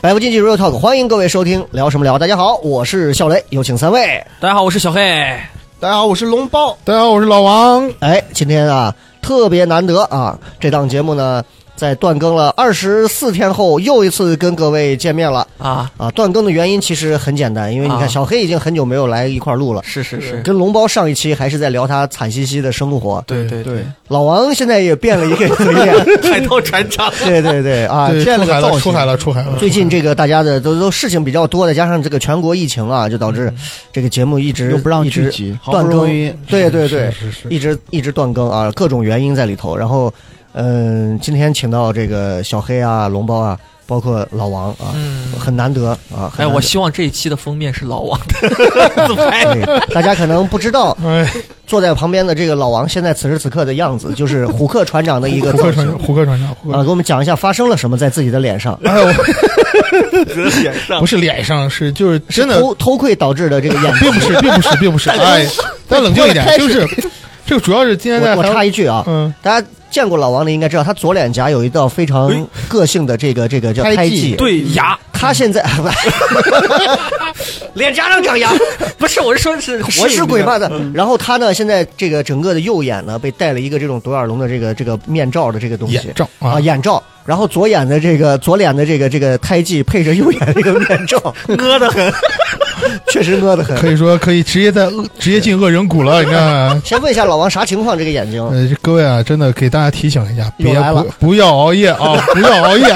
百无禁忌 Real Talk，欢迎各位收听，聊什么聊？大家好，我是笑雷，有请三位。大家好，我是小黑。大家好，我是龙包。大家好，我是老王。哎，今天啊特别难得啊，这档节目呢在断更了二十四天后，又一次跟各位见面了啊，啊。断更的原因其实很简单，因为你啊看小黑已经很久没有来一块儿录了。是是是，跟龙包上一期还是在聊他惨兮兮的生活，对对对，老王现在也变了一个 嘴脸， 海盗船长，对对对啊，对，变出了海个了，造出型。海了，出海了。 最近这个大家的都都事情比较多，再加上这个全国疫情啊，就导致这个节目一直又不让一直聚集好不断更容易，对对对，是是是一直一直断更啊，各种原因在里头。然后，嗯，今天请到这个小黑啊、龙包啊，包括老王啊，很难得啊。很哎，难得我希望这一期的封面是老王的自拍。对大家可能不知道哎，坐在旁边的这个老王现在此时此刻的样子，就是虎克船长的一个胡造克型船长，胡克船长，胡克啊，。给我们讲一下发生了什么在自己的脸上，哎我不是脸上，是就是真的，偷偷窥导致的这个眼。并不是，并不是，并不是。哎，再冷静一点，就是这个主要是今天在我我插一句啊，嗯，大家见过老王的应该知道，他左脸颊有一道非常个性的这个这个叫胎胎记记。 对牙，他现 在脸颊上长牙， 不是，我是说是我 我是鬼嘛的。嗯然后他呢，现在这个整个的右眼呢，被戴了一个这种独眼龙的这个这个面罩的这个东西眼罩啊，啊，眼罩。然后左眼的这个左脸的这个这个胎记配着右眼这个面 罩，讹的很。 确实恶得很。可以说可以直接在恶直接进恶人谷了，你看。啊先问一下老王啥情况？这个眼睛呃，各位啊，真的给大家提醒一下，又别来了不不要熬夜啊，不要 熬夜，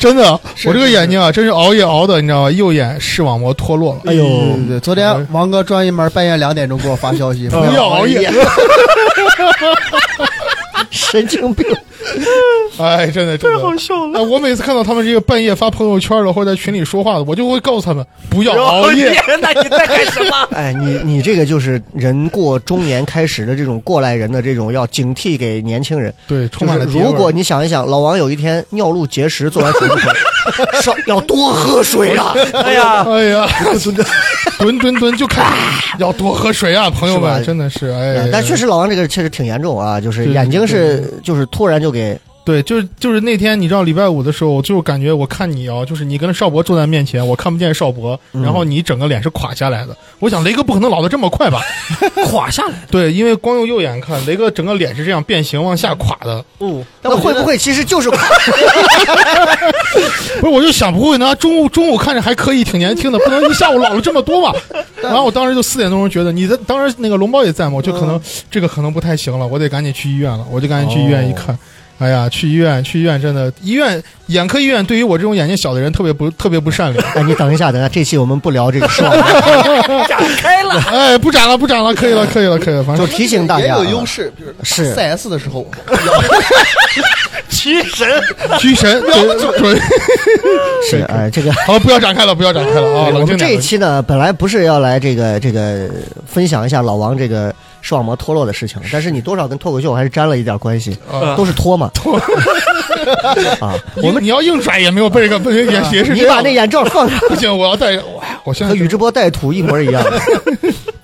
真的，我这个眼睛啊，真是熬夜熬的，你知道吗？右眼视网膜脱落了，哎呦对对对，昨天王哥专门半夜两点钟给我发消息，嗯不要熬夜， 神经病， 哎，真的，真的好笑了。哎，我每次看到他们这个半夜发朋友圈的，或者在群里说话的，我就会告诉他们不要哦熬夜。， 那你在干什么？哎，你你这个就是人过中年开始的这种过来人的这种要警惕给年轻人。对，充满了就是结如味果你想一想，老王有一天尿路结石做完手术，少要多喝水啊， 哎呀，哎呀，真的，蹲蹲蹲就看，要多喝水啊，朋友是吧们，真的是哎啊，但确实老王这个确实挺严重啊，就是对眼睛对是就是突然就给对，就是就是那天你知道礼拜五的时候，我就感觉我看你啊，就是你跟邵博坐在面前，我看不见邵博，然后你整个脸是垮下来的。我想雷哥不可能老的这么快吧？垮下来了。对，因为光用右眼看，雷哥整个脸是这样变形往下垮的。哦，那会不会其实就是 不是，我就想不会呢。中午中午看着还可以，挺年轻的，不能一下午老了这么多 吧？然后我当时就四点多钟觉得，你的当嗯时那个龙包也在嘛，我就可能、这个可能不太行了，我得赶紧去医院了，我就赶紧去医院一看。哎呀，去医院，去医院，真的，医院眼科医院对于我这种眼睛小的人特别不特别不善 良。哎，你等一下，等一下，这期我们不聊这个视网展开了，哎，不展了，不展了，可以了，可以了，可以了，反 就 正提醒大也家有啊，优势，比如是 CS 的时候，提神，狙神准准。是哎，这个。 好了，不要展开了，不要展开了啊！我冷静们点。这一期呢，本来不是要来这个这个分享一下老王这个视网膜脱落的事情，但是你多少跟脱口秀还是沾了一点关系，啊都是脱嘛。脱啊，我们你啊要硬拽也没有被个也 也是你这把样那眼罩放上，不行，我要带我我现和在宇智波带土一模一 样。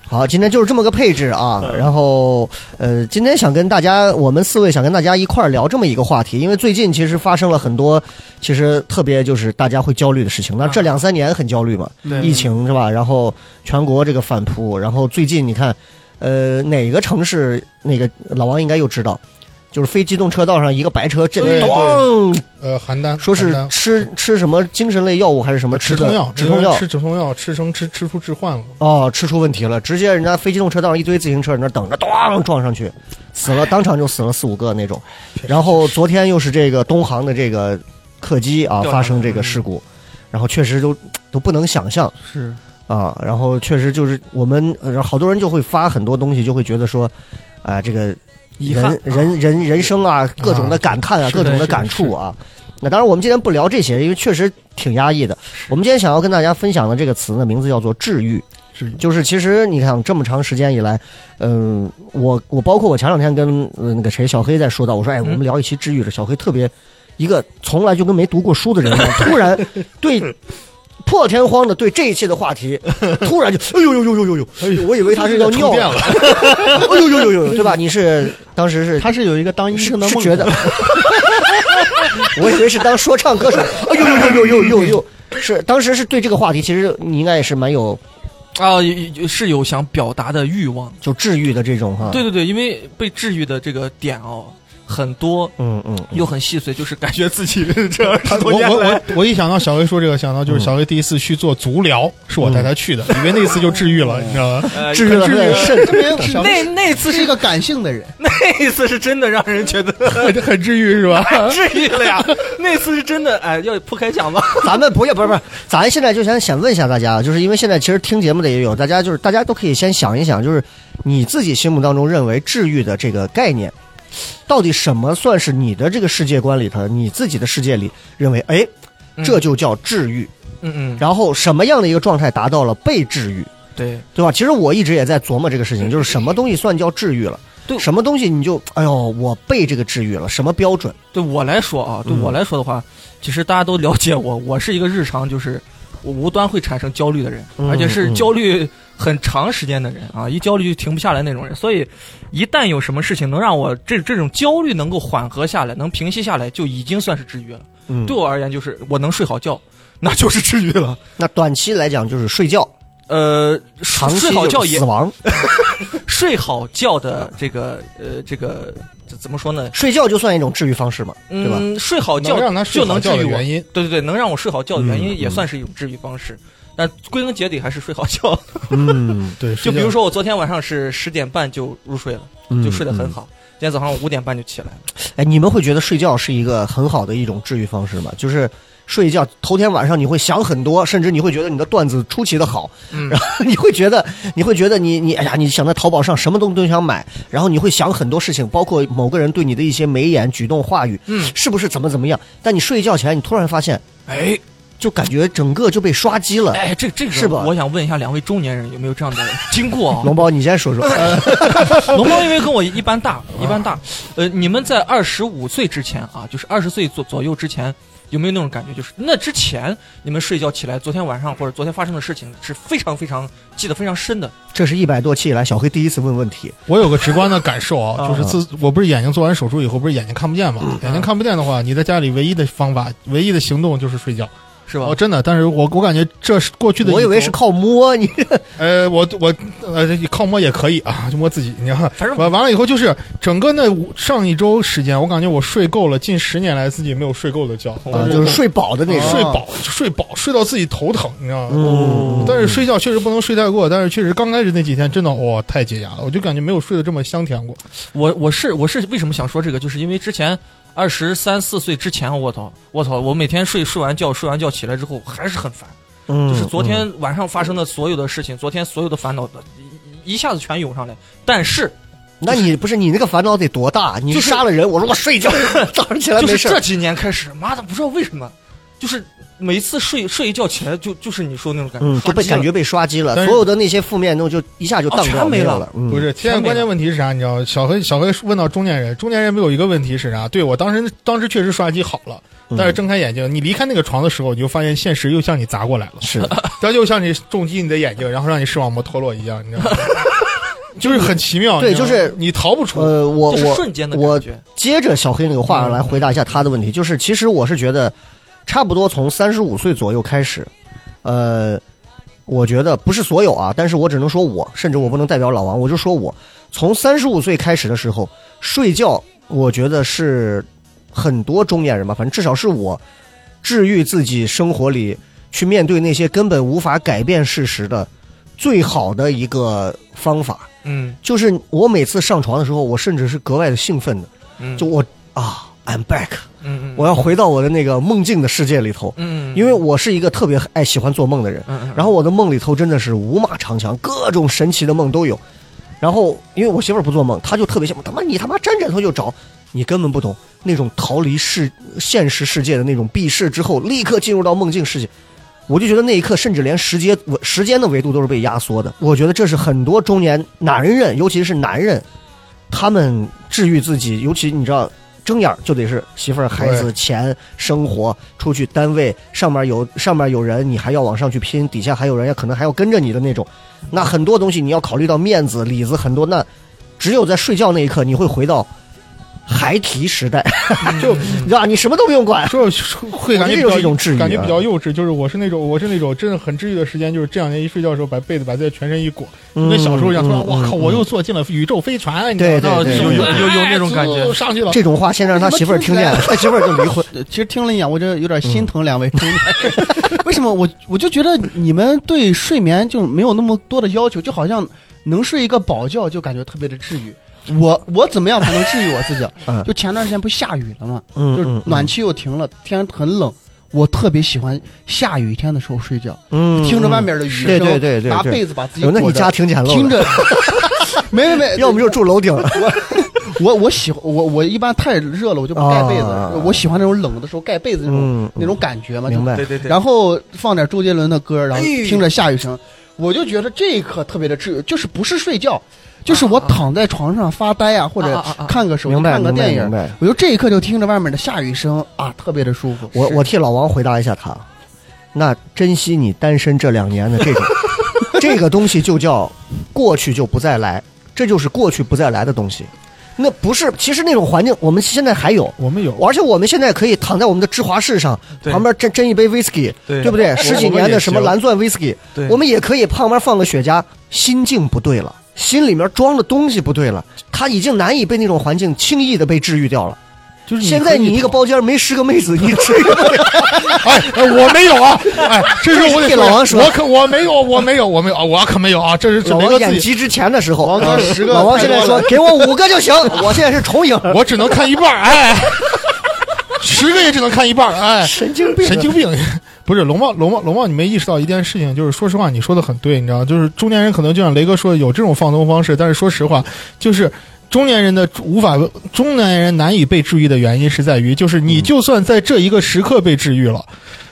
好，今天就是这么个配置啊。嗯然后，呃，今天想跟大家，我们四位想跟大家一块儿聊这么一个话题，因为最近其实发生了很多，其实特别就是大家会焦虑的事情。那啊这两三年很焦虑嘛，疫情是吧？然后全国这个反扑，然后最近你看，呃，哪个城市那个老王应该又知道，就是非机动车道上一个白车震对对咚，呃邯郸说是邯郸吃吃什么精神类药物还是什么吃呃止的痛药，止痛药吃止痛药，吃成吃吃出致幻了。哦，吃出问题了，直接人家非机动车道上一堆自行车在那等着，咣撞上去，死了，当场就死了四五个那种。然后昨天又是这个东航的这个客机啊掉下来发生这个事故，然后确实都都不能想象是啊。然后确实就是我们呃好多人就会发很多东西，就会觉得说，啊、这个遗憾人人人人生啊，各种的感叹啊，是各的种是的感触啊。那当然，我们今天不聊这些，因为确实挺压抑的。我们今天想要跟大家分享的这个词呢，名字叫做治愈。治愈就是其实你看这么长时间以来，嗯、我我包括我前两天跟、呃那个谁小黑在说到，我说哎，我嗯们聊一期治愈的，小黑特别一个从来就跟没读过书的人一样，突然对破天荒的对这一期的话题，突然就哎呦呦呦呦呦呦，我以为他是要充尿电了， 哎呦呦呦呦，对吧？你是当时是他是有一个当医是生的是梦， 觉得， 我以为是当说唱歌手，哎呦呦呦呦呦呦呦，是当时是对这个话题，其实你应该也是蛮有 啊，有是有想表达的欲望。就治愈的这种哈。对，对对，因为被治愈的这个点哦，很多嗯嗯，又很细碎，就是感觉自己这二十多 我年我来 我我一想到小黑说这个，想到嗯就是小黑第一次去做足疗，是我带他去的，以为那次就治愈了，你知 道吗？ 呃治愈了治愈啊对了肾，这边是那那次是一是个感性的人， 那次是真的让人觉得很很治愈 是吧？治愈了呀，那次是真的哎，要铺开讲吧。咱们不要不是不是，咱现在就想想问一下大家，就是因为现在其实听节目的也有，大家就是大家都可以先想一想，就是你自己心目当中认为治愈的这个概念，到底什么算是你的这个世界观里头，你自己的世界里认为，哎，这就叫治愈。嗯嗯，然后什么样的一个状态达到了被治愈，对对吧？其实我一直也在琢磨这个事情，就是什么东西算叫治愈了，对什么东西你就哎呦，我被这个治愈了，什么标准？对我来说啊，对我来说的话，其实大家都了解我，我是一个日常就是我无端会产生焦虑的人，嗯而且是焦虑很长时间的人啊，一焦虑就停不下来那种人。所以，一旦有什么事情能让我这这种焦虑能够缓和下来，能平息下来，就已经算是治愈了。嗯对我而言，就是我能睡好觉，那就是治愈了。那短期来讲就是睡觉，呃，长期睡好觉就是也死亡，睡好觉的这 个呃这个这怎么说呢？睡觉就算一种治愈方式嘛，对吧？嗯，睡好觉能让他睡就好能治觉的愈我原。因，对对对，能让我睡好觉的原因嗯也算是一种治愈方式。但归根结底还是睡好 觉。嗯，对，就比睡觉如说我昨天晚上是十点半就入睡了，就睡得很好。今天早上我五点半就起来了。哎，你们会觉得睡觉是一个很好的一种治愈方式吗？就是睡一觉，头天晚上你会想很多，甚至你会觉得你的段子出奇的好，嗯然后你会觉得你会觉得你你哎呀，你想在淘宝上什么东西都想买，然后你会想很多事情，包括某个人对你的一些眉眼、举动、话语，嗯，是不是怎么怎么样？但你睡一觉前，你突然发现，哎就感觉整个就被刷机了。哎，这这个是吧我想问一下两位中年人有没有这样的 经过啊？龙包，你先说 说，龙哎猫因为跟我一般啊大，一般大。呃，你们在二十五岁之前啊，就是二十岁左左右之前，有没有那种感觉？就是那之前你们睡觉起来，昨天晚上或者昨天发生的事情是非常非常记得非常深的。这是一百多期以来小黑第一次问问题。我有个直观的感受 啊，就是自嗯我不是眼睛做完手术以后，不是眼睛看不见嘛？眼睛看不见的话，你在家里唯一的方法、唯一的行动就是睡觉。是吧哦，？真的，但是我我感觉这是过去的一周，我以为是靠摸你，呃，我我呃靠摸也可以啊，就摸自己，你看，反正完完了以后就是整个那五上一周时间，我感觉我睡够了，近十年来自己没有睡够的觉，啊，就是睡饱的那种。睡饱睡饱睡到自己头疼，你知道吗？嗯但是睡觉确实不能睡太过，但是确实刚开始那几天真的哇、太解压了，我就感觉没有睡得这么香甜过。我我是我是为什么想说这个？就是因为之前。二十三四岁之前，我操，我操，我每天睡睡完觉，睡完觉起来之后还是很烦，嗯就是昨天晚上发生的所有的事情，昨天所有的烦恼的一一下子全涌上来。但是那你不是你那个烦恼得多大？你就是杀了人，我说我睡觉， 早上起来就哎没是事这儿。几年开始，妈的不知道为什么，就是每一次睡睡一觉起来就就是你说的那种感觉，嗯，就被刷机了感觉被刷机了，但是所有的那些负面弄就一下就哦荡全掉没有了了。嗯不，是，现在关键问题是啥？你知道，小黑小黑问到中年人，中年人没有一个问题是啥？对我当时当时确实刷机好了，但嗯是睁开眼睛，你离开那个床的时候，你就发现现实又向你砸过来了， 是它就像你重击你的眼睛，然后让你视网膜脱落一样，你知道吗？就是很奇妙，对你知道吗就是你逃不出。呃，我就是我瞬间的我感觉。接着小黑那个话来回答一下他的问题，就是其实我是觉得，差不多从三十五岁左右开始，呃，我觉得不是所有啊，但是我只能说我，甚至我不能代表老王，我就说我从三十五岁开始的时候，睡觉，我觉得是很多中年人吧，反正至少是我治愈自己生活里去面对那些根本无法改变事实的最好的一个方法。嗯就是我每次上床的时候，我甚至是格外的兴奋的，嗯，就我啊，I'm back，嗯嗯，我要回到我的那个梦境的世界里头，嗯，嗯因为我是一个特别爱喜欢做梦的人，嗯嗯，然后我的梦里头真的是五马长枪，各种神奇的梦都有。然后因为我媳妇儿不做梦，她就特别羡慕，他妈你他妈沾枕头就着，你根本不懂那种逃离世现实世界的那种避世之后，立刻进入到梦境世界。我就觉得那一刻，甚至连时间时间的维度都是被压缩的。我觉得这是很多中年男人，尤其是男人，他们治愈自己，尤其你知道，睁眼儿就得是媳妇儿、孩子、钱、生活，出去单位上面有上面有人，你还要往上去拼，底下还有人，可能还要跟着你的那种。那很多东西你要考虑到面子、里子很多，那只有在睡觉那一刻，你会回到孩提时代， 就你知道吧，你什么都不用管。就是会感觉比我觉得这是较一种治愈啊感觉比较幼稚。就是我是那种，我是那种真的很治愈的时间，就是这两年一睡觉的时候，把被子把自己全身一裹，嗯跟小时候一样，突然嗯我靠，嗯我又坐进了宇宙飞船，你对知对道吗？对就对有对有有有那种感觉就上去了。这种话先让他媳妇儿听见了，他媳妇儿就离婚。 其实听了一眼，我这有点心疼两位嗯中年人。 为什么我我就觉得你们对睡眠就没有那么多的要求，就好像能睡一个饱觉就感觉特别的治愈。我我怎么样才能治愈我自己啊 嗯？就前段时间不下雨了吗？嗯就是暖气又停了，天很冷。我特别喜欢下雨天的时候睡觉，嗯听着外面的雨声，对对对对拿对被子把自己有裹那着。你家挺简陋的，听着，没没没，要么就住楼顶了。我我喜欢我我一般太热了，我就不盖被子。啊我喜欢那种冷的时候盖被子那种、嗯那种感觉 嘛。明白对对对，然后放点周杰伦的歌，然哎后听着下雨声，我就觉得这一刻特别的治愈，就是不是睡觉，就是我躺在床上发呆啊，或者啊啊啊啊看个手机、明白看个电明影白明白，我就这一刻就听着外面的下雨声啊，特别的舒服。我我替老王回答一下他，那珍惜你单身这两年的这 种，这个东西就叫过去就不再来，这就是过去不再来的东西。那不是，其实那种环境我们现在还有，我们有，而且我们现在可以躺在我们的芝华士上，对旁边斟斟一杯 whisky，对不对？十几我们也年的什么行蓝钻 whisky，对我们也可以旁边放个雪茄。心境不对了，心里面装的东西不对了，他已经难以被那种环境轻易的被治愈掉了。就是现在你一个包，包间没十个妹子，你治愈不了。哎，哎我没有啊，哎，这是我这是得老王说我可我没有，我没有，我没有，啊我可没有啊，这是老准王备演自己，技之前的时候，王哥啊十个老王太现多在说了给我五个就行，我现在是重影， 我只能看一半儿，哎，十个也只能看一半儿，哎，神经病，神经病！不是龙猫，龙猫，龙猫，你没意识到一件事情，就是说实话，你说的很对，你知道，就是中年人可能就像雷哥说的，有这种放松方式，但是说实话，就是。中年人的无法，中年人难以被治愈的原因是在于，就是你就算在这一个时刻被治愈了，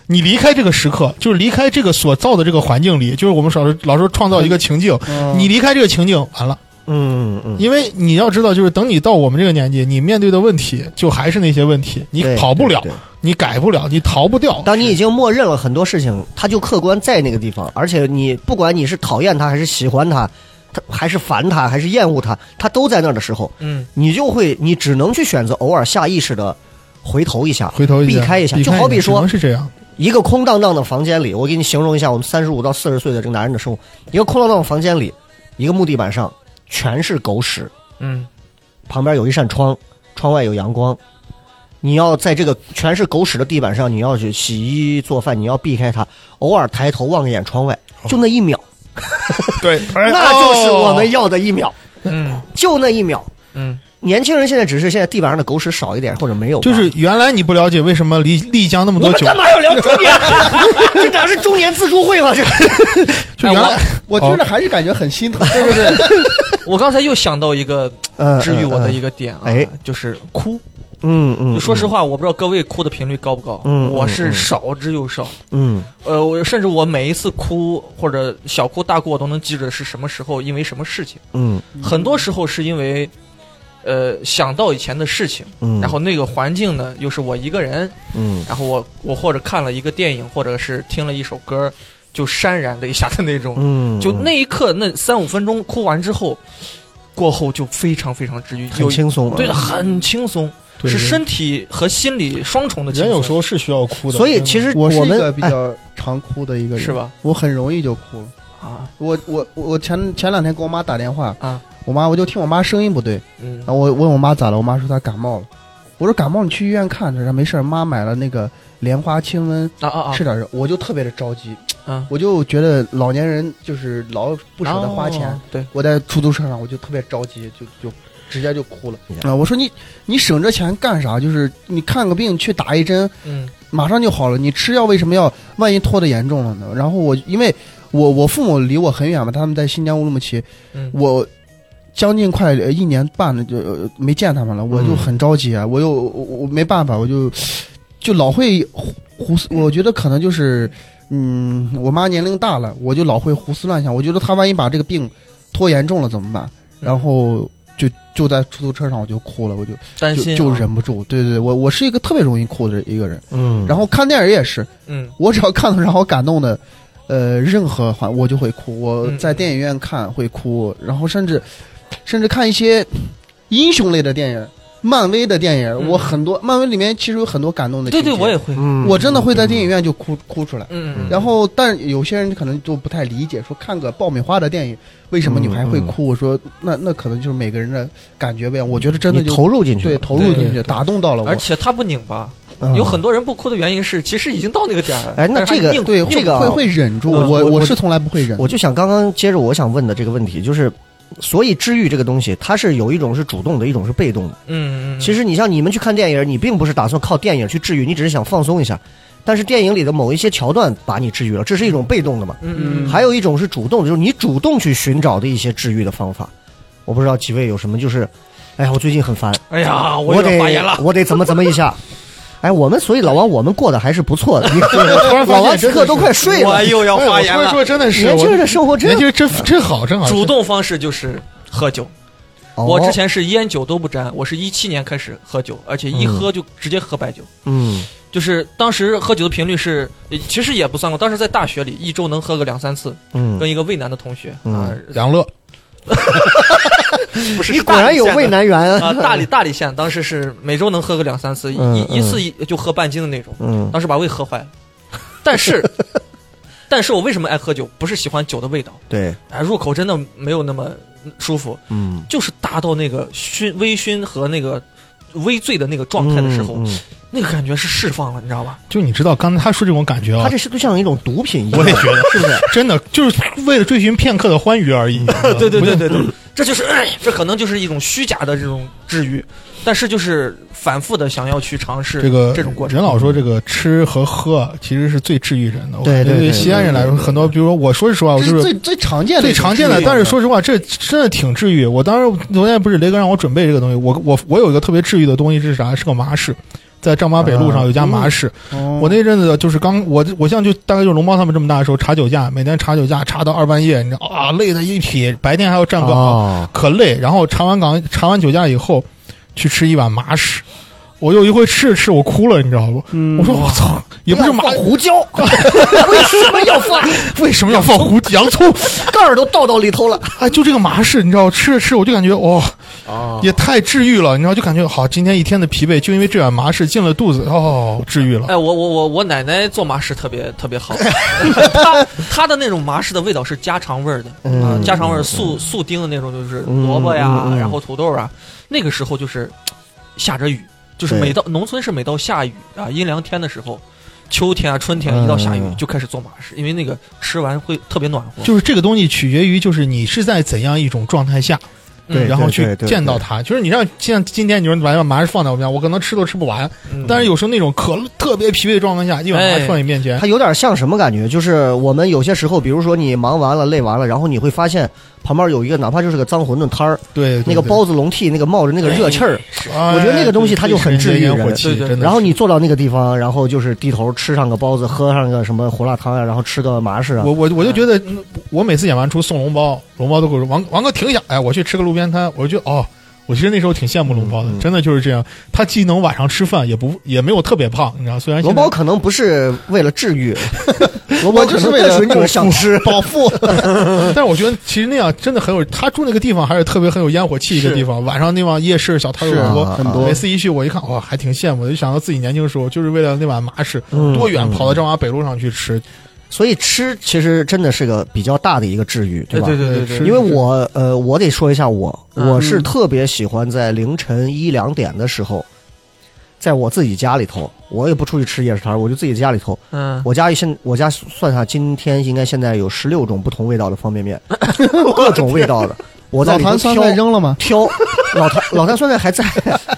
你离开这个时刻，就是离开这个所造的这个环境里，就是我们老说老说创造一个情境，嗯你离开这个情境完了，嗯嗯因为你要知道，就是等你到我们这个年纪，你面对的问题就还是那些问题，你对跑不了对对，你改不了，你逃不掉，当你已经默认了很多事情，他就客观在那个地方，而且你不管你是讨厌他还是喜欢他，他还是烦他还是厌恶他，他都在那儿的时候，嗯，你就会你只能去选择偶尔下意识的回头一下，回头避开一下，就好比只能说是这 样，一个空荡荡的房间里，我给你形容一下我们三十五到四十岁的这个男人的生活，一个空荡荡的房间里，一个木地板上全是狗屎，嗯旁边有一扇窗，窗外有阳光。你要在这个全是狗屎的地板上，你要去洗衣做饭，你要避开它，偶尔抬头望一眼窗外，就那一秒，对，哎哦那就是我们要的一秒，嗯就那一秒。嗯，年轻人现在只是现在地板上的狗屎少一点，或者没有吧，就是原来你不了解为什么丽丽江那么我多们酒干，嘛要聊中年？这哪是中年自助会吗？这就原来哎我听着还是感觉很心疼，对不对？我刚才又想到一个呃治愈我的一个，个点啊，哎就是哭。嗯嗯，就说实话，我不知道各位哭的频率高不高，嗯嗯我是嗯少之又少。嗯，呃，我甚至我每一次哭或者小哭大哭，我都能记着是什么时候，因为什么事情。嗯很多时候是因为，呃，想到以前的事情，嗯，然后那个环境呢，又是我一个人，嗯然后我我或者看了一个电影，或者是听了一首歌，就潸然的一下的那种，嗯，就那一刻那三五分钟哭完之后，过后就非常非常治愈，很有轻松，啊对，很轻松，对是人身体和心理双重的轻人松，有时候是需要哭的。所以其实 我是一们哎个比较常哭的一个人，是？吧？我很容易就哭了。嗯啊，我我我前前两天跟我妈打电话啊，我妈我就听我妈声音不对，嗯啊然后我问我妈咋了，我妈说她感冒了。我说感冒你去医院看着，她说没事儿，妈买了那个莲花清瘟，啊啊啊，吃点儿。我就特别的着急，啊，我就觉得老年人就是老不不舍得花钱。，对，我在出租车上我就特别着急，就就直接就哭哎了呀啊！我说你你省这钱干啥？就是你看个病去打一针，嗯马上就好了。你吃药为什么要万一拖得严重了呢？然后我因为我我父母离我很远嘛，他们在新疆乌鲁木齐，嗯，我将近快呃一年半了，就呃没见他们了，我就嗯很着急啊，我又我我没办法，我就就老会胡胡思，我觉得可能就是，嗯，我妈年龄大了，我就老会胡思乱想，我觉得她万一把这个病拖严重了怎么办？然后就就在出租车上我就哭了，我就担就心就啊，忍不住，对对对，我我是一个特别容易哭的一个人，嗯，然后看电影也是，嗯我只要看到让我感动的，呃，任何环我就会哭。我嗯在电影院看会哭，然后甚至甚至看一些英雄类的电影，漫威的电影，嗯我很多漫威里面其实有很多感动的对情节。对，我也会，嗯，我真的会在电影院就哭哭出来。嗯，然后，但有些人可能就不太理解，说看个爆米花的电影，为什么嗯你还会哭？我说那那可能就是每个人的感觉不一样。我觉得真的你就投入进去，对投入进对去，对打动到了我而。且他不拧巴，嗯有很多人不哭的原因是，其实已经到那个点儿了。哎那但是这个他硬对，硬会这个会会忍住，嗯我我我是从来不会忍。我就想刚刚接着我想问的这个问题，就是，所以治愈这个东西，它是有一种是主动的，一种是被动的。嗯，嗯嗯其实你像你们去看电影，你并不是打算靠电影去治愈，你只是想放松一下。但是电影里的某一些桥段把你治愈了，这是一种被动的嘛？嗯嗯还有一种是主动的，就是你主动去寻找的一些治愈的方法。我不知道几位有什么，就是，哎呀，我最近很烦，哎呀，我我有得点发言了，我得怎么怎么一下。 哎，我们所以老王，我们过得还是不错的。你突然发现老王此真的刻是都快睡了我，又要哎我发言突然了。说真的是，年轻人我的生活真年轻人真真好，真好。主动方式就是喝酒，哦我之前是烟酒都不沾，我是一七年开始喝酒，而且一喝就直接喝白酒。嗯就是当时喝酒的频率是，呃其实也不算高。当时在大学里，一周能喝个两三次，嗯，跟一个渭南的同学啊，杨乐，不是你是果大然理有县的渭南源啊，大理大理县当时是每周能喝个两三次，一嗯一一次一就喝半斤的那种。 嗯当时把胃喝坏了。但是，但是我为什么爱喝酒？不是喜欢酒的味道，对，哎，入口真的没有那么舒服，嗯，就是达到那个醺、微醺和那个微醉的那个状态的时候，啊嗯嗯那个感觉是释放了，你知道吧？就你知道刚才他说这种感觉他啊这，是就像一种毒品一样，我也觉得是不是？真的就是为了追寻片刻的欢愉而已。 对对不对是对嗯对，这就是、哎这可能就是一种虚假的这种治愈，但是就是反复的想要去尝试这个这种过程。人老说这个吃和喝其实是最治愈人的。我对对觉得对西安人来说，很多比如说我说实话，我这就是最最常见的，最常见的，但是说实话，这真的挺治愈。我当时昨天不是雷哥让我准备这个东西，我我我有一个特别治愈的东西是啥？是个麻市，在丈八北路啊上有一嗯家麻市。我我那阵子就是刚我我现在就大概就是龙猫他们这么大的时候查酒驾，每天查酒驾查到二半夜，你知道啊，累的一匹，白天还要站岗， 哦，可累。然后查完岗查完酒驾以后，去吃一碗麻食。我有一回吃着吃，我哭了，你知道不？我说我操，也不是麻嗯要，放胡椒，为什么要放？ 为什么要放胡 洋葱？盖儿都倒到里 头了。哎，就这个麻食，你知道，吃着吃我就感觉哦，啊也太治愈了，你知道，就感觉好，今天一天的疲惫就因为这碗麻食进了肚子，哦，治愈呃了。哎，我我我我奶奶做麻食特别特别好， 她她的那种麻食的味道是家常味儿的，嗯啊，家常味儿素素丁的那种，就是嗯萝卜呀，嗯嗯然后土豆啊。那个时候就是下着雨，就是对每到农村是每到下雨啊阴凉天的时候，秋天啊春天嗯一到下雨嗯就开始做麻食，因为那个吃完会特别暖和。就是这个东西取决于，就是你是在怎样一种状态下，对嗯然后对去对见到对他。就是你让像今天你说把把麻是放在我面前，我可能吃都吃不完。嗯但是有时候那种渴特别疲惫的状况下，一碗麻哎放你面前，它有点像什么感觉？就是我们有些时候，比如说你忙完了、累完了，然后你会发现旁边有一个哪怕就是个脏馄饨摊儿，对那个，包子笼屉那个冒着那哎个热气儿，我觉得那个东西它就很治愈人火气，对对真的。然后你坐到那个地方，然后就是低头吃上个包子，喝上个什么胡辣汤啊，然后吃个麻食啊我。我我就觉得，嗯我每次演完出送龙包，龙包都给我说王王哥停一下，哎，我去吃个路边摊，我就觉得哦。我其实那时候挺羡慕龙包的，真的就是这样。他既能晚上吃饭，也不也没有特别胖，你知道？虽然萝现在卜可能不是为了治愈，萝卜可就是能为单了纯就是果想吃。饱 腹，但是我觉得其实那样真的很有。他住那个地方还是特别很有烟火气一个地方，晚上那帮夜市小摊儿是啊有多。很多每次一去我一看，哇，还挺羡慕的，就想到自己年轻的时候，就是为了那碗麻食，嗯多远嗯跑到张华北路上去吃。所以吃其实真的是个比较大的一个治愈，哎对吧？对对对对对，对因为我呃，我得说一下我，嗯我是特别喜欢在凌晨一两点的时候，在我自己家里头，我也不出去吃夜市摊儿，我就自己家里头。嗯， 我家现我家算下，今天应该现在有十六种不同味道的方便面， 各种味道的。我在 老里头坛酸菜挑扔了吗？挑， 老坛老坛酸菜还 在，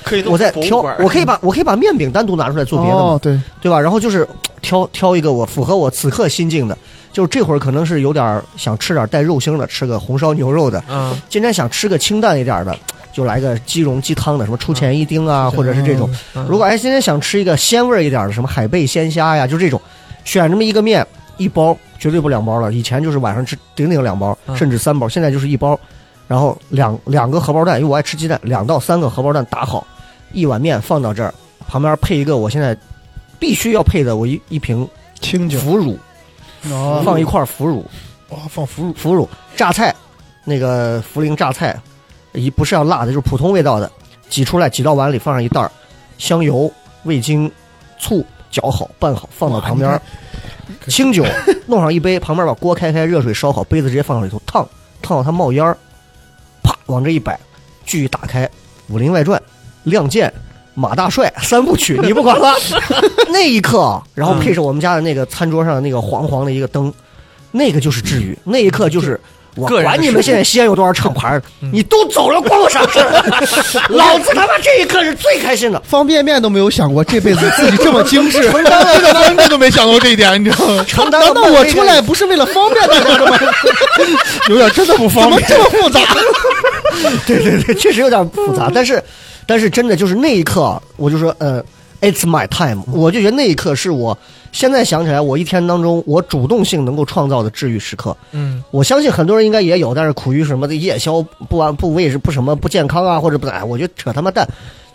可以我在挑，我可以把我可以把面饼单独拿出来做别的嘛哦，，对，对吧？然后就是挑挑一个我符合我此刻心境的，就是这会儿可能是有点儿想吃点儿带肉腥的，吃个红烧牛肉的。嗯，今天想吃个清淡一点儿的，就来个鸡茸鸡汤的，什么出前一丁啊，或者是这种。嗯如果哎今天想吃一个鲜味儿一点儿的，什么海贝鲜虾呀，就这种，选这么一个面一包，绝对不两包了。以前就是晚上吃顶顶两包，嗯甚至三包，现在就是一包，然后两两个荷包蛋，因为我爱吃鸡蛋，两到三个荷包蛋打好，一碗面放到这儿，旁边配一个我现在必须要配的，我一一瓶清酒腐乳，哦放一块儿腐乳，哇，啊放腐乳， 腐乳榨菜，那个涪陵榨菜，一不是要辣的，就是普通味道的，挤出来挤到碗里，放上一袋儿香油、味精、醋，搅好拌好，放到旁边儿。清酒弄上一杯，旁边把锅开开，热水烧好，杯子直接放里头烫，烫到它冒烟儿，啪往这一摆，剧一打开，《武林外传》《亮剑》。马大帅三部曲，你不管 了。那一刻啊，然后嗯配上我们家的那个餐桌上的那个黄黄的一个灯，那个就是治愈。那一刻就是我嗯个人的管你舒们服现在西安有多少厂牌儿， 嗯你都走了，关我啥事儿？ 老子他妈这一刻是最开心的。方便面都没有想过这辈子自己这么精 致。真的真的都没想到这一点，你知 道吗？承担了 难道漫我威出的来不是为了方便大家的吗？ 有点真的不 怎方么便。这么复杂？对对对，确实有点复嗯杂，但是，但是真的就是那一刻啊，我就说，呃，it's my time，我嗯就觉得那一刻是我现在想起来，我一天当中我主动性能够创造的治愈时刻。嗯，我相信很多人应该也有，但是苦于什么的夜宵不完不卫生不什么不健康啊，或者不哎，我觉得扯他妈蛋，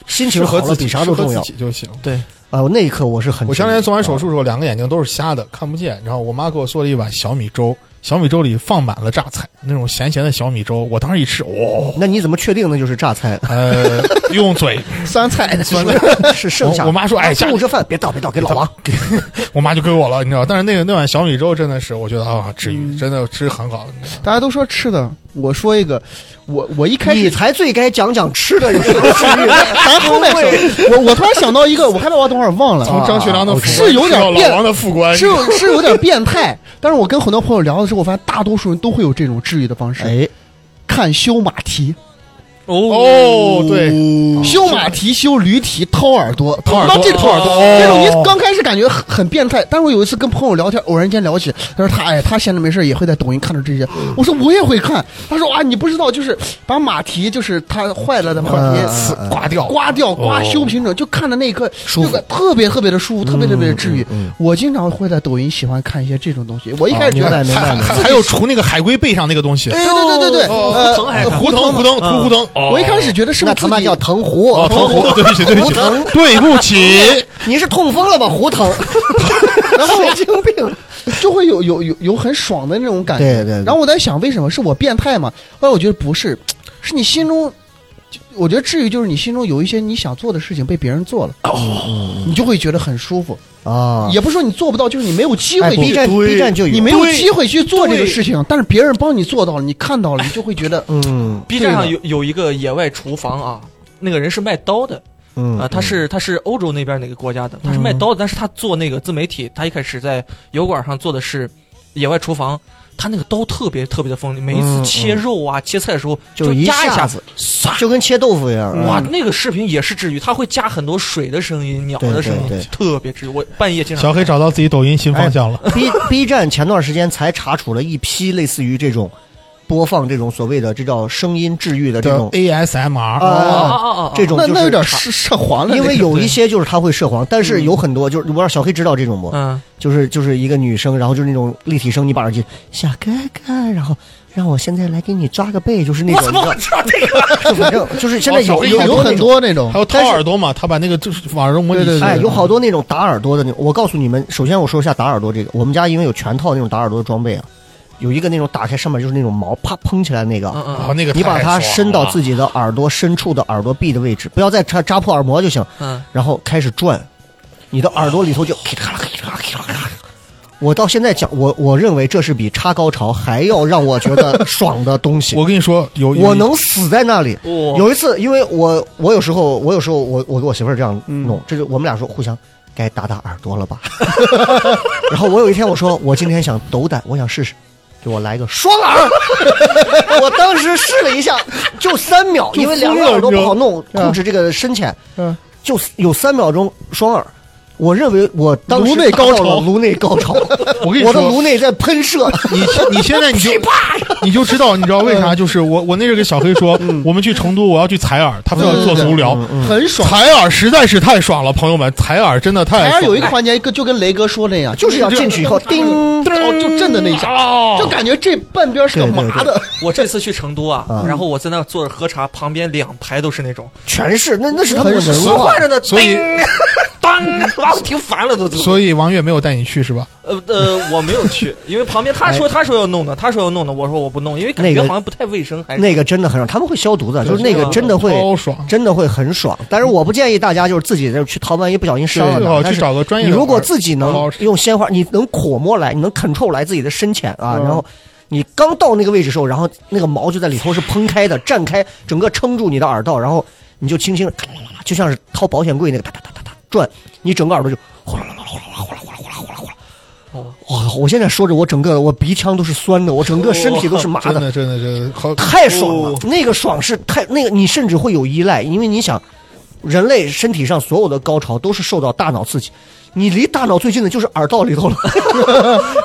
心情适好合了自己比啥都适合重要自己就行。对，啊！我那一刻我是很，嗯我前两天做完手术的时候，两个眼睛都是瞎的，看不见。然后我妈给我做了一碗小米粥，小米粥里放满了榨菜，那种咸咸的小米粥。我当时一吃，哇、啊， 那你怎么确定那就是榨菜？呃，用嘴酸菜 的，酸的。是剩下的我我妈说哎中午这啊饭别倒别倒，给老王。 我妈就给我了，你知道。但是那个那碗小米粥真的是，我觉得啊，治嗯愈，真的吃很好。啊你知道大家都说吃的，我说一个，我我一开你始才最该讲讲吃的有 什么治愈。 咱后面说，我我突然想到一个，我害怕我等会儿忘了。从张学良的啊副，OK 官是有吃点到变老王的副官，是有是有点变态，但是我跟很多朋友聊的时候，我发现大多数人都会有这种治愈的方式。哎，看修马蹄，哦，哦，对，嗯哦修马蹄、修驴蹄、掏耳朵，掏耳朵那这种掏耳朵哦这种你刚开始感觉很很变态，但是我有一次跟朋友聊天，偶然间聊起，他说他哎，他闲着没事也会在抖音看到这些，嗯我说我也会看，他说啊，你不知道，就是把马蹄就是它坏了的马蹄嗯撕嗯刮掉，刮掉、刮哦修平整，就看着那一刻舒服那个特别特别的舒服，特别特别的治愈嗯嗯嗯。我经常会在抖音喜欢看一些这种东西，我一哦开始觉明白得明白还明白还还有除那个海龟背上那个东西， 哎对对对对对，哦呃胡腾还是胡腾胡腾涂胡腾，我一开始觉得是不那是他自妈己叫藤壶，哦，藤腾胡， 对不起对不嗯胡起腾，对不起，你是痛风了吧？胡 腾，然后神经病。就会有有有有很爽的那种感觉。对对对然后我在想，为什么是我变态吗？后来我觉得不是，是你心中，就我觉得至于就是你心中有一些你想做的事情被别人做了，哦你就会觉得很舒服。啊，也不是说你做不到，就是你没有机哎会，B 去。站 B 站就有，你没有对机会去做这个事情，但是别人帮你做到了，你看到了，你就会觉得嗯 B 站上对有有一个野外厨房啊，那个人是卖刀的嗯啊，他是他是欧洲那边哪个国家的，他是卖刀的，但是他做那个自媒体，他一开始在油管上做的是野外厨房，他那个刀特别特别的锋利，每一次嗯切肉啊、切菜的时候就一压一下子子，唰，就跟切豆腐一样。哇，嗯，那个视频也是治愈，他会加很多水的声音、鸟的对声音，对对特别治愈。我半夜经常小黑找到自己抖音新方向了。 B B 站前段时间才查处了一批类似于这种播放这种所谓的这叫声音治愈的呃这叫种 ASMR，、啊啊啊啊啊啊！这种哦那就是那有点查涉涉黄了，因为这个嗯有一些就是他会涉黄，但是有很多就是我不知道小黑知道这种不？嗯，就是就是一个女生，然后就是那种立体声，你把耳机小哥哥，然后让我现在来给你抓个背，就是那我种，怎你么知道会知道这个？就反正就是现在有有有那很种。多那种还，有掏耳朵嘛，他把那个就是网上模拟器，哎，有好多那种打耳朵的那种。我告诉你们，首先我说一下打耳朵这个，我们家因为有全套那种打耳朵的装备啊，有一个那种打开上面就是那种毛啪蓬起来那个，嗯嗯啊嗯那个你把它伸到自己，己的耳朵深处的耳朵壁的位置，不要再扎扎破耳膜就行，嗯，然后开始转，你的耳朵里头就咔啦咔啦咔啦咔啦。我到现在讲，我我认为这是比插高潮还要让我觉得爽的东西。我跟你说，有有我能死在那里。哦有一次，因为我我有时候我有时候我我跟我媳妇儿这样嗯弄，这就我们俩说互相该打打耳朵了吧。 然后我有一天我说我今天想斗胆，我想试试，给我来个双耳。 我当时试了一下，就三秒，就因为两疯个了耳朵你知不道好弄，嗯控制这个深浅，嗯就有三秒钟双耳。我认为我当时颅内高达潮到了颅内高潮， 我跟你我的说颅内在喷射。你现你现在 你就你就知道，你知道为嗯啥？就是我我那阵跟小黑说，我们去成都，我要去采耳，他非要嗯做足疗，很爽。采耳实在是太爽了，朋友们，采耳真的太还爽是了有一个环节，一个就跟雷哥说那样，就是要进去以后叮哦，就震的那一下，嗯哦就感觉这半边是个麻的，我这次去成都啊，嗯然后我在那坐着喝茶，旁边两排都是那种全是那那是他们的很文爽化换。着呢，所以叮当，把我听烦了都都。所以王月没有带你去是吧？呃呃，我没有去，因为旁边他说他说要弄的，他说要弄的，我说我不弄，因为感哎那觉个好像不太卫生，还是那个真的很爽，他们会消毒的，就是那个真的会，超爽。真的会很爽。但是我不建议大家就是自己去掏，万一不小心伤了最哪好儿。去找个但专业是的你玩儿。如果自己好能好吃用鲜花，你能口摸来，你能 control 来自己的深浅啊，嗯然后。你刚到那个位置时候，然后那个毛就在里头是喷开的，绽开，整个撑住你的耳道，然后你就轻轻地咔啦啦啦，就像是掏保险柜那个哒哒哒哒哒转，你整个耳朵就哗啦啦啦哗啦哗啦哗啦哗啦哗啦哗啦。哇！我现在说着，我整个我鼻腔都是酸的，我整个身体都是麻哦真的，的真的真的好，太爽了，那个爽是太那个，你甚至会有依赖，因为你想，人类身体上所有的高潮都是受到大脑刺激，你离大脑最近的就是耳道里头 了，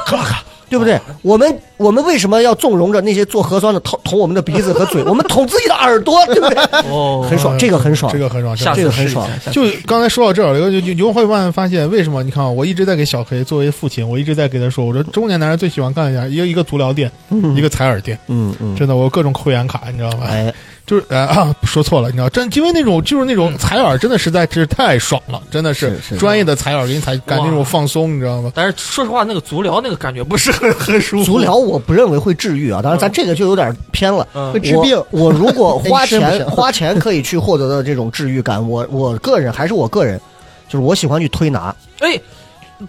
咔啦咔，对不对？我们我们为什么要纵容着那些做核酸的捅捅我们的鼻子和嘴，我们捅自己的耳朵，对不对？哦很爽，这个很爽这，个很爽。下这次个很试一下爽。下次就刚才说到这儿，有有有有会慢慢发现为什么？你看啊，我一直在给小黑作为父亲，我一直在给他说，我说中年男人最喜欢干一下一个一个足疗店，一个采耳店，嗯嗯，真的，我有各种会员卡，你知道吗？哎，就是哎啊，说错了，你知道，真因为那种就是那种采耳，真的实在是太爽了，真的是嗯是是专业的采耳给你采，感觉那种放松，你知道吗？但是说实话，那个足疗那个感觉不是很很舒 服。足疗我不认为会治愈啊，当然咱这个就有点偏了。嗯会治病。我我如果 花哎你钱是不是花钱可以去获得的这种治愈感，我我个人还是我个人，就是我喜欢去推拿，哎，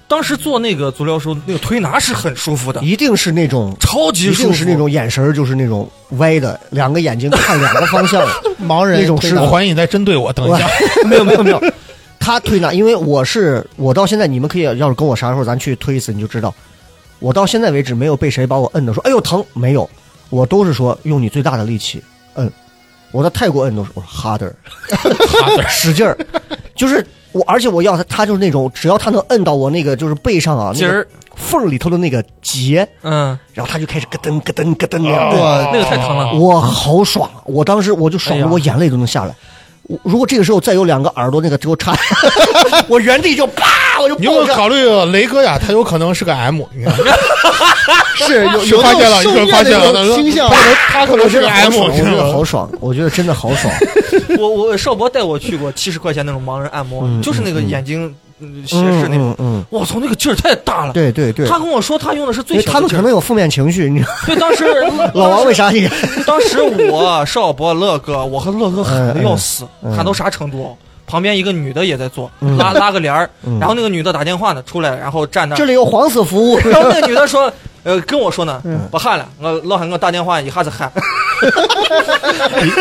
当时做那个足疗的时候，那个推拿是很舒服的，一定是那种。超级一舒定服，是那种眼神儿就是那种歪的，两个眼睛看两个方向，盲人那种推是拿我怀疑你在针对我，等一下， 没有没有没有，他推拿，因为我是我到现在，你们可以要是跟我啥时候咱去推一次，你就知道，我到现在为止没有被谁把我摁的说，哎呦疼，没有，我都是说用你最大的力气摁，我在泰国摁都是我说 harder，使劲儿，就是我，而且我要他，他就是那种只要他能摁到我那个就是背上啊，筋那个儿，缝儿里头的那个结，嗯，然后他就开始咯噔咯噔咯噔那样。哇那个太疼啊了。我好爽，我当时我就爽哎的呀我眼泪都能下来。我如果这个时候再有两个耳朵那个给我插， 我原地就啪我就你有没爆有炸。考虑雷哥呀？他有可能是个 M，你看， 是有是有发那现了，你种可受能发虐现了，他说的那种倾向他。可能他可能是个 M，我你觉知得道吗好爽，我觉得真的好 爽。我我邵博带我去过七十块钱那种盲人按摩，嗯就是那个嗯嗯眼睛嗯斜嗯视那种。嗯嗯，我操，那个劲儿太大了。对对对，他跟我说他用的是因最为小他的们劲可儿。能有负面情绪，你对，当时 老啊王为啥？啥你 当时我邵博、乐哥，我和乐哥喊的要死，哎嗯嗯喊到啥程度？旁边一个女的也在做，嗯拉拉个帘 儿，嗯然后那个女的打电话呢，出来，然后站那儿 这。里有黄 色服务？嗯然后那个女的说，呃，跟我说呢，不喊了，我老喊我打电话一下子喊，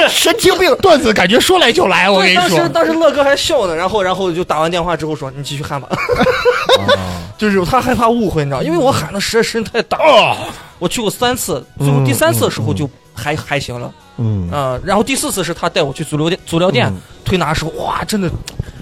神经病。段子感觉说来就来， 我跟对，你当时说，当时乐哥还笑呢，然后然后就打完电话之后说：“你继续 喊吧。啊就是他害怕误会，你知道，因为我喊的实在声音太大哦了。我去过三次，最嗯后第三次的时候就还、还行了， 嗯，嗯，然后第四次是他带我去足疗店足疗店、嗯推拿的时候，哇，真的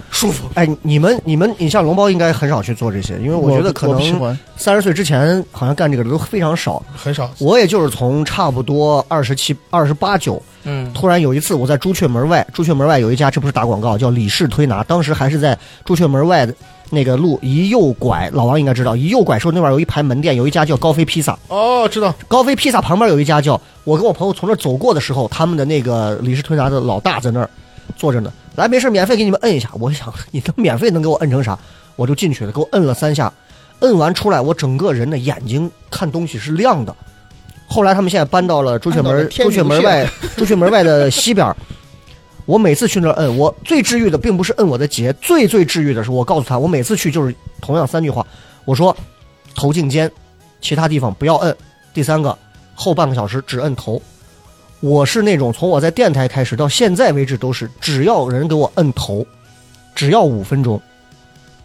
舒服。哎，你们你们，你像龙包应该很少去做这些，因为我觉得可我不喜能欢三十岁之前好像干这个的都非常少。很少。我也就是从差不多二十七、二十八九，嗯，突然有一次我在朱雀门外，朱雀门外有一家，这不是打广告，叫李氏推拿，当时还是在朱雀门外的那个路一右拐，老王应该知道，一右拐时候那边有一排门店，有一家叫高飞披萨，哦，知道，高飞披萨旁边有一家叫，我跟我朋友从那儿走过的时候，他们的那个李氏推拿的老大在那儿坐着呢。来，没事，免费给你们摁一下。我想你能免费能给我摁成啥？我就进去了，给我摁了三下，摁完出来，我整个人的眼睛看东西是亮的。后来他们现在搬到了朱雀 看到了门，天朱雀门外，朱雀门外的西边儿。我每次去那儿摁，我最治愈的并不是摁我的结，最最治愈的是我告诉他，我每次去就是同样三句话，我说头颈肩，其他地方不要摁，第三个后半个小时只摁头。我是那种从我在电台开始到现在为止都是，只要有人给我摁头，只要五分钟，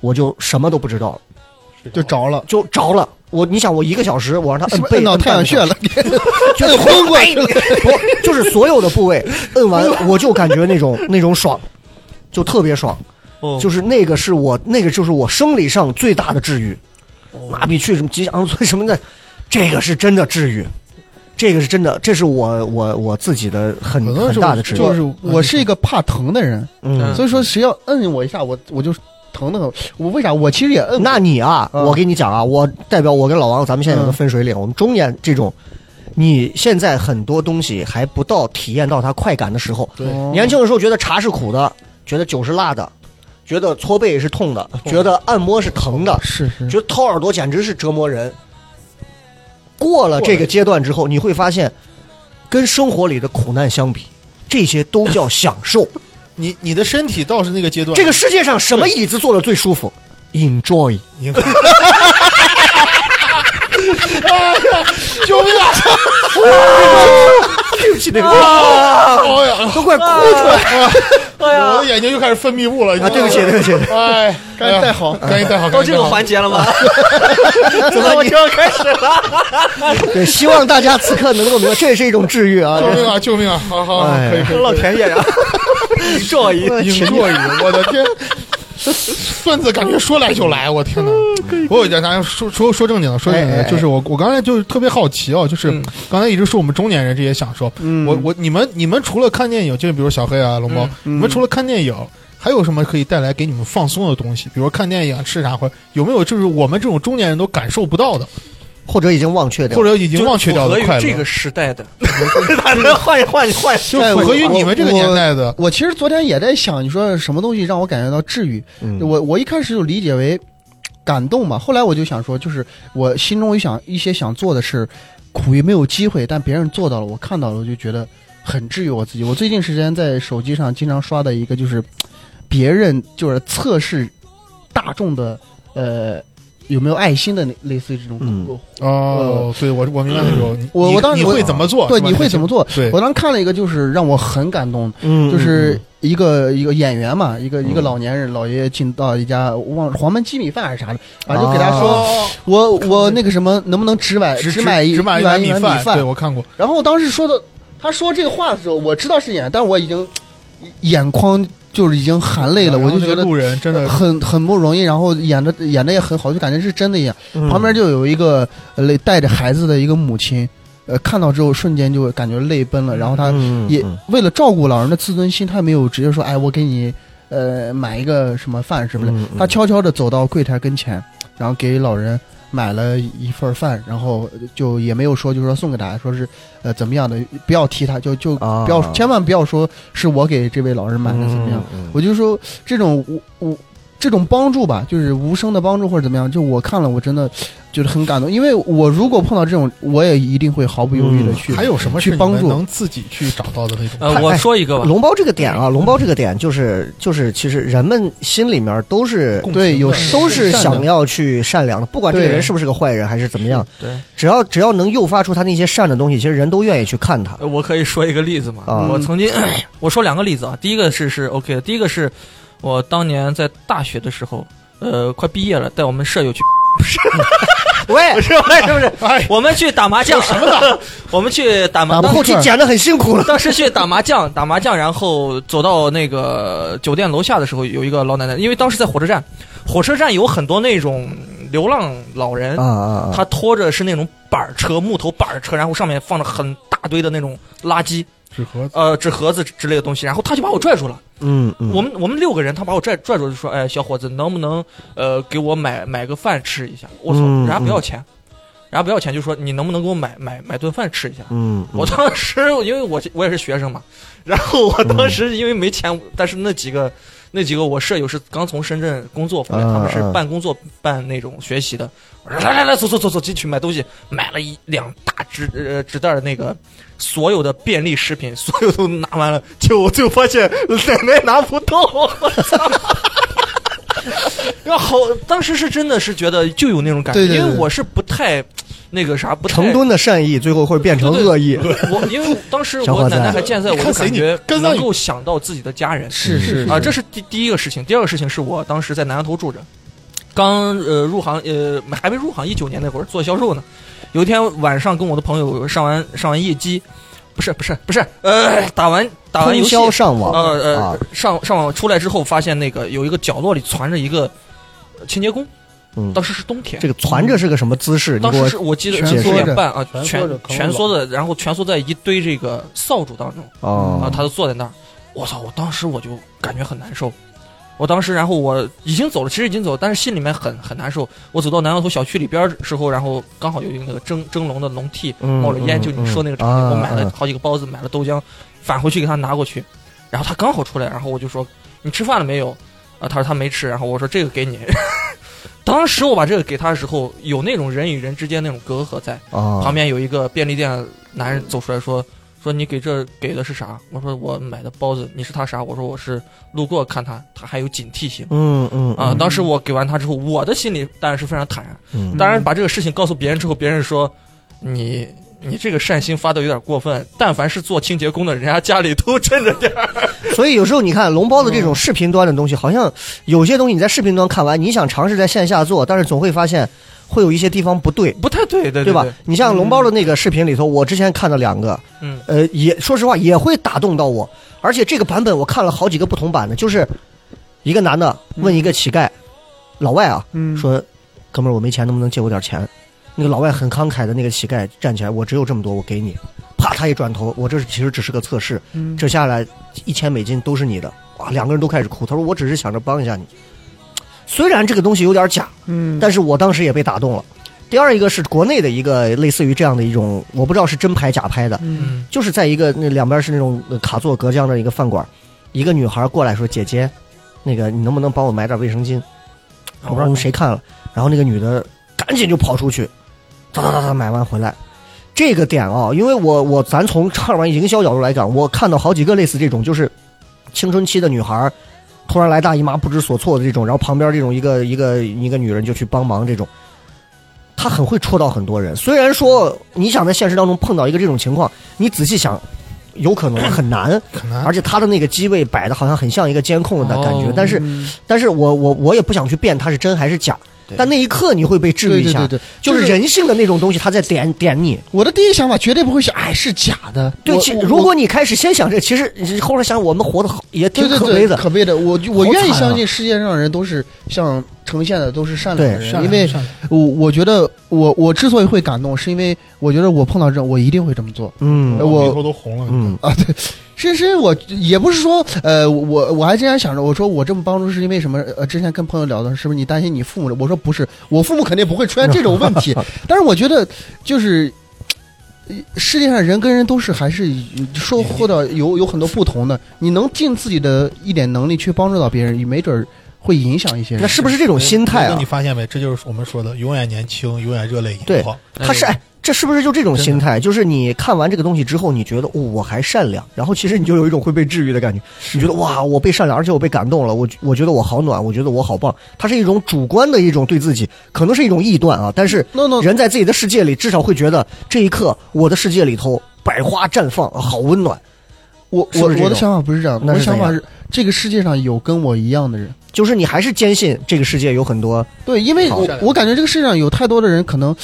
我就什么都不知道了，就着了，就着了。我你想，我一个小时我让他是摁不是背摁到太阳穴了。了？ 就昏过去了，不就是所有的部位摁完， 我就感觉那种那种爽，就特别爽，哦就是那个是我那个就是我生理上最大的治愈，麻痹去什么吉祥村什么的，这个是真的治愈，这个是真的，这是我我我自己的很可能很是大的嗯治愈，就是我是一个怕疼的人，嗯。所以说谁要摁我一下，我我就疼的很。我为啥？我其实也摁过。那你啊，嗯我跟你讲啊，我代表我跟老王，咱们现在嗯有个分水岭，我们中年这种，你现在很多东西还不到体验到它快感的时候，对年轻的时候觉得茶是苦的，觉得酒是辣的，觉得搓背是痛哦的，觉得按摩是疼的，是是觉得掏耳朵简直是折磨人。过了这个阶段之后，你会发现，跟生活里的苦难相比，这些都叫享受。你你的身体倒是那个阶段，这个世界上什么椅子坐的最舒服？Enjoy。你 救命啊！对不起，那个哎呀，啊都快哭出来了。啊我的眼睛又开始分泌物了啊对不起对不起，哎，赶紧戴好赶紧戴好，哦到这个环节，节了吗？怎么我就要开始了？ 对，希望大家此刻能够明白，这也是一种治愈 啊。救命啊！救命啊！好好，好哎可以可以，老田也呀，赵姨， 影座椅，我 的天！段子感觉说来就来，我天哪！嗯我有一点，咱说说说正经的，说正经哎哎的，哎就是我我刚才就是特别好奇哦，就是嗯刚才一直说我们中年人这些享受，嗯我我你们你们除了看电影，就比如小黑啊、龙猫，嗯你们除了看电影，还有什么可以带来给你们放松的东西？比如看电影、啊吃啥，或者有没有就是我们这种中年人都感受不到的，或者已经忘却掉或，者 已经就忘却符掉合的于快乐？这个时代的，他能换一换一换一，就符合于你们这个年代的，我其实昨天也在想，你说什么东西让我感觉到治愈？嗯我我一开始就理解为感动嘛，后来我就想说，就是我心中有想一些想做的事，苦于没有机会，但别人做到了，我看到了，我就觉得很治愈我自己。我最近时间在手机上经常刷的一个就是别人就是测试大众的呃有没有爱心的那类似于这种。嗯哦，对我我明白那种，你哎我你我当时你我会怎么做？对，是吧你会怎么？做？对我当时看了一个，就是让我很感动的，嗯就是一个一个演员嘛，一嗯个一个老年人老爷爷进到一家我忘了黄焖鸡米饭还是啥的，反正就给他说，哦，我我那个什么，能不能呃只买只买一只买一碗碗一碗饭，对米我看过，然后我当时说的，他说这个话的时候，我知道是演，但我已经眼眶就是已经含泪了，嗯然后我就那个觉得路人真的很很不容易。然后演的演的也很好，就感觉是真的一样。嗯旁边就有一个呃泪带着孩子的一个母亲，呃，看到之后瞬间就感觉泪奔了，然后他嗯也嗯为了照顾老人的自尊心，他没有直接说，哎，我给你呃买一个什么饭什么的嗯，嗯他悄悄的走到柜台跟前，然后给老人买了一份饭，然后就也没有说，就是说送给大家，说是呃怎么样的，不要提他，就就啊不要、千万不要说是我给这位老人买的怎么样，嗯嗯嗯我就说这种我我这种帮助吧，就是无声的帮助或者怎么样，就我看了我真的就是很感动，因为我如果碰到这种，我也一定会毫不犹豫的去。嗯还有什么是去帮你们助能自己去找到的那 种？呃，我说一个吧，龙包这个点啊，龙包这个点就是就是，其实人们心里面都是共情对有的都是善良想要去善良的，不管这个对人是不是个坏人还是怎么样，对，只要只要能诱发出他那些善的东西，其实人都愿意去看 他。呃我可以说一个例子嘛。啊我曾经 我说两个例子啊，第一个是是 OK 的，第一个是我当年在大学的时候，呃，快毕业了，带我们 舍友去，喂不，是不是不是，哎，我们去打麻将，什么的？ 我们去打麻我们将。后期剪的很辛 苦了。当时去打麻将，打麻将，然后走到那个酒店楼下的时候，有一个老奶奶，因为当时在火车站，火车站有很多那种流浪老人，啊啊啊！他拖着是那种板儿车，木头板儿车，然后上面放着很大堆的那种垃圾，纸盒子，呃，纸盒子之类的东西，然后他就把我拽住了。嗯嗯，我们我们六个人，他把我拽拽住，就说：“哎，小伙子，能不能呃给我买买个饭吃一下？”我操，嗯人家不要钱，人家不要钱，就说你能不能给我买买买顿饭吃一下？嗯，我当时因为我我也是学生嘛，然后我当时因为没钱，但是那几个那几个我舍友是刚从深圳工作回来，嗯他们是嗯办工作办那种学习的。我说来来来，走走走走进去买东西，买了一两大纸呃纸袋儿那个所有的便利食品，所有都拿完了，结果我最后发现 奶奶拿不动，我操！ 然后好，当时是真的是觉得就有那种感觉，对对因对为我是不太那个啥，不太成吨的善意最后会变成恶意。 我因为当时小伙我子奶奶还健在，我你就看谁感觉你跟上能你够想到自己的家人是是啊，这是第第一个事情。第二个事情是我当时在南洋头住着，刚呃入行呃还没入行，一九年那会儿做销售呢。有一天晚上跟我的朋友上完上完夜机，不是不是不是呃打完打完通游戏宵上网呃呃啊，上上网出来之后，发现那个有一个角落里藏着一个呃清洁工，嗯当时是冬天这。个攒着是个什么姿势？你当给时我是我记得蜷是缩九点着半啊，蜷缩蜷着可能蜷缩老的，然后蜷缩在一堆这个扫帚当中，然后哦他就坐在那儿，我操！我当时我就感觉很难受，我当时然后我已经走了，其实已经走了，但是心里面很很难受。我走到南洋头小区里边儿的时候，然后刚好有一个那个蒸蒸笼的笼屉嗯冒着烟，就你说那个场景，嗯我买嗯了好几个包子，买了豆浆，返回去给他拿过去，然后他刚好出来，然后我就说你吃饭了没有？啊，他说他没吃，然后我说这个给你。 当时我把这个给他的时候，有那种人与人之间那种隔阂在，啊旁边有一个便利店男人走出来说：“说你给这给的是啥？”我说：“我买的包子。”你是他啥？我说：“我是路过看他，他还有警惕性嗯嗯啊。”当时我给完他之后，我的心里当然是非常坦然。嗯当然把这个事情告诉别人之后，别人说：“你你这个善心发的有点过分。但凡是做清洁工的，人家家里都趁着点儿。所以有时候你看龙包的这种视频端的东西，好像有些东西你在视频端看完，你想尝试在线下做，但是总会发现会有一些地 方不对”。不太对，对对吧？？你像龙包的那个视频里头，我之前看了两个，嗯，呃，也说实话也会打动到我，而且这个版本我看了好几个不同版的，就是一个男的嗯问一个乞丐，老外啊，嗯说：“哥们儿，我没钱，能不能借我点钱？”那个老外很慷慨的那个乞丐站起来，我只有这么多，我给你。啪，他一转头，我这其实只是个测试，嗯这下来一千美金都是你的。哇，两个人都开始哭。他说：“我只是想着帮一下你，虽然这个东西有点假，嗯，但是我当时也被打动了。”第二一个是国内的一个类似于这样的一种，我不知道是真拍假拍的，嗯，就是在一个那两边是那种呃卡座隔江的一个饭馆，一个女孩过来说：“姐姐，那个你能不能帮我买点卫生巾？”我不知道哦你们谁看了，然后那个女的赶紧就跑出去，哒哒哒哒买完回来。这个点啊，因为我我咱从唱完营销角度来讲，我看到好几个类似这种，就是青春期的女孩儿突然来大姨妈不知所措的这种，然后旁边这种一个一个一个女人就去帮忙这种，她很会戳到很多人。虽然说你想在现实当中碰到一个这种情况，你仔细想，有可能很难，可啊能而且他的那个机位摆的好像很像一个监控的感觉，哦但是但是我我我也不想去辨它是真还是假，但那一刻你会被治对愈一对下，对对，就是是人性的那种东西，它在点点你。我的第一想法绝对不会想，哎，是假的。对，我其我如果你开始先想这，其实你后来想，我们活得好也挺对对可对悲的。可悲的，我就我好愿意惨啊相信世界上人都是像呈现的都是善良的对人，因为善我我觉得我我之所以会感动，是因为我觉得我碰到这种，我一定会这么做。嗯良我鼻头都红了。嗯哎是是，我也不是说，呃，我我还经常想着，我说我这么帮助是因为什么？呃，之前跟朋友聊的，是不是你担心你父母？我说不是，我父母肯定不会出现这种问 题。但是我觉得，就是呃世界上人跟人都是还是收获到有有很多不同的。你能尽自己的一点能力去帮助到别人，也没准儿会影响一些啊人。那是不是这种心态哎那啊你？发现没？这就是我们说的，永远年轻，永远热泪盈对眶。嗯他是哎，这是不是就这种真的心态？就是你看完这个东西之后，你觉得、哦、我还善良，然后其实你就有一种会被治愈的感觉。你觉得哇，我被善良，而且我被感动了，我我觉得我好暖，我觉得我好棒。它是一种主观的一种对自己，可能是一种臆断啊。但是 No, no. 人在自己的世界里，至少会觉得这一刻我的世界里头百花绽放，啊好温暖。我是我不是这我种的想法不是这样，那我是的想法怎是这个世界上有跟我一样的人。就是你还是坚信这个世界有很多对，因为好我善良我感觉这个世界上有太多的人可能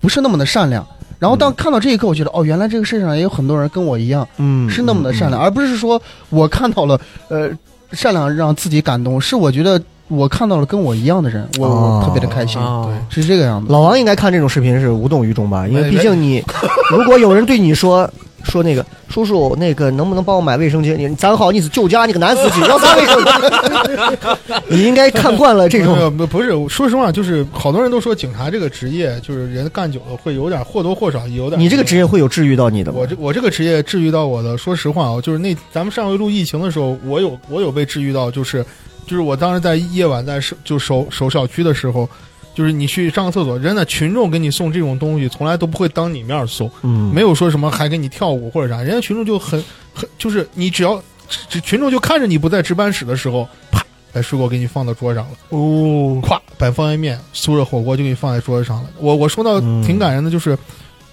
不是那么的善良。然后当看到这一刻，我觉得哦，原来这个世界上也有很多人跟我一样嗯是那么的善良，而不是说我看到了呃善良让自己感动，是我觉得我看到了跟我一样的人，我哦我特别的开心，啊，是这个样子。老王应该看这种视频是无动于衷吧？因为没毕竟 你，如果有人对你说说那个叔叔，那个能不能帮我买卫生巾？你咱好，你是旧家，你个男 司机要啥卫生巾？你应该看惯了这没种，有没呃有不是，我说实话，就是好多人都说警察这个职业，就是人干久了会有点或多或少有点。你这个职业会有治愈到你的吗我？这我这个职业治愈到我的，说实话啊，就是那咱们上回录疫情的时候，我有我有被治愈到，就是就是我当时在夜晚在守就守守小区的时候，就是你去上个厕所，真的群众给你送这种东西，从来都不会当你面儿送，嗯，没有说什么还给你跳舞或者啥，人家群众就很很就是你只要只只群众就看着你不在值班室的时候，啪把水果给你放到桌上了。哦，咵摆方便面、酥着火锅就给你放在桌子上了。我我说到嗯挺感人的，就是、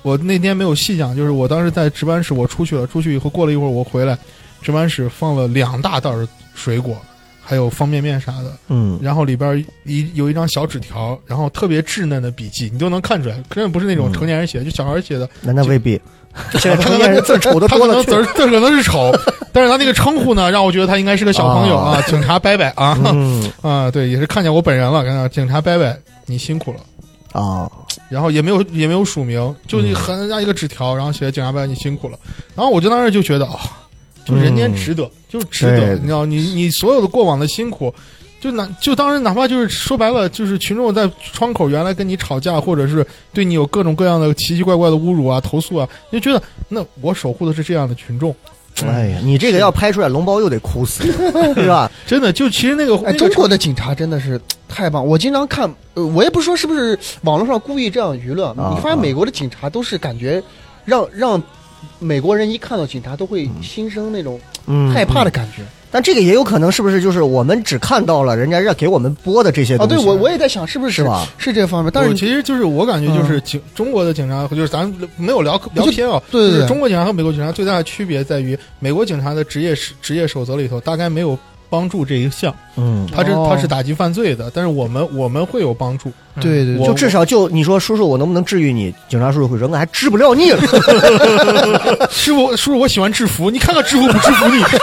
我那天没有细讲，就是我当时在值班室，我出去了，出去以后过了一会儿我回来，值班室放了两大袋儿水果，还有方便面啥的，嗯，然后里边儿一有一张小纸条，然后特别稚嫩的笔记，你都能看出来，真的不是那种嗯成年人写的，就小孩写的，那那未 必，现在成年 人字丑的他多可了能去 字儿了。字儿可能是丑，但是他那个称呼呢，让我觉得他应该是个小朋友啊，警察拜拜啊。嗯 啊，对，也是看见我本人了，跟他警察伯伯，你辛苦了。啊，然后也没有也没有署名，就嗯你很大一个纸条，然后写警察伯伯你辛苦了。然后我就当时就觉得啊、就人间值得，就是值得，嗯对你知道，你你所有的过往的辛苦。就哪就当时哪怕就是说白了，就是群众在窗口原来跟你吵架，或者是对你有各种各样的奇奇怪怪的侮辱啊、投诉啊，你就觉得那我守护的是这样的群众，哎呀，你这个要拍出来，龙包又得哭 死，是吧？真的就其实那个、哎，那个中国的警察真的是太棒！我经常看，呃，我也不说是不是网络上故意这样娱乐，啊你发现美国的警察都是感觉让让美国人一看到警察都会心生那种嗯，害怕的感觉。但这个也有可能是不是就是我们只看到了人家让给我们播的这些啊，哦东西？对我我也在想，是不是是吧是这方面？但我是嗯其实就是我感觉就是警、中国的警察，就是咱们没有聊聊偏啊，对对就对是中国警察和美国警察最大的区别在于，美国警察的职业是职业守则里头大概没有帮助这一项，嗯，他是、哦他是打击犯罪的，但是我们我们会有帮助，对对我对，嗯就至少就你说叔叔，我能不能治愈你？警察叔叔会说，那还治不了你了。师傅叔叔我喜欢制服，你看看制服不制服你，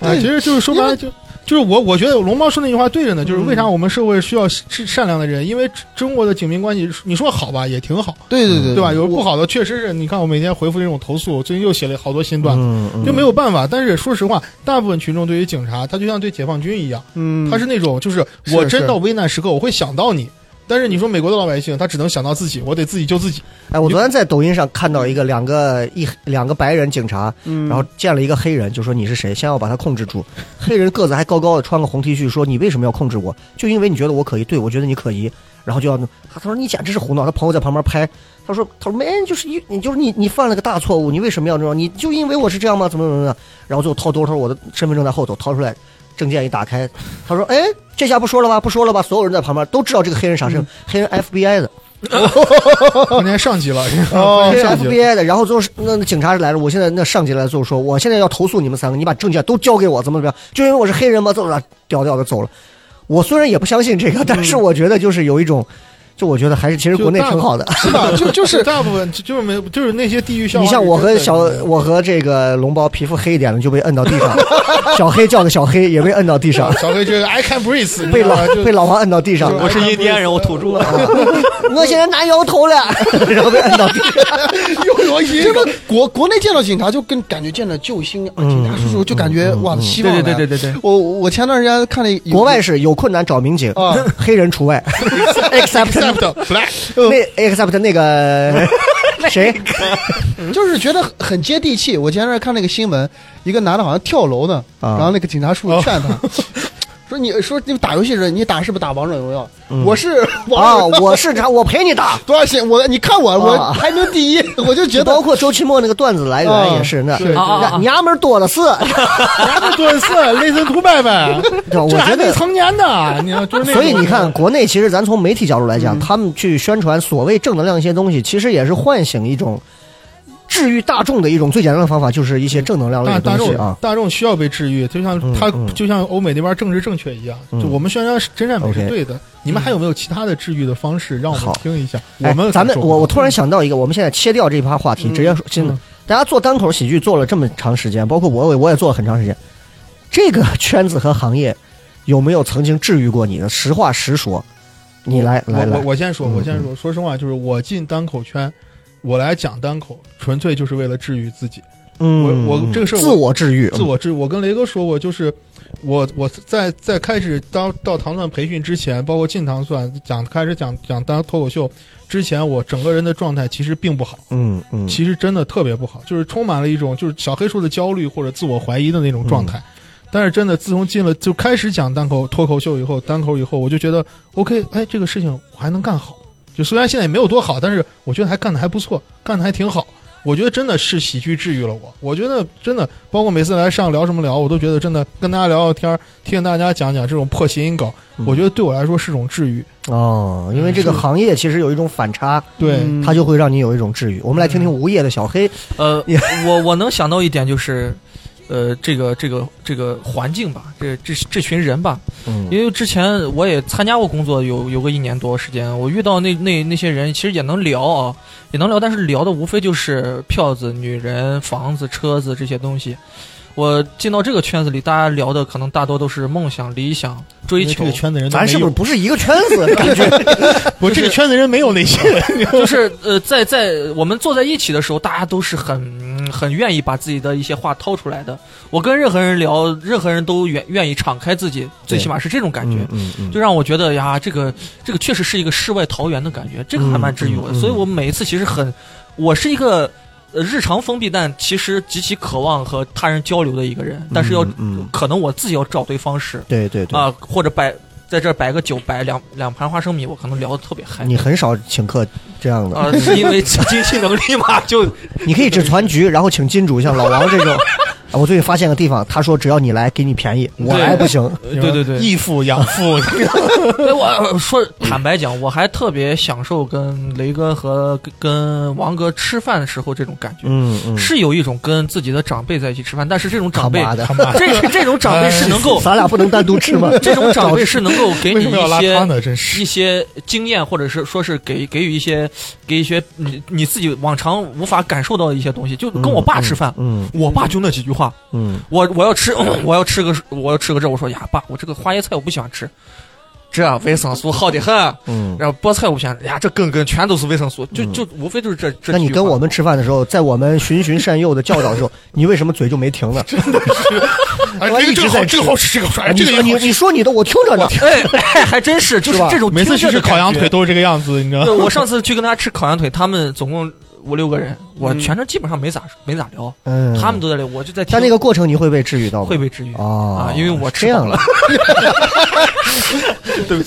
啊，其实就是说白了就。就是我，我觉得龙猫说那句话对着呢，就是为啥我们社会需要善善良的人？因为中国的警民关系，你说好吧，也挺好，对对嗯对对吧？有不好的，确实是你看我每天回复这种投诉，我最近又写了好多新段子，嗯，嗯就没有办法。但是说实话，大部分群众对于警察，他就像对解放军一样，嗯，他是那种就是是我真是到危难时刻我会想到你。但是你说美国的老百姓，他只能想到自己，我得自己救自己。哎，我昨天在抖音上看到一个两个一两个白人警察，嗯，然后见了一个黑人，就说你是谁，先要把他控制住。黑人个子还高高的，穿个红 T 恤，说你为什么要控制我？就因为你觉得我可疑，对我觉得你可疑，然后就要弄他他说你简直是胡闹。他朋友在旁边拍，他说他说 man 就是一你就是你你犯了个大错误，你为什么要这样？你就因为我是这样吗？怎么怎么怎么样？然后最后掏兜，他说我的身份证在后头，掏出来。证件一打开，他说：“哎，这下不说了吧，不说了吧。”所有人在旁边都知道这个黑人啥身份，黑人 FBI 的，今天上级了，哦今是天上级了 FBI 的，然后最后是那那警察是来了，我现在那上级来了，最后说，我现在要投诉你们三个，你把证件都交给我，怎么怎么样？就因为我是黑人嘛，怎么怎么样屌屌的走了。我虽然也不相信这个，但嗯是我觉得就是有一种，就我觉得还是其实国内挺好的。是吧？就就是大部分就就是没有就是那些地域笑话。你像我和小我和这个龙包皮肤黑一点的就被摁到地 上，小黑叫个小黑也被摁到地上，小黑这个 I can breathe 被你知道老吧啊就被老王摁到地上。就我是印第安人，我土著。哎我现在拿摇头 了，然后被摁到地上。有逻辑。真的，国国内见到警察就跟感觉见到救星，啊警嗯察叔叔就感觉哇，希望来对了。 对对对对对，我我前段时间看了一国外是有困难找民警，啊黑人除外，except except black 那 except 那个谁就是觉得很很接地气。我前段看那个新闻，一个男的好像跳楼呢，啊然后那个警察叔叔 劝他。说你说你打游戏的人，你打是不是打王者荣耀？我是王者嗯啊？荣耀我是啥？我陪你打。多少钱？我你看我啊我排名第一，我就觉包得括周奇墨那个段子来源也是那，是啊啊啊那娘们儿多了是，咱们多次 listen to 拜拜，对啊我这觉还得未成年呢，你要就是那所种以你看，，国内其实咱从媒体角度来讲，他们去宣传所谓正能量一些东西，其实也是唤醒一种治愈大众的一种最简单的方法，就是一些正能量类大的大东西众啊。大众需要被治愈，就像嗯他嗯就像欧美那边政治正确一样，嗯就我们宣扬真善美是 OK 嗯对的。你们还有没有其他的治愈的方式让我们好听一下？哎我们咱们感受啊我我突然想到一个，我们现在切掉这一趴话题，直接说真的嗯，大家做单口喜剧做了这么长时间，包括我我我也做了很长时间，这个 圈子和行业有没有曾经治愈过你的？实话实说，你来来我我来，我先说，嗯我先说，说实话，就是我进单口圈，我来讲单口，纯粹就是为了治愈自己，嗯，我我这个事儿自我我治愈，自我治愈。我跟雷哥说过，就是我我在在开始到到糖蒜培训之前，包括进糖蒜讲开始讲讲单脱口秀之前，我整个人的状态其实并不好，嗯嗯，其实真的特别不好，就是充满了一种就是小黑说的焦虑或者自我怀疑的那种状嗯态。但是真的，自从进了就开始讲单口脱口秀以后，单口以后，我就觉得 OK，哎，这个事情我还能干好。就虽然现在也没有多好，但是我觉得还干得还不错，干得还挺好。我觉得真的是喜剧治愈了我。我觉得真的，包括每次来上聊什么聊，我都觉得真的跟大家聊聊天儿，听大家讲讲这种破谐音梗，嗯我觉得对我来说是种治愈。哦，因为这个是行业其实有一种反差，对，嗯它就会让你有一种治愈。我们来听嗯听无业的小黑， 呃也，我我能想到一点就是，呃，这个这个这个环境吧，这这这群人吧，嗯因为之前我也参加过工作有有个一年多时间，我遇到那那那些人，其实也能聊啊，也能聊，但是聊的无非就是票子、女人、房子、车子这些东西。我进到这个圈子里，大家聊的可能大多都是梦想、理想、追因为求这个，圈子人都嗯咱没是不有是不是一个圈子？感 觉不这个圈子人没有那些， 就是呃，在在我们坐在一起的时候，大家都是很嗯很愿意把自己的一些话掏出来的。我跟任何人聊，任何人都愿愿意敞开自己，最对起码是这种感觉。嗯嗯就让我觉得呀，这个这个确实是一个世外桃源的感觉，这个还蛮治愈我嗯的。嗯嗯所以我每一次其实很，我是一个呃日常封闭，但其实极其渴望和他人交流的一个人，但是要、嗯嗯可能我自己要找对方式对对对，啊，或者摆在这儿摆个酒，摆两两盘花生米，我可能聊的特别嗨。你很少请客这 样的，哎啊，是因为经 济能力嘛，就你可以只攒局，然后请金主，像老王这 种。啊我最近发现个地方，他说只要你来，给你便宜，我对来不行。对对对，义父养 父，所以我说坦白讲，我还特别享受跟雷哥和跟跟王哥吃饭的时候这种感觉，嗯嗯，是有一种跟自己的长辈在一起吃饭，但是这种他长辈，妈的， 哎这这种长辈是 能够，咱俩不能单独 吃吗？这种长辈是能够给你为什么要一拉他些呢？真是一。些经验，或者是说是给给予一些给一些你你自己往常无法感受到的一些东西。就跟我爸吃饭，嗯我爸就那几句话，嗯，我我要吃 我要吃个我要吃个这，我说呀爸，我这个花椰菜我不喜欢吃，这维生素好的很，嗯嗯。然后菠菜我不喜欢吃，呀这根根全都是维生素，就嗯就无非就是这这。那你跟我们。吃饭的时候，在我们循循善诱的教导的时候，你为什么嘴就没停呢？哎，我这一个直这个好在这吃个好吃，这个好吃，哎，你这个也你好吃。你说你的，我听着呢。 哎，哎还真是，就是是吧这种每次听去着吃的烤感羊觉腿都是这个样子，你 知道吗？对，我上次去跟大家吃烤羊腿，他们总共五六个人，我嗯全程基本上没咋没咋聊，嗯，他们都在聊，我就在听。在那个过程，你会被治愈到吗？会被治愈哦啊，因为我这吃饱样了。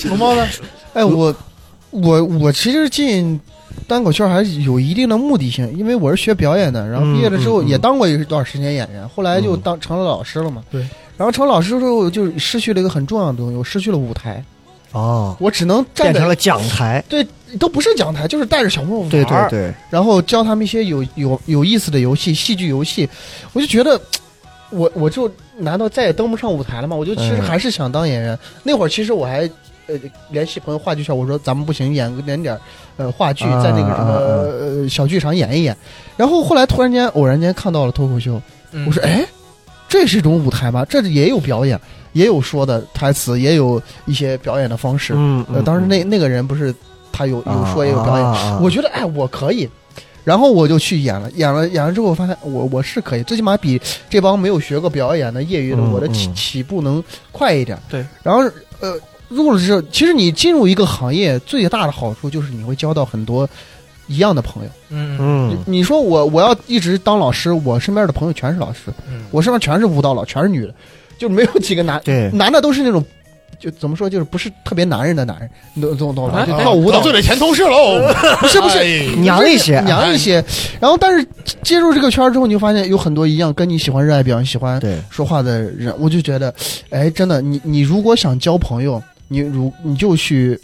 龙猫呢？哎，我我我其实进单口圈还是有一定的目的性，因为我是学表演的，然后毕业了之后嗯嗯嗯也当过一段时间演员，后来就嗯当成了老师了嘛。对。然后成了老师之后，就失去了一个很重要的东西，我失去了舞台，哦，我只能站变成在了讲台。对，都不是讲台，就是带着小朋友玩儿，对对对，然后教他们一些有有有意思的游戏、戏剧游戏，我就觉得，我我就难道再也登不上舞台了吗？我就其实嗯还是想当演员。那会儿其实我还呃联系朋友话剧圈，我说咱们不行，演个演点儿呃话剧，啊在那个什啊么、啊呃小剧场演一演。然后后来突然间偶然间看到了脱口秀，嗯我说哎，这是一种舞台吗？这也有表演，也有说的台词，也有一些表演的方式。嗯啊呃，当时那那个人不是他有有说也有表演。演我觉得哎，我可以。然后我就去演了，演了演了之后，我发现我我是可以，最起码比这帮没有学过表演的业余的，嗯我的起嗯起步能快一点。对，然后呃，入了之后，其实你进入一个行业最大的好处就是你会交到很多一样的朋友。嗯嗯，你你说我我要一直当老师，我身边的朋友全是老师，嗯我身边全是舞蹈老，全是女的，就没有几个男对，男的都是那种，就怎么说，就是不是特别男人的男人，你懂懂懂啊吧？哎就哎跳舞蹈得罪了前同事喽，是不 是哎娘一些，娘一些。然后，但是接入这个圈儿之后，你就发现有很多一样跟你喜欢热爱表演、喜欢对，说话的人，我就觉得，哎，真的，你你如果想交朋友，你如你就去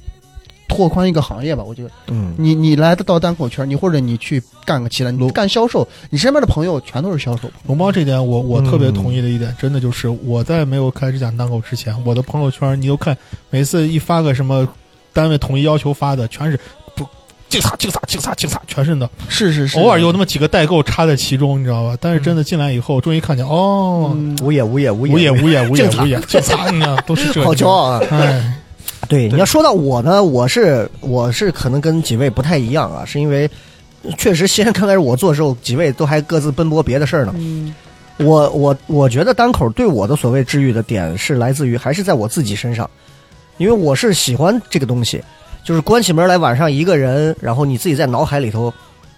拓宽一个行业吧。我觉得，嗯，你你来到单口圈，你或者你去干个其他，你干销售，你身边的朋友全都是销售。龙猫这点我，我特别嗯同意的一点，真的就是我在没有开始讲单口之前，我的朋友圈你都看，每次一发个什么单位统一要求发的，全是不就啥就啥就啥啊就啥，全是那，是是是，偶尔有那么几个代购插在其中，你知道吧？但是真的进来以后，终于看见哦，嗯无也无也无无也也，无也无 也就无也，就啥你看都是这，好骄傲啊！ 哎，对，对你要说到我呢，我是我是可能跟几位不太一样啊，是因为确实先刚开始我做的时候，几位都还各自奔波别的事儿呢。嗯我我我觉得单口对我的所谓治愈的点是来自于还是在我自己身上，因为我是喜欢这个东西，就是关起门来晚上一个人，然后你自己在脑海里头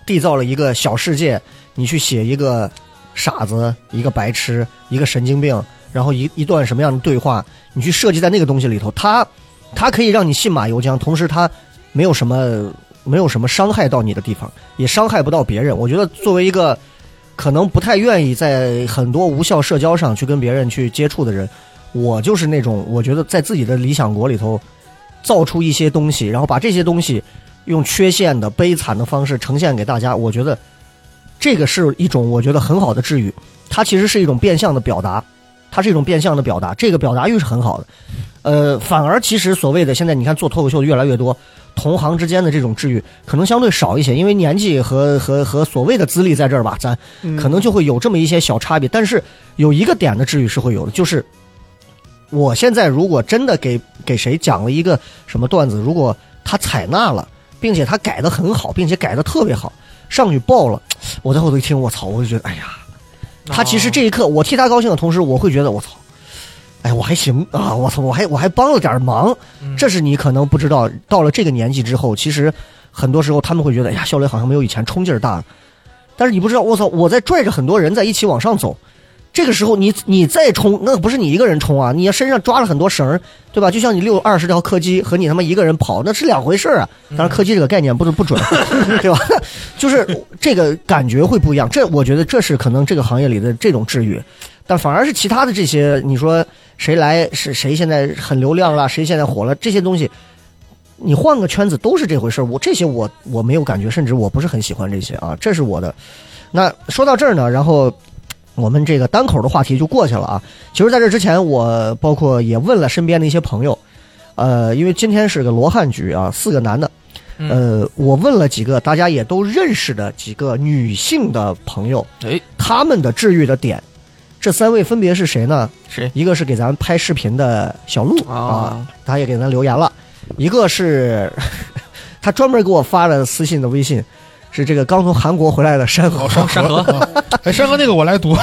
缔造了一个小世界，你去写一个傻子、一个白痴、一个神经病，然后一一段什么样的对话，你去设计在那个东西里头，它它可以让你信马由缰，同时它没有什么没有什么伤害到你的地方，也伤害不到别人。我觉得作为一个可能不太愿意在很多无效社交上去跟别人去接触的人，我就是那种我觉得在自己的理想国里头造出一些东西，然后把这些东西用缺陷的悲惨的方式呈现给大家。我觉得这个是一种我觉得很好的治愈，它其实是一种变相的表达，它是一种变相的表达，这个表达欲是很好的。呃，反而其实所谓的现在你看做脱口秀的越来越多，同行之间的这种治愈可能相对少一些，因为年纪和和和所谓的资历在这儿吧，咱可能就会有这么一些小差别。但是有一个点的治愈是会有的，就是我现在如果真的给给谁讲了一个什么段子，如果他采纳了，并且他改的很好，并且改的特别好，上去爆了，我在后头一听，我操，我就觉得，哎呀，他其实这一刻我替他高兴的同时，我会觉得，我操。哎，我还行啊！我操，我还我还帮了点忙，嗯这是你可能不知道。到了这个年纪之后，其实很多时候他们会觉得，哎呀，效率好像没有以前冲劲儿大了。但是你不知道，我操，我在拽着很多人在一起往上走。这个时候你你再冲，那不是你一个人冲啊，你身上抓了很多绳儿，对吧？就像你遛二十条柯基和你他妈一个人跑，那是两回事儿啊。当然，柯基这个概念不是不准， 对吧？就是这个感觉会不一样。这我觉得这是可能这个行业里的这种治愈，但反而是其他的这些，你说谁来是谁现在很流量了，谁现在火了，这些东西，你换个圈子都是这回事儿。我这些我我没有感觉，甚至我不是很喜欢这些啊，这是我的。那说到这儿呢，然后我们这个单口的话题就过去了啊。其实，在这之前，我包括也问了身边的一些朋友，呃，因为今天是个罗汉局啊，四个男的，呃，我问了几个大家也都认识的几个女性的朋友，哎，他们的治愈的点，这三位分别是谁呢？谁一个是给咱们拍视频的小鹿哦啊，啊他也给咱留言了；一个是 他专门给我发了私信的微信，是这个刚从韩国回来的山 河老。山哦山 河河，哎，山河那个我来读，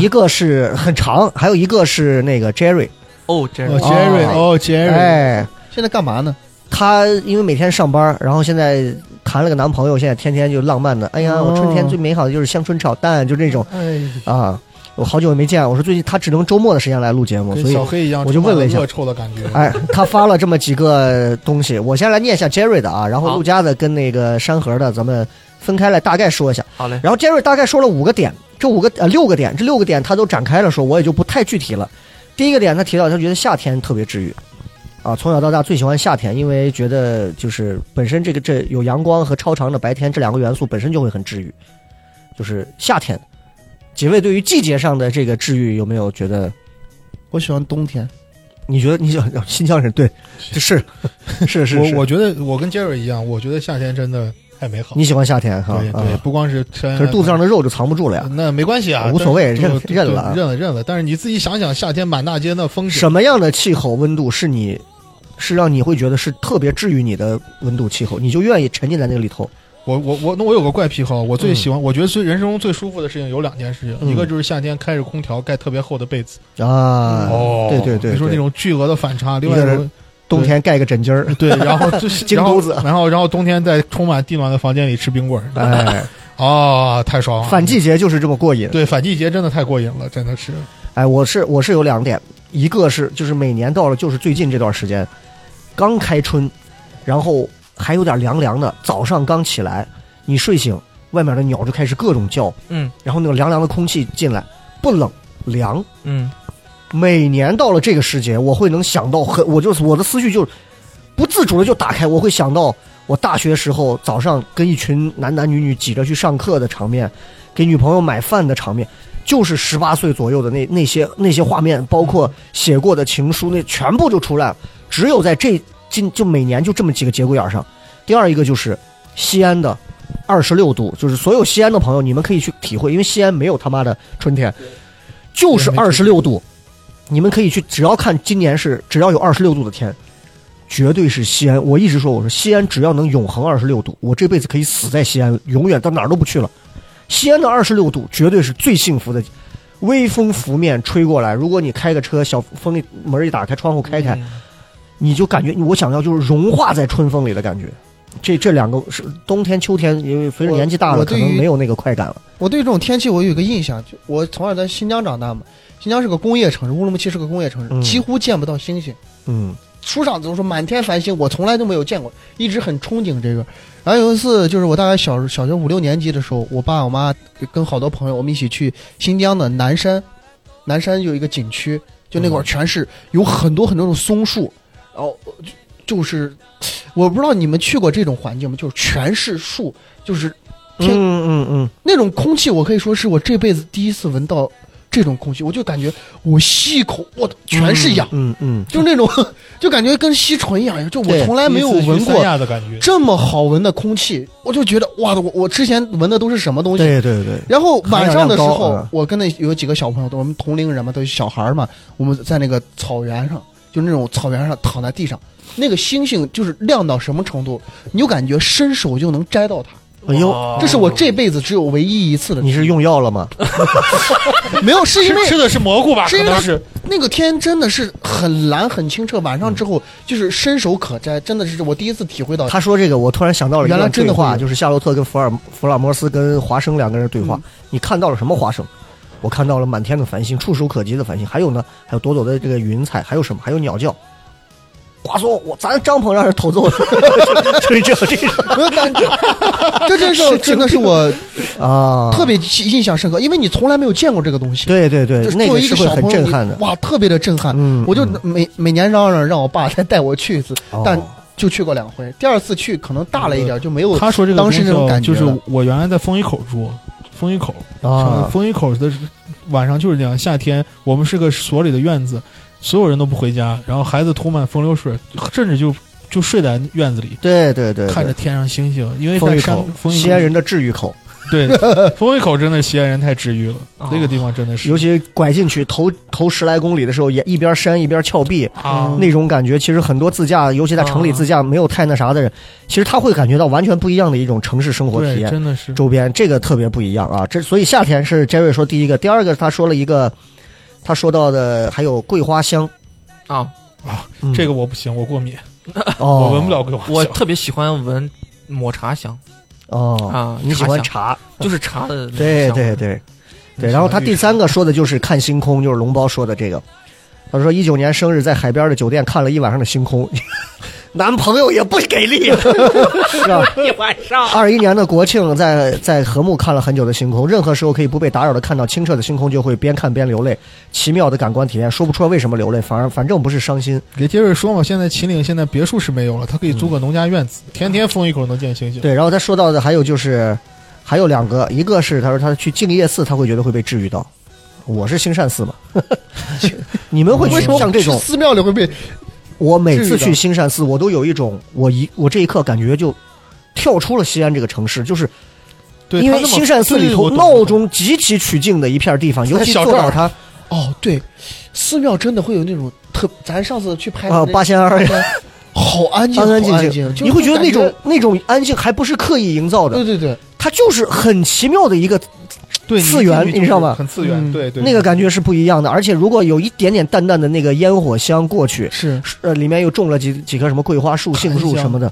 一个是很长，还有一个是那个 Jerry，哦，这哦，Jerry，哦，Jerry，哎，现在干嘛呢？她因为每天上班，然后现在谈了个男朋友，现在天天就浪漫的，哎呀，我春天最美好的就是香椿炒蛋，就这种哦哎，啊，我好久没见，我说最近她只能周末的时间来录节目，跟所以小黑一样，我就问了一下恶臭的感 觉，哎，他发了这么几个东西，我先来念一下 Jerry 的啊，然后好陆家的跟那个山河的咱们分开来大概说一下。好嘞，然后 Jerry 大概说了五个点，这五个呃六个点，这六个点他都展开了说，我也就不太具体了。第一个点他提到，他觉得夏天特别治愈，啊，从小到大最喜欢夏天，因为觉得就是本身这个这有阳光和超长的白天这两个元素本身就会很治愈，就是夏天。几位对于季节上的这个治愈有没有觉得？我喜欢冬天，你觉得你想新疆人对，是是 是我是，我觉得我跟 Jerry 一样，我觉得夏天真的太美好。你喜欢夏天哈对？啊对，不光是山，可是肚子上的肉就藏不住了呀。那没关系啊，无所谓但是认就认了啊就认了认了。但是你自己想想，夏天满大街那风景，什么样的气候温度是你，是让你会觉得是特别治愈你的温度气候，你就愿意沉浸在那个里头。我我我，那我有个怪癖好，我最喜欢，我觉得最人生中最舒服的事情有两件事嗯情，一个就是夏天开着空调盖特别厚的被子，啊，对对对，哦你说那对种巨额的反差，一另外个一人种冬天盖个枕巾 儿，对，然后就是 京然后都子然后然后冬天在充满地暖的房间里吃冰棍儿，哎，啊，太爽了！反季节就是这么过瘾。对反季节真的太过瘾了，真的是。哎，我是我是有两点，一个是就是每年到了就是最近这段时间，刚开春，然后还有点凉凉的，早上刚起来，你睡醒，外面的鸟就开始各种叫，嗯然后那个凉凉的空气进来，不冷凉。嗯，每年到了这个时节，我会能想到很，我就是我的思绪就不自主的就打开，我会想到我大学时候早上跟一群男男女女挤着去上课的场面，给女朋友买饭的场面，就是十八岁左右的那那些那些画面，包括写过的情书，那全部就出来了。只有在这今就每年就这么几个节骨眼儿上。第二一个就是西安的二十六度，就是所有西安的朋友，你们可以去体会，因为西安没有他妈的春天，就是二十六度。你们可以去，只要看今年是只要有二十六度的天，绝对是西安。我一直说，我说西安只要能永恒二十六度，我这辈子可以死在西安，永远到哪儿都不去了。西安的二十六度绝对是最幸福的，微风拂面吹过来，如果你开个车，小风一门一打开，窗户开嗯嗯开，你就感觉我想要就是融化在春风里的感觉。这这两个是冬天、秋天，因为随着我年纪大了，我可对能于没有那个快感了。我对这种天气我有一个印象，就我从小在新疆长大嘛，新疆是个工业城市，乌鲁木齐是个工业城市，嗯几乎见不到星星。嗯，书上总说满天繁星，我从来都没有见过，一直很憧憬这个。然后有一次，就是我大概小小学五六年级的时候，我爸我妈跟好多朋友我们一起去新疆的南山，南山有一个景区，就那块儿全是有很多很多种松树，然后就就是我不知道你们去过这种环境吗？就是全是树，就是嗯天嗯嗯，那种空气，我可以说是我这辈子第一次闻到这种空气，我就感觉我吸一口，我全是氧，嗯嗯，就那种 就感觉跟吸尘一样，就我从来没有第一闻次去三过亚的感觉，这么好闻的空气，我就觉得哇，我我之前闻的都是什么东西？对对对，然后晚上的时含氧量候高嗯，我跟那有几个小朋友，我们同龄人嘛，都是小孩儿嘛，我们在那个草原上，就那种草原上躺在地上，那个星星就是亮到什么程度，你就感觉伸手就能摘到它。哎呦，哦哇这是我这辈子只有唯一一次的，你是用药了吗？没有是因为吃吃的是蘑菇吧？是可因为能它是那个天真的是很蓝很清澈，晚上之后就是伸手可摘，真的是我第一次体嗯会到。哦他说这个，我突然想到了一原来段真对的会话，有就是夏洛特跟福尔福尔摩斯跟华生两个人对嗯话。你看到了什么，华生？我看到了满天的繁星，触手可及的繁星，还有呢，还有朵朵的这个云彩，还有什么？还有鸟叫。华说：“我咱张鹏让人偷 走了，就是这样这个没有感觉， 这真是真的是我 啊， 特别印象深刻，因为你从来没有见过这个东西。对对对就，是那作为一是个会小很朋友，震你撼的。哇，特别的震撼。嗯我就嗯每每年嚷嚷让我爸再带我去一次，哦但就去过两回。第二次去可能大了嗯一点，就没有他说这个当时那东种西感觉就是了我原来在丰一口住，丰一口啊，丰一口的晚上就是这样，夏天我们是个所里的院子，所有人都不回家，然后孩子涂满风流水，甚至就就睡在院子里。对对对，对看着天上星星，因为风在一山口，丰一口西安人的治愈口，对 丰一口真的西安人太治愈了，啊那个地方真的是尤其拐进去头头十来公里的时候，也一边山一边峭壁，啊，那种感觉，其实很多自驾，尤其在城啊里自驾没有太那啥的人，其实他会感觉到完全不一样的一种城市生活体对，验。真的是周边这个特别不一样啊，这所以夏天是 Jerry 说第一个，第二个他说了一个，他说到的还有桂花香啊，嗯这个我不行，我过敏，哦，我闻不了桂花香。我特别喜欢闻抹茶香，哦啊你喜欢茶，就是茶的那种哦对香对味对对，然后他第三个说的就是看星空，就是龙包说的这个，他说一九年生日在海边的酒店看了一晚上的星空， 男朋友也不给力， 是吧？一晚上二一年的国庆在，在和睦看了很久的星空，任何时候可以不被打扰的看到清澈的星空，就会边看边流泪，奇妙的感官体验，说不出来为什么流泪，反而反正不是伤心。给杰瑞说嘛，现在秦岭现在别墅是没有了，他可以租个农家院子，天天封一口能见星星。嗯对，然后他说到的还有就是，还有两个，一个是他说他去静夜寺，他会觉得会被治愈到。我是兴善寺嘛， 你们会为去什么像这种去？寺庙里会被我每治愈次到去兴善寺，我都有一种我一我这一刻感觉就跳出了西安这个城市，就是对，因他为那么兴善寺里头对我懂闹钟极其取静的一片地方，尤其小坐赵到它哦，对，寺庙真的会有那种特，咱上次去拍啊那八仙二个好安静，安安哎好安静静，就是你会觉得感嗯那种那种安静还不是刻意营造的对，对对，它就是很奇妙的一个对次元进去就是你知道吗很次元，嗯对对，那个感觉是不一样的。而且如果有一点点淡淡的那个烟火香过 去，是呃，里面又种了几几棵什么桂花树、杏树什么的，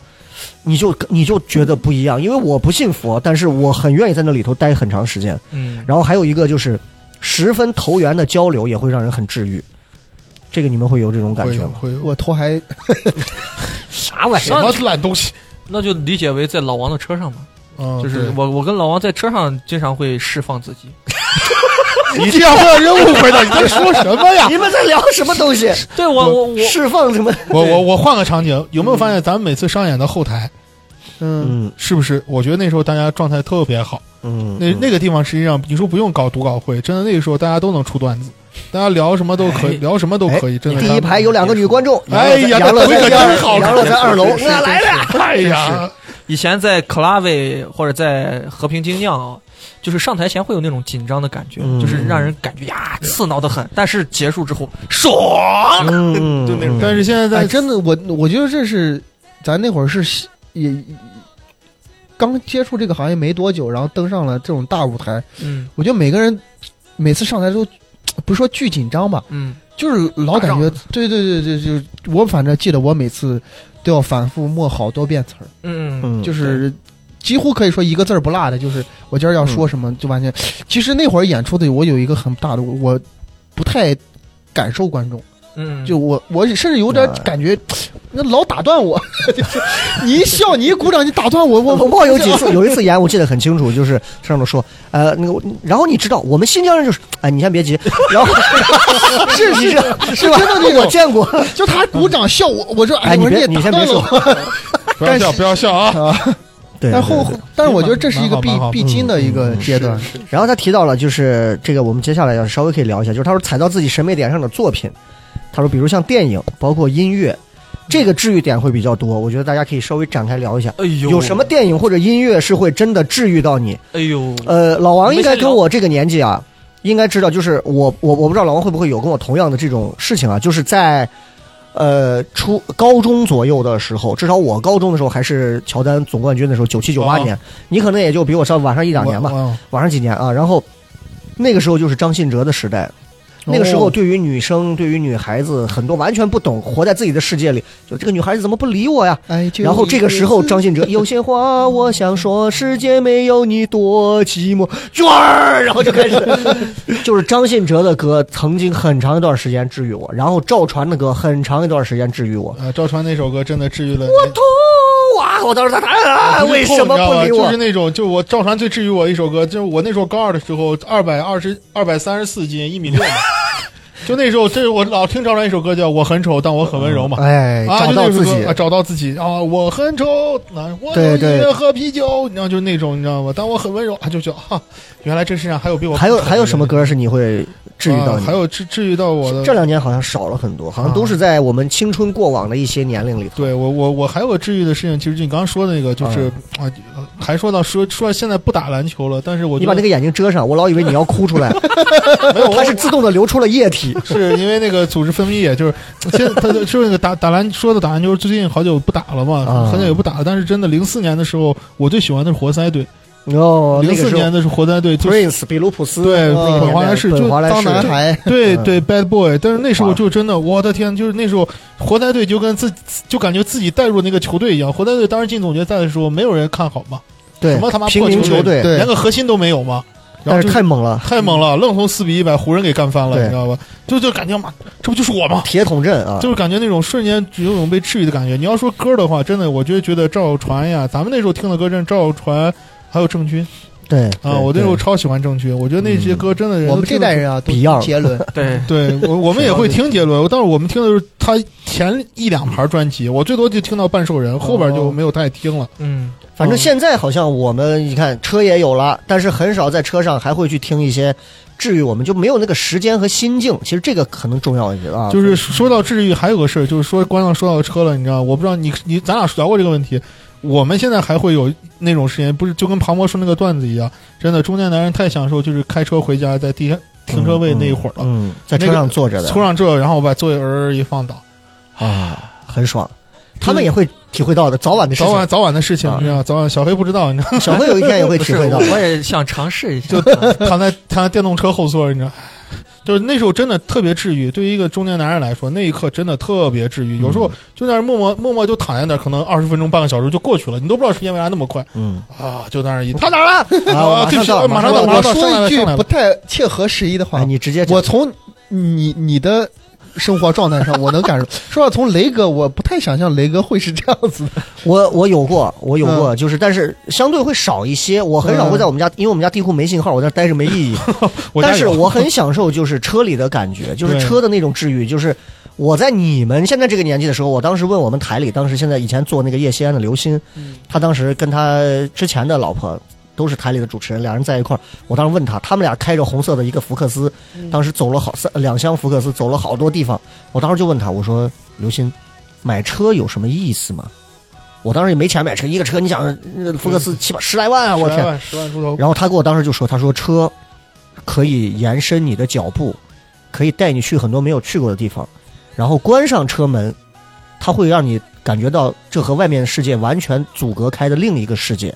你就你就觉得不一样。因为我不信佛，但是我很愿意在那里头待很长时间。嗯，然后还有一个就是，十分投缘的交流也会让人很治愈。这个你们会有这种感会觉有吗？会有我头还啥玩什么烂东西，那就理解为在老王的车上嘛，哦嗯就是我我跟老王在车上经常会释放自己，对你这样会让人误会的，你在说什么呀？你们在聊什么 东西？对我我我释放什么？我我我换个场景，有没有发现咱们每次商演的后台，嗯嗯是不是？我觉得那时候大家状态特别好，嗯，那那个地方实际上你说不用搞读稿会，真的那个时候大家都能出段子，大家聊什么都可以，哎聊什么都可以，真的。第一排有两个女观众，哎呀，杨乐那腿可在真好看，杨乐在二楼，是是是我来了。哎呀，以前在 Clave 或者在和平精酿啊，就是上台前会有那种紧张的感觉，嗯就是让人感觉呀刺挠的很，但是结束之后爽。嗯，就那种。但是现在哎，在真的，我我觉得这是咱那会儿是也刚接触这个行业没多久，然后登上了这种大舞台。嗯我觉得每个人每次上台都不是说巨紧张吧，嗯，就是老感觉对对对对，就是我反正记得我每次都要反复默好多遍词儿，嗯，嗯，就是。几乎可以说一个字儿不落的，就是我今儿要说什么就完全。其实那会儿演出的，我有一个很大的，我不太感受观众。嗯，就我我甚至有点啊感觉，那老打断我， 就是你一笑你一鼓掌你打断我我我我我有 几次有一次演，我记得很清楚，就是上面说，呃，那个我，然后你知道，我们新疆人就是，哎，你先别急， 然后是是是吧？真的那种我见过，就他鼓掌笑我，我说哎哎你我说别也你打先断别了我，不要笑，不要笑啊！对，但后对对但是我觉得这是一个必蛮好蛮好必嗯经的一个阶段，然后他提到了，就是这个我们接下来要稍微可以聊一下，就是他说踩到自己审美点上的作品，他说比如像电影，包括音乐，这个治愈点会比较多，我觉得大家可以稍微展开聊一下。哎呦，有什么？电影或者音乐是会真的治愈到你？哎呦，呃，老王应该跟我这个年纪啊，应该知道，就是我我我不知道老王会不会有跟我同样的这种事情啊，就是在呃初高中左右的时候，至少我高中的时候还是乔丹总冠军的时候，九七九八哦年，你可能也就比我稍晚上一两年吧，吧。晚上几年啊，然后。那个时候就是张信哲的时代，那个时候对于女生、对于女孩子很多完全不懂，活在自己的世界里，就这个女孩子怎么不理我呀？哎，就然后这个时候，是张信哲有些话我想说，世界没有你多寂 寞，娟儿，然后就开始，就是张信哲的歌曾经很长一段时间治愈我，然后赵传的歌很长一段时间治愈我。呃，赵传那首歌真的治愈了我痛啊！我当时在啊，我为就痛什么不你理知道吧我就是？那种，就我赵传最治愈我一首歌，就是我那时候高二的时候，二百二十二百三十四斤，一米六嘛。就那时候，这是我老听赵传一首歌叫《我很丑，但我很温柔》嘛。哎，啊，找就到那首自歌己啊，，找到自己啊！我很丑，啊、我对有对一人喝啤酒，你知道，就那种，你知道吗？但我很温柔，啊，就觉得哈、原来这世上还有比我还有更丑的还有什么人歌是你会治愈到啊你还？有治治愈到我的这两年好像少了很多，好像都是在我们青春过往的一些年龄里头。对我，我我还有治愈的事情，其实就你刚刚说的那个，就是啊，还说到说说现在不打篮球了，但是我你觉把得那个眼睛遮上，我老以为你要哭出来，它是自动的流出了液体。 是因为那个组织分泌液，就是现在他就就是那个打打篮说的打篮球，最近好久不打了嘛啊，很久也不打了。但是真的，零四年的时候，我最喜欢的是活塞队，哦，那零个时四候年的是活塞队，就是 Prince 比卢普斯对那个本华莱士年代就本华莱当男士，孩，对嗯对 Bad Boy。但是那时候哇就真的，我的天，就是那时候活塞队就跟自己就感觉自己带入那个球队一样。活塞队当时进总决赛的时候，没有人看好嘛，对什么他妈平破民球球队，对连个核心都没有嘛。然但后是就太猛了，太猛了，愣从四比一把湖人给干翻了，对你知道吧？就就感觉嘛，这不就是我吗？铁桶阵啊，就是感觉那种瞬间有种被治愈的感觉。你要说歌的话，真的，我就觉得赵传呀，咱们那时候听的歌，真的赵传还有郑钧对啊，我那对嗯时候超喜欢郑钧，我觉得那些歌真的人我都们听这得代人啊，都 Beyond 杰 伦，对，对我我们也会听杰伦，但是我们听的是他前一两盘专辑，我最多就听到半兽人，后边哦就没有太听了。嗯，反正现在好像我们你看车也有了，但是很少在车上还会去听一些治愈我们，就没有那个时间和心境。其实这个可能重要一些啊，就是说到治愈，还有个事儿，就是说关上说到车了，你知道，我不知道你你咱俩聊过这个问题。我们现在还会有那种时间，不是就跟庞博说那个段子一样，真的中年男人太享受，就是开车回家在地下停车位那一会儿了，嗯，嗯在车上坐着的出上这，然后我把座椅儿一放倒，啊，很爽。他们也会体会到的，早晚的事啊早晚情。早晚的事情啊，你知道，早晚小黑不知道，你知道，小慧有一天 也会不体是，会到我的。我也想尝试一下。躺在躺在电动车后座，你知道。就是那时候真的特别治愈，对于一个中年男人来说，那一刻真的特别治愈。有嗯时候就在那儿默默默默就躺在那儿，可能二十分钟、半个小时就过去了，你都不知道时间为啥那么快嗯，啊！就在那儿一他哪儿了？啊，啊，马对不上起，到，啊马上到到，我马我上到，说上来一了，句上来不了。太切合时宜的话哎，，你直接讲我从你你的生活状态上，我能感受。说到从雷哥，我不太想象雷哥会是这样子的。我我有过，我有过，就是但是相对会少一些。我很少会在我们家，因为我们家地库没信号，我在那待着没意义。我家但是有 我很享受就是车里的感觉，就是对车的那种治愈，就是。我在你们现在这个年纪的时候，我当时问我们台里，当时现在以前做那个夜西安的刘鑫，他当时跟他之前的老婆都是台里的主持人，两人在一块儿。我当时问他，他们俩开着红色的一个福克斯，当时走了好三两厢福克斯，走了好多地方。我当时就问他，我说刘鑫，买车有什么意思吗？我当时也没钱买车，一个车你想呃福克斯七八十来万啊，我十来天！万，十万出头，然后他给我当时就说，他说车可以延伸你的脚步，可以带你去很多没有去过的地方，然后关上车门，它会让你感觉到这和外面的世界完全阻隔开的另一个世界，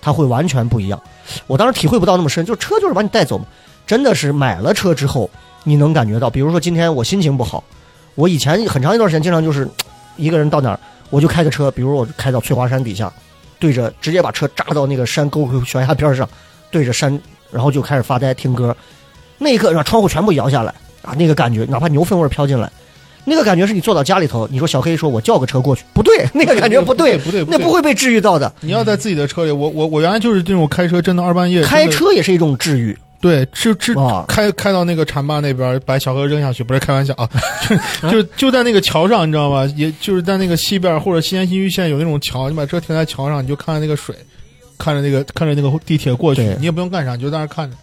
它会完全不一样。我当时体会不到那么深，就车就是把你带走嘛，真的是买了车之后，你能感觉到，比如说今天我心情不好，我以前很长一段时间经常就是一个人到哪儿，我就开个车，比如我开到翠华山底下，对着直接把车扎到那个山沟和悬崖边上，对着山，然后就开始发呆听歌，那一刻让窗户全部摇下来啊，那个感觉，哪怕牛粪味儿飘进来。那个感觉是你坐到家里头，你说小黑说我叫个车过去，不对，那个感觉不对，不对，那不对。会被治愈到的。你要在自己的车里，我我我原来就是这种开车，真的二半夜真的开车也是一种治愈对，吃吃啊，开开到那个浐灞那边，把小河扔下去，不是开玩笑啊， 就就就在那个桥上，你知道吗？也就是在那个西边或者西安新区现在有那种桥，你把车停在桥上，你就看着那个水，看着那个看着那个地铁过去对，你也不用干啥，你就在那看着。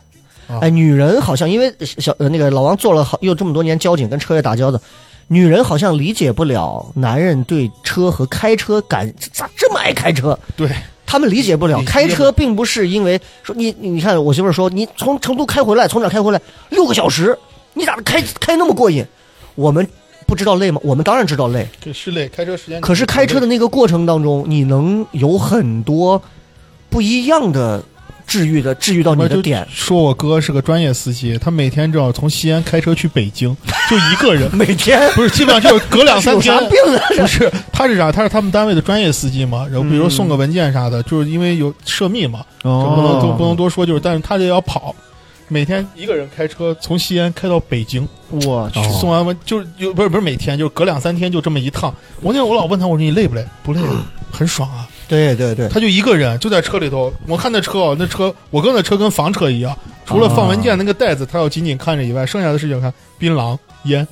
哦哎，女人好像因为小呃那个老王做了好又这么多年交警跟车业打交道，女人好像理解不了男人对车和开车感咋这么爱开车，对，他们理解不了。理解开车并不是因为说你你你看我媳妇儿说你从成都开回来，从哪儿开回来六个小时，你咋开开那么过瘾？我们不知道累吗？我们当然知道累，这是累，开车时间。可是开车的那个过程当中，你能有很多不一样的治愈的治愈到你的点。，说我哥是个专业司机，他每天只要从西安开车去北京，就一个人每天不是基本上就是隔两三有天啥。病啊？不是，他是啥？他是他们单位的专业司机嘛，嗯然后比如说送个文件啥的，就是因为有涉密嘛，这不哦能都不能多说，就是但是他得要跑，每天一个人开车从西安开到北京，我哦去送完文就是有不是不是每天，就是隔两三天就这么一趟。我那会儿我老问他，我说你累不累？不累， 很爽啊。对对对，他就一个人就在车里头，我看那车哦，那车我哥那车跟房车一样，除了放文件那个袋子他要紧紧看着以外，剩下的事情看槟榔、烟，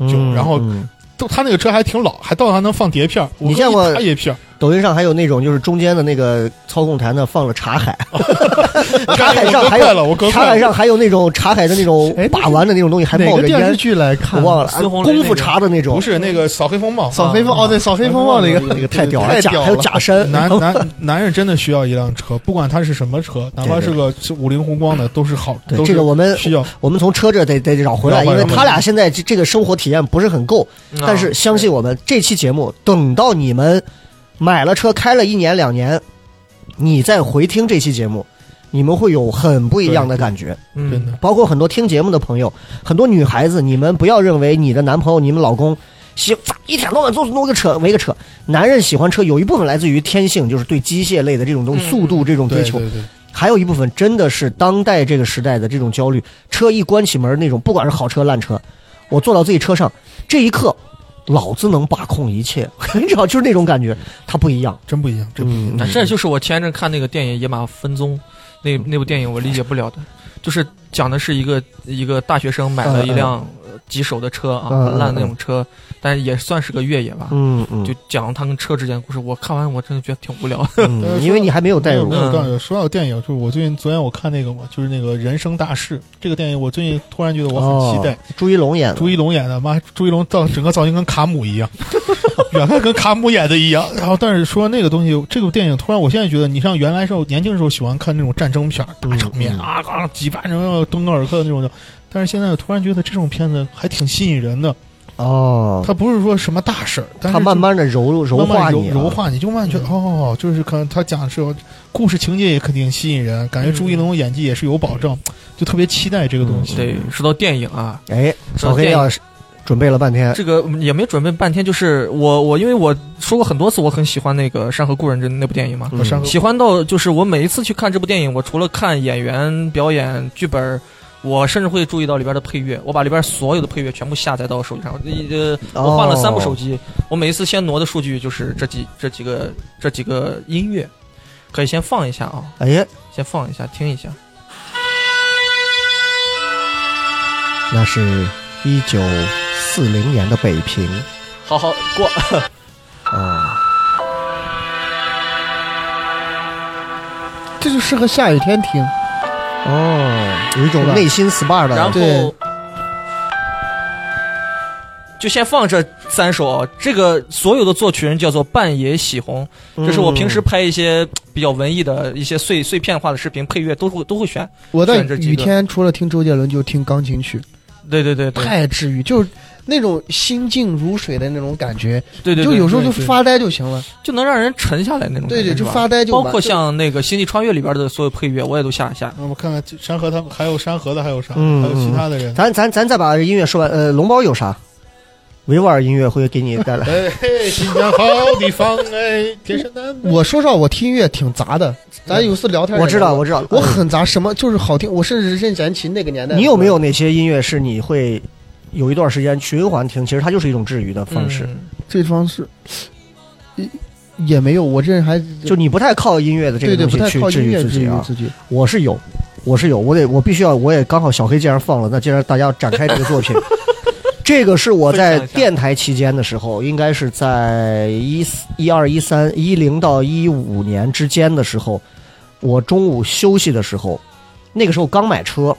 就然后嗯都他那个车还挺老，还到还能放碟片儿，我你哥见一过打野 片儿，抖音上还有那种就是中间的那个操控台呢放了茶海，茶干海上我哥还快了，有我哥茶快海了。上还有那种茶海的那种哎那把玩的那种东西，还哪冒个着电视烟，剧来看？我忘了，啊私红雷功那夫个茶的那种不，是那个扫黑风暴，扫黑风哦，对，扫黑风暴那个 那个太屌太了，假屌还有假哦山，男男男人真的需要一辆车，不管他是什么车，哪怕是个是五菱宏光的，都是好，对都是这个我们需要。我们从车这得得绕回来，绕因回来为他俩现在这这个生活体验不是很够。嗯 啊但是相信我们，这期节目等到你们买了车，开了一年两年，你再回听这期节目，你们会有很不一样的感觉。嗯真的，包括很多听节目的朋友，很多女孩子，你们不要认为你的男朋友、你们老公喜一天到晚就是弄个车、围个车。男人喜欢车，有一部分来自于天性，就是对机械类的这种东西、嗯速度这种追对求。对对，还有一部分真的是当代这个时代的这种焦虑，车一关起门那种，不管是好车烂车，我坐到自己车上这一刻，老子能把控一切，你知道，就是那种感觉，它不一样。真不一样，真不一样。啊这就是我前一阵看那个电影《野马分鬃》，那那部电影我理解不了的，就是讲的是一个一个大学生买了一辆呃棘手的车啊，嗯嗯嗯很烂的那种车，但是也算是个越野吧。嗯嗯，就讲他跟车之间的故事，我看完我真的觉得挺无聊的。嗯因为你还没有代入没。有没有没有说到电影，就是我最近昨天我看那个嘛，就是那个《人生大事》这个电影，我最近突然觉得我很期待。朱一龙演的朱一龙演的，妈，朱一龙造整个造型跟卡姆一样， 远看跟卡姆演的一样。然后，但是说那个东西，这个电影突然，我现在觉得，你像原来时候年轻时候喜欢看那种战争片儿，大场面嗯啊，啊几万人啊敦刻尔克那种的，但是现在突然觉得这种片子还挺吸引人的。哦，它不是说什么大事儿，但他嗯是慢慢的柔柔慢慢化柔你啊，柔化你，就慢慢觉得哦，就是可能他讲的是有故事情节也肯定吸引人，感嗯觉朱一龙的演技也是有保证，就特别期待这个东西。对，说到电影啊，哎，嗯小说黑电影要是准备了半天，这个也没准备半天，就是我我因为我说过很多次，我很喜欢那个《山河故人》这那部电影嘛，和山河喜欢到就是我每一次去看这部电影，我除了看演员表演、剧本，我甚至会注意到里边的配乐。我把里边所有的配乐全部下载到手机上，呃，我换了三部手机，我每一次先挪的数据就是这几这几个这几个音乐，可以先放一下啊，哎呀，先放一下听一下。那是一九四零年的北平好好过，啊，这就适合下雨天听。哦，有一种是吧内心 SPA 的，然对后就先放这三首啊。这个所有的作曲人叫做半野喜弘，嗯就是我平时拍一些比较文艺的一些碎碎片化的视频，配乐都会都会选。我在选这几个雨天除了听周杰伦，就听钢琴曲，对对对对太治愈，就是那种心静如水的那种感觉，对对，就对有时候对就对发呆就行了。就能让人沉下来那种感觉。对对，是就吧发呆就包完括像那个《星际穿越》里边的所有配乐，我也都下一下。那我看看山河他们还有山河的，还有啥？嗯还有其他的人。咱咱咱再把音乐说完，呃，龙包有啥？维吾尔音乐会给你带 来哎，嘿，新疆好地方，哎，天山南北。我说实话，我听音乐挺杂的，咱有次聊天，嗯我知道，我知道，嗯我很杂，什么就是好听，我甚至任贤齐那个年代，你有没有？那些音乐是你会有一段时间循环听？其实它就是一种治愈的方式，嗯这方式，也也没有，我这人还就你不太靠音乐的这对个对东不太西靠去治音愈乐自己愈啊。自己。我是有，我是有，我得我必须要，我也刚好小黑既然放了，那既然大家要展开这个作品。这个是我在电台期间的时候，应该是在一一二一三一零到一五年之间的时候，我中午休息的时候，那个时候刚买车，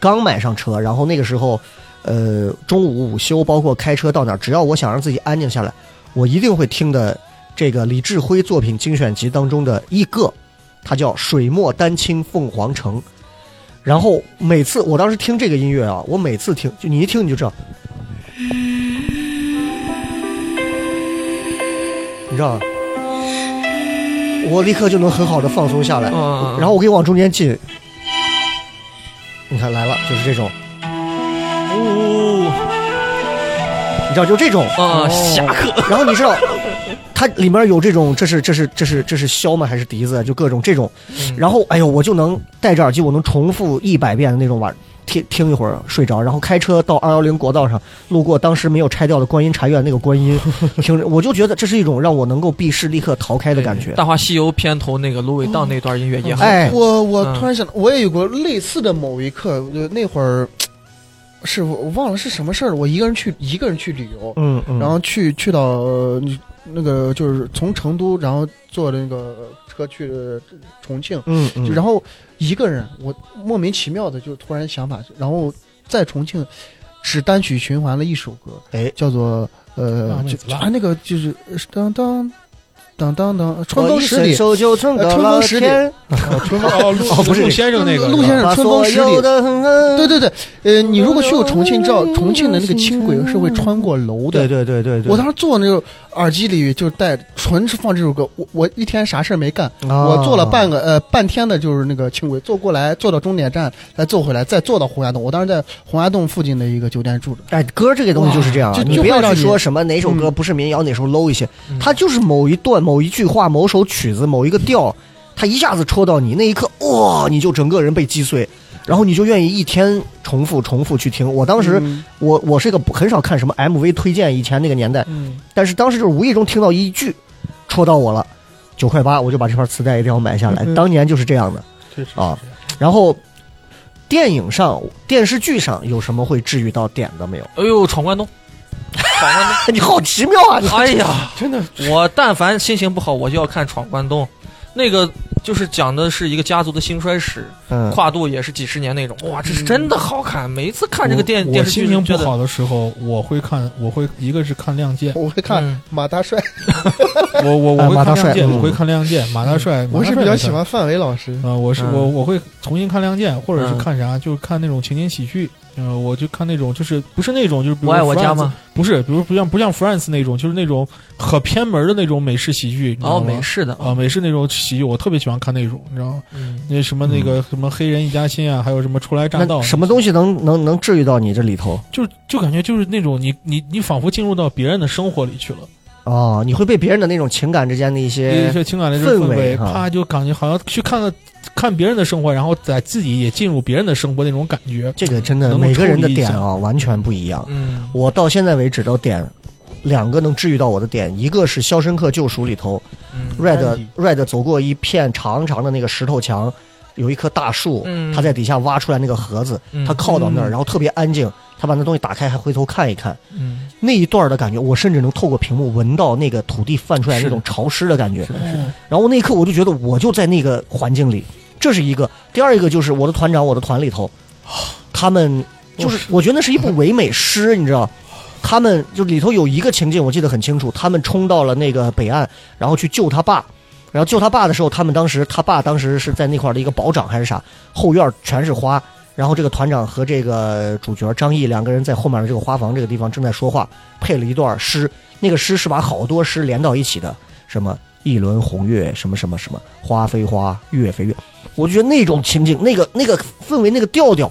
刚买上车，然后那个时候，呃，中午午休包括开车到哪儿，只要我想让自己安静下来，我一定会听的这个李志辉作品精选集当中的一个，它叫《水墨丹青凤凰城》。然后每次我当时听这个音乐啊，我每次听就你一听你就知道，你知道，我立刻就能很好的放松下来。嗯，然后我给你往中间进，你看来了，就是这种，哦，你知道就这种。啊，侠客，然后你知道，它里面有这种，这是这是这是这是箫吗？还是笛子？啊就各种这种。然后哎呦，我就能戴着耳机，我能重复一百遍的那种玩。听听一会儿睡着，然后开车到二幺零国道上，路过当时没有拆掉的观音禅院那个观音，听着我就觉得这是一种让我能够避世立刻逃开的感觉《 大话西游》片头那个芦苇荡那段音乐也好，哎我我嗯突然想，我也有过类似的某一刻，就那会儿，是我忘了是什么事儿了。我一个人去，一个人去旅游，嗯嗯，然后去去到、呃那个就是从成都，然后坐那个车去呃重庆，嗯嗯，就然后一个人，我莫名其妙的就突然想法，然后在重庆只单曲循环了一首歌，哎叫做呃辣，妹就子辣啊那个就是呃当当当当当，春我风一十伸里。手就蹭呃到春了风十里天，春风哦，陆哦不是陆先生那个陆是吧先生把春风所十有里的恨恨 对对对，呃，你如果去过重庆，你知道重庆的那个轻轨是会穿过楼对的。对对对对，我当时坐那个耳机里就带纯是放这首歌，我我一天啥事儿没干，啊我坐了半个呃半天的就是那个轻轨，坐过来坐到终点站，再坐回来，再坐到洪崖洞。我当时在洪崖洞附近的一个酒店住着， 哎，歌这个东西就是这样啊哇，就你就不会要让去你嗯说什么哪首歌不是民谣，哪首 low 一些，嗯它就是某一段、某一句话、某首曲子、某一个调，它一下子戳到你那一刻，哇，你就整个人被击碎，然后你就愿意一天重复、重复去听。我当时，嗯我我是一个不很少看什么 MV 推荐，以前那个年代，嗯但是当时就是无意中听到一句，戳到我了，九块八，我就把这盘磁带一定要买下嗯来。当年就是这样的。确实是啊然后，电影上、电视剧上有什么会治愈到点的没有？哎呦，闯关东，闯关 东。你好奇妙啊！你哎呀，真的我但凡心情不好，我就要看《闯关东》。那个就是讲的是一个家族的兴衰史， 嗯，跨度也是几十年那种。哇，这是真的好看！每一次看这个电我电视剧，我心情觉不得好的时候，我会看，我会一个是看《亮 剑》，我会看嗯马大帅，我我哎我会马看大《亮帅剑》，嗯我会看《亮剑》，哎马大帅， 我马大是帅比较也喜看欢范伟老师。啊、我是、嗯我我会重新看《亮剑》，或者是嗯看啥，就是看那种情景喜剧。嗯，我就看那种，就是不是那种，就是比如我爱我家 Friends- 吗？不是，比如不像不像 Friends 那种，就是那种很偏门的那种美式喜剧，你知道哦，吗？美式的，啊，美式那种喜剧，我特别喜欢看那种，你知道吗？嗯，那什么那个什么黑人一家亲啊，还有什么初来乍到那，什么东西能能能治愈到你这里头？就就感觉就是那种你你你仿佛进入到别人的生活里去了，哦，你会被别人的那种情感之间的一一些些情感的这种氛氛围围，哈啪就感觉好像去看了看别人的生活，然后在自己也进入别人的生活那种感觉。这个真的能够每个人的抽离一点下啊、完全不一样。嗯，我到现在为止都点两个能治愈到我的点，一个是《肖申克救赎》里头嗯， ，Red Red 走过一片长长的那个石头墙，有一棵大树，嗯他在底下挖出来那个盒子，嗯他靠到那儿，嗯然后特别安静，他把那东西打开，还回头看一看。嗯，那一段的感觉，我甚至能透过屏幕闻到那个土地泛出来那种潮湿的感觉。然后那一刻，我就觉得我就在那个环境里，这是一个。第二一个就是我的团长，我的团里 头，他们哦就是我觉得那是一部唯美诗，你知道。他们就里头有一个情境，我记得很清楚。他们冲到了那个北岸，然后去救他爸。然后救他爸的时候，他们当时他爸当时是在那块儿的一个保长还是啥，后院全是花。然后这个团长和这个主角张译两个人在后面的这个花房这个地方正在说话，配了一段诗。那个诗是把好多诗连到一起的，什么一轮红月，什么什么什么，花非花，月非月。我就觉得那种情景，那个那个氛围，那个调调，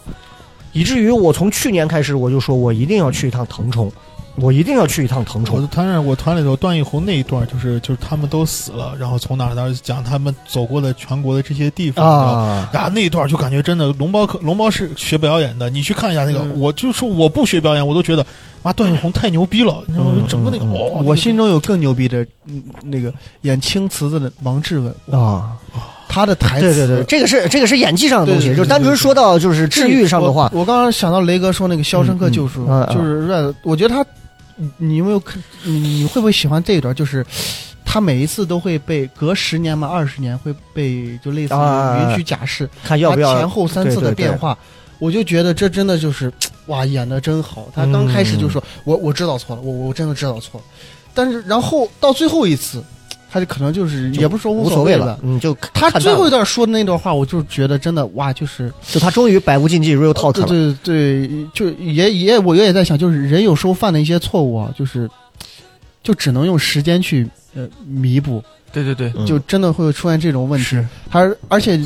以至于我从去年开始我就说我一定要去一趟腾冲，我一定要去一趟腾我冲的。团长，我团里头段奕宏那一段，就是就是他们都死了，然后从哪儿哪儿讲他们走过的全国的这些地方你知道吗啊，啊，那一段就感觉真的，龙猫可龙猫是学表演的，你去看一下那个，嗯我就说我不学表演，我都觉得，妈，段奕宏太牛逼了，你知道吗？嗯整个那个，嗯哦，我心中有更牛逼的，嗯那个演青瓷子的王志文，啊，他的台对词，对对，这个是这个是演技上的东西，对对对就是单纯说到就是治愈上的话，我我刚刚想到雷哥说那个《肖申克救赎》嗯嗯嗯就是 Red，我觉得他，你你有没有看？你你会不会喜欢这一段？就是他每一次都会被隔十年嘛，二十年会被就类似于啊允许假释，看要不他要前后三对次对的对变化，我就觉得这真的就是哇，演的真好。他刚开始就说、嗯我我知道错了，我我真的知道错了，但是然后到最后一次，他就可能就是也不是说无所所谓了了。，你就他看淡最后一了段说的那段话，我就觉得真的哇，就是就他终于百无禁忌 real talk 对了。对对，就也也我也在想，就是人有时候犯的一些错误啊，就是就只能用时间去呃弥补，对对对，嗯就真的会出现这种问题，是还而且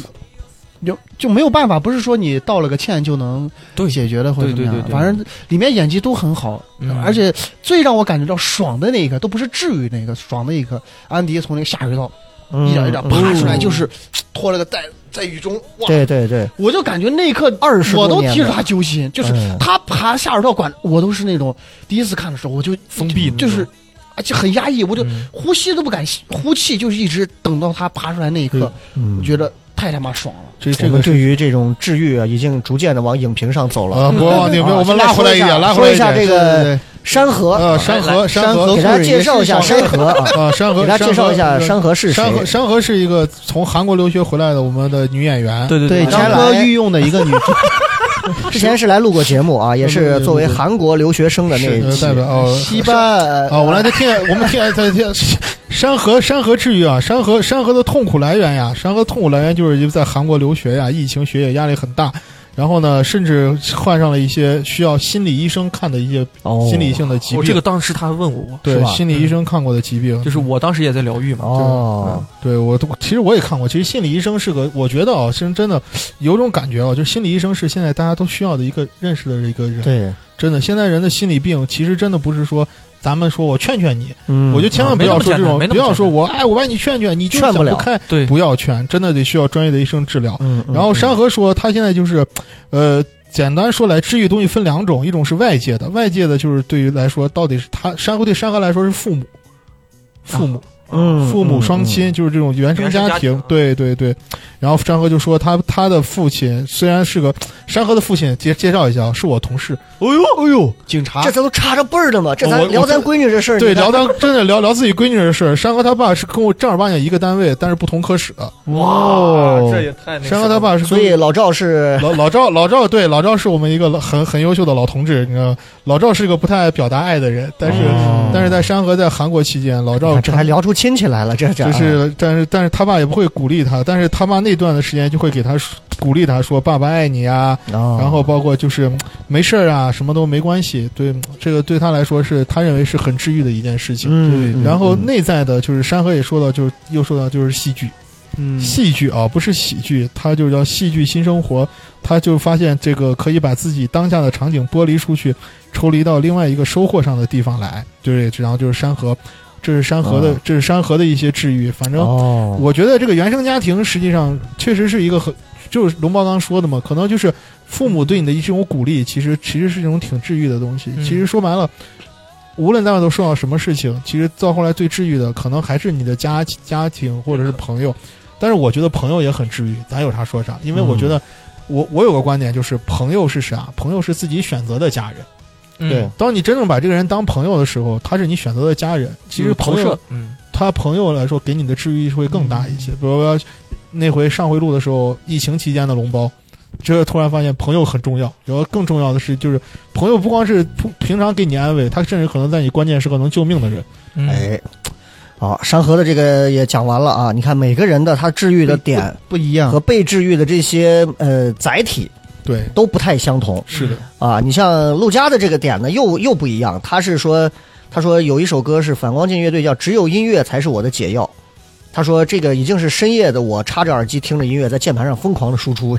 有就没有办法，不是说你道了个歉就能对解决的或者怎么对样对对，对反正里面演技都很好，嗯而且最让我感觉到爽的那一刻，都不是治愈那个爽的一刻，安迪从那个下水道嗯一点一点爬出来，嗯就是拖了个带在雨中，哇，对对对，我就感觉那一刻20多我都年替了他揪心，就是嗯他爬下水道管，我都是那种第一次看的时候，我就封闭那种就是而且很压抑，我就嗯呼吸都不敢吸呼气，就是一直等到他爬出来那一刻，嗯我觉得太他妈爽了。这我这们个对于这种治愈啊，已经逐渐的往影评上走了。 啊，不要忘记，啊我们拉回来一点，拉回说来一下这点。个山河，呃，山河，山河河给，大家介绍一下也是山河啊， 啊，山河，给大家介绍一下山山河是谁山河，山河是一个从韩国留学回来的我们的女演员，对对对，对张来哥御用的一个女主，之前是来录过节目啊，也是作为韩国留学生的那是一呃期代。表哦，西呃班啊，我来再听，我们听再听。山河，山河治愈啊！山河，山河的痛苦来源呀，山河痛苦来源就是因为在韩国留学呀，疫情学业压力很大，然后呢，甚至患上了一些需要心理医生看的一些哦心理性的疾我病。这个当时他问我，是对吧嗯心理医生看过的疾病，就是我当时也在疗愈嘛，哦，对我都其实我也看过，其实心理医生是个，我觉得啊，是真的有种感觉啊，就是心理医生是现在大家都需要的一个认识的一个人。对，真的，现在人的心理病其实真的不是说咱们说我劝劝你，嗯我就千万不要说这没，那么简单种没那么不要说我哎，我把你劝劝，你就是劝不想了开，对，不要劝，真的得需要专业的医生治疗。嗯，嗯然后山河说，他现在就是，呃，简单说来，治愈东西分两种，一种是外界的，外界的就是对于来说，到底是他山河对山河来说是父母，父母，嗯父母双亲，就是这种原生原生家家庭庭，对对对。然后山河就说他他的父亲虽然是个山河的父亲，介介绍一下啊，是我同事。哎呦哎呦，警察这咱都插着辈儿的嘛，这我咱我聊咱这闺女这 事儿，对，你看聊到真的聊聊自己闺女的事儿。山河他爸是跟我正儿八经一个单位，但是不同科室。哇，哦哦啊这也太那山河什么他爸是跟所以老赵是老老赵，老赵对老赵是我们一个老很很优秀的老同志，你知道，老赵是个不太爱表达爱的人，但是、哦但是在山河在韩国期间，老赵这还聊出亲戚来了，啊这这就是，但是但是他爸也不会鼓励他，但是他妈那段的时间就会给他说鼓励他说爸爸爱你啊，然然后包括就是嗯没事儿啊，什么都没关系，对嗯这个对他来说是他认为是很治愈的一件事情。嗯，然后嗯内在的就是山河也说到，就是又说到就是戏剧，嗯戏剧啊，不是喜剧，它就叫戏剧新生活。他就发现这个可以把自己当下的场景剥离出去，抽离到另外一个收获上的地方来。对，然后就是山河，这是山河的，哦这是山河的一些治愈。反正哦，我觉得这个原生家庭实际上确实是一个很，就是龙包刚说的嘛，可能就是父母对你的一种鼓励，其实其实是一种挺治愈的东西。嗯其实说白了，无论在外头受到什么事情，其实到后来最治愈的，可能还是你的家家庭或者是朋友。但是我觉得朋友也很治愈，咱有啥说啥，因为我嗯觉得我、我有个观点就是，朋友是啥？朋友是自己选择的家人。嗯对当你真正把这个人当朋友的时候，他是你选择的家人。其实嗯投朋友射，嗯，他朋友来说，给你的治愈会更大一些。比如说那回上回录的时候，疫情期间的龙包，这突然发现朋友很重要。然后更重要的是，就是朋友不光是平平常给你安慰，他甚至可能在你关键时刻能救命的人。嗯哎。好，山河的这个也讲完了啊！你看每个人的他治愈的点不一嗯样和，被治愈的这些呃载体对，都不太相同是的，啊。你像陆家的这个点呢，又又不一样，他是说他说有一首歌是反光镜乐队叫《只有音乐才是我的解药》，他说这个已经是深夜的我，插着耳机听着音乐，在键盘上疯狂的输出，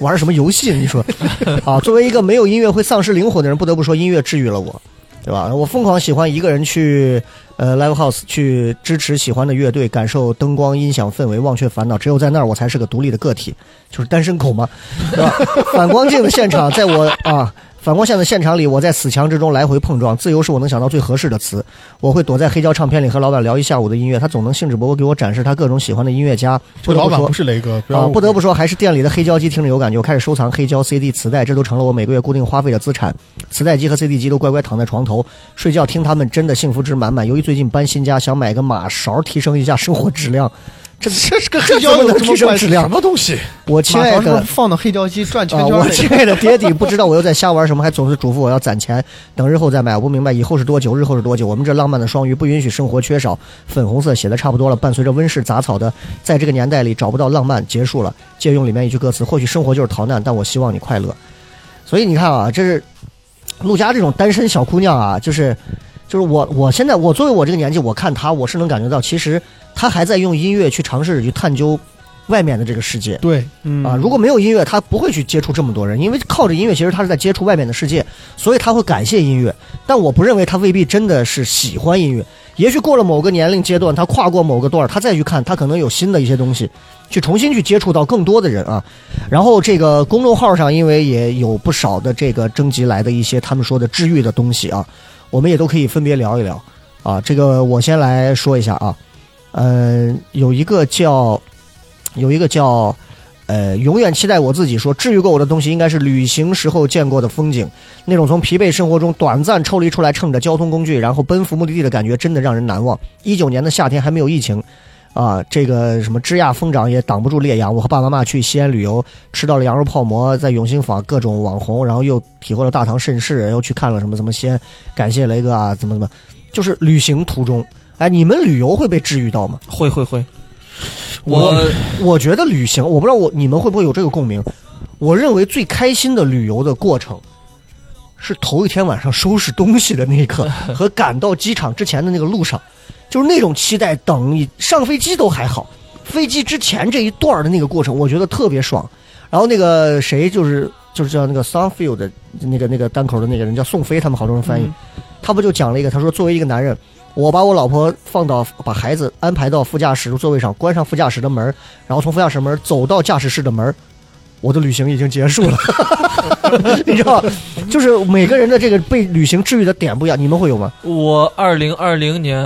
玩什么游戏？你说 啊，作为一个没有音乐会丧失灵魂的人，不得不说音乐治愈了我，对吧？我疯狂喜欢一个人去呃 live house 去支持喜欢的乐队，感受灯光、音响、氛围，忘却烦恼。只有在那儿，我才是个独立的个体，就是单身狗嘛，对吧？ 反光镜的现场，在我啊。反光线的现场里，我在死墙之中来回碰撞，自由是我能想到最合适的词。我会躲在黑胶唱片里和老板聊一下午的音乐，他总能兴致勃勃给我展示他各种喜欢的音乐家。这不得个老不板说不，是雷哥，啊，要不得不说，还是店里的黑胶机听着有感觉。我开始收藏黑胶、CD、磁带，这都成了我每个月固定花费的资产。磁带机和 CD 机都乖乖躺在床头睡觉，听他们真的幸福值满满。由于最近搬新家，想买个马勺提升一下生活质量。这这是个黑胶有能这么提升怪质量什？么东西？我亲马爱勺是不的是放到黑胶机转圈啊，圈我儿亲爱的爹地，不知道我又在瞎玩什么，还总是嘱咐我要攒钱，等日后再买。我不明白以后是多久，日后是多久。我们这浪漫的双鱼不允许生活缺少。粉红色写的差不多了，伴随着温室杂草的，在这个年代里找不到浪漫，结束了。借用里面一句歌词：或许生活就是逃难，但我希望你快乐。所以你看啊，这是陆佳这种单身小姑娘啊，就是。就是我，我现在我作为我这个年纪，我看她，我是能感觉到，其实她还在用音乐去尝试去探究外面的这个世界。对，嗯啊，如果没有音乐，他不会去接触这么多人，因为靠着音乐，其实他是在接触外面的世界，所以他会感谢音乐。但我不认为他未必真的是喜欢音乐，也许过了某个年龄阶段，他跨过某个段儿，他再去看，他可能有新的一些东西，去重新去接触到更多的人啊。然后这个公众号上，因为也有不少的这个征集来的一些他们说的治愈的东西啊，我们也都可以分别聊一聊啊。这个我先来说一下啊，呃，有一个叫有一个叫。呃，永远期待我自己说治愈过我的东西，应该是旅行时候见过的风景，那种从疲惫生活中短暂抽离出来，乘着交通工具然后奔赴目的地的感觉，真的让人难忘。一九年的夏天还没有疫情，啊，这个什么枝桠疯长也挡不住烈阳。我和爸爸妈妈去西安旅游，吃到了羊肉泡馍，在永兴坊各种网红，然后又体会了大唐盛世，又去看了什么什么西安，感谢雷哥啊，怎么怎么，就是旅行途中，哎，你们旅游会被治愈到吗？会会会，我我觉得旅行，我不知道我你们会不会有这个共鸣。我认为最开心的旅游的过程，是头一天晚上收拾东西的那一刻 和赶到机场之前的那个路上，就是那种期待等一上飞机都还好，飞机之前这一段儿的那个过程，我觉得特别爽。然后那个谁就是就是叫那个 Sunfield 的那个那个单口的那个人叫宋飞，他们好多人翻译，他不就讲了一个，他说作为一个男人，我把我老婆放到把孩子安排到副驾驶座位上，关上副驾驶的门儿，然后从副驾驶门走到驾驶室的门儿，我的旅行已经结束了， 你知道，就是每个人的这个被旅行治愈的点不一样，你们会有吗？我二零二零年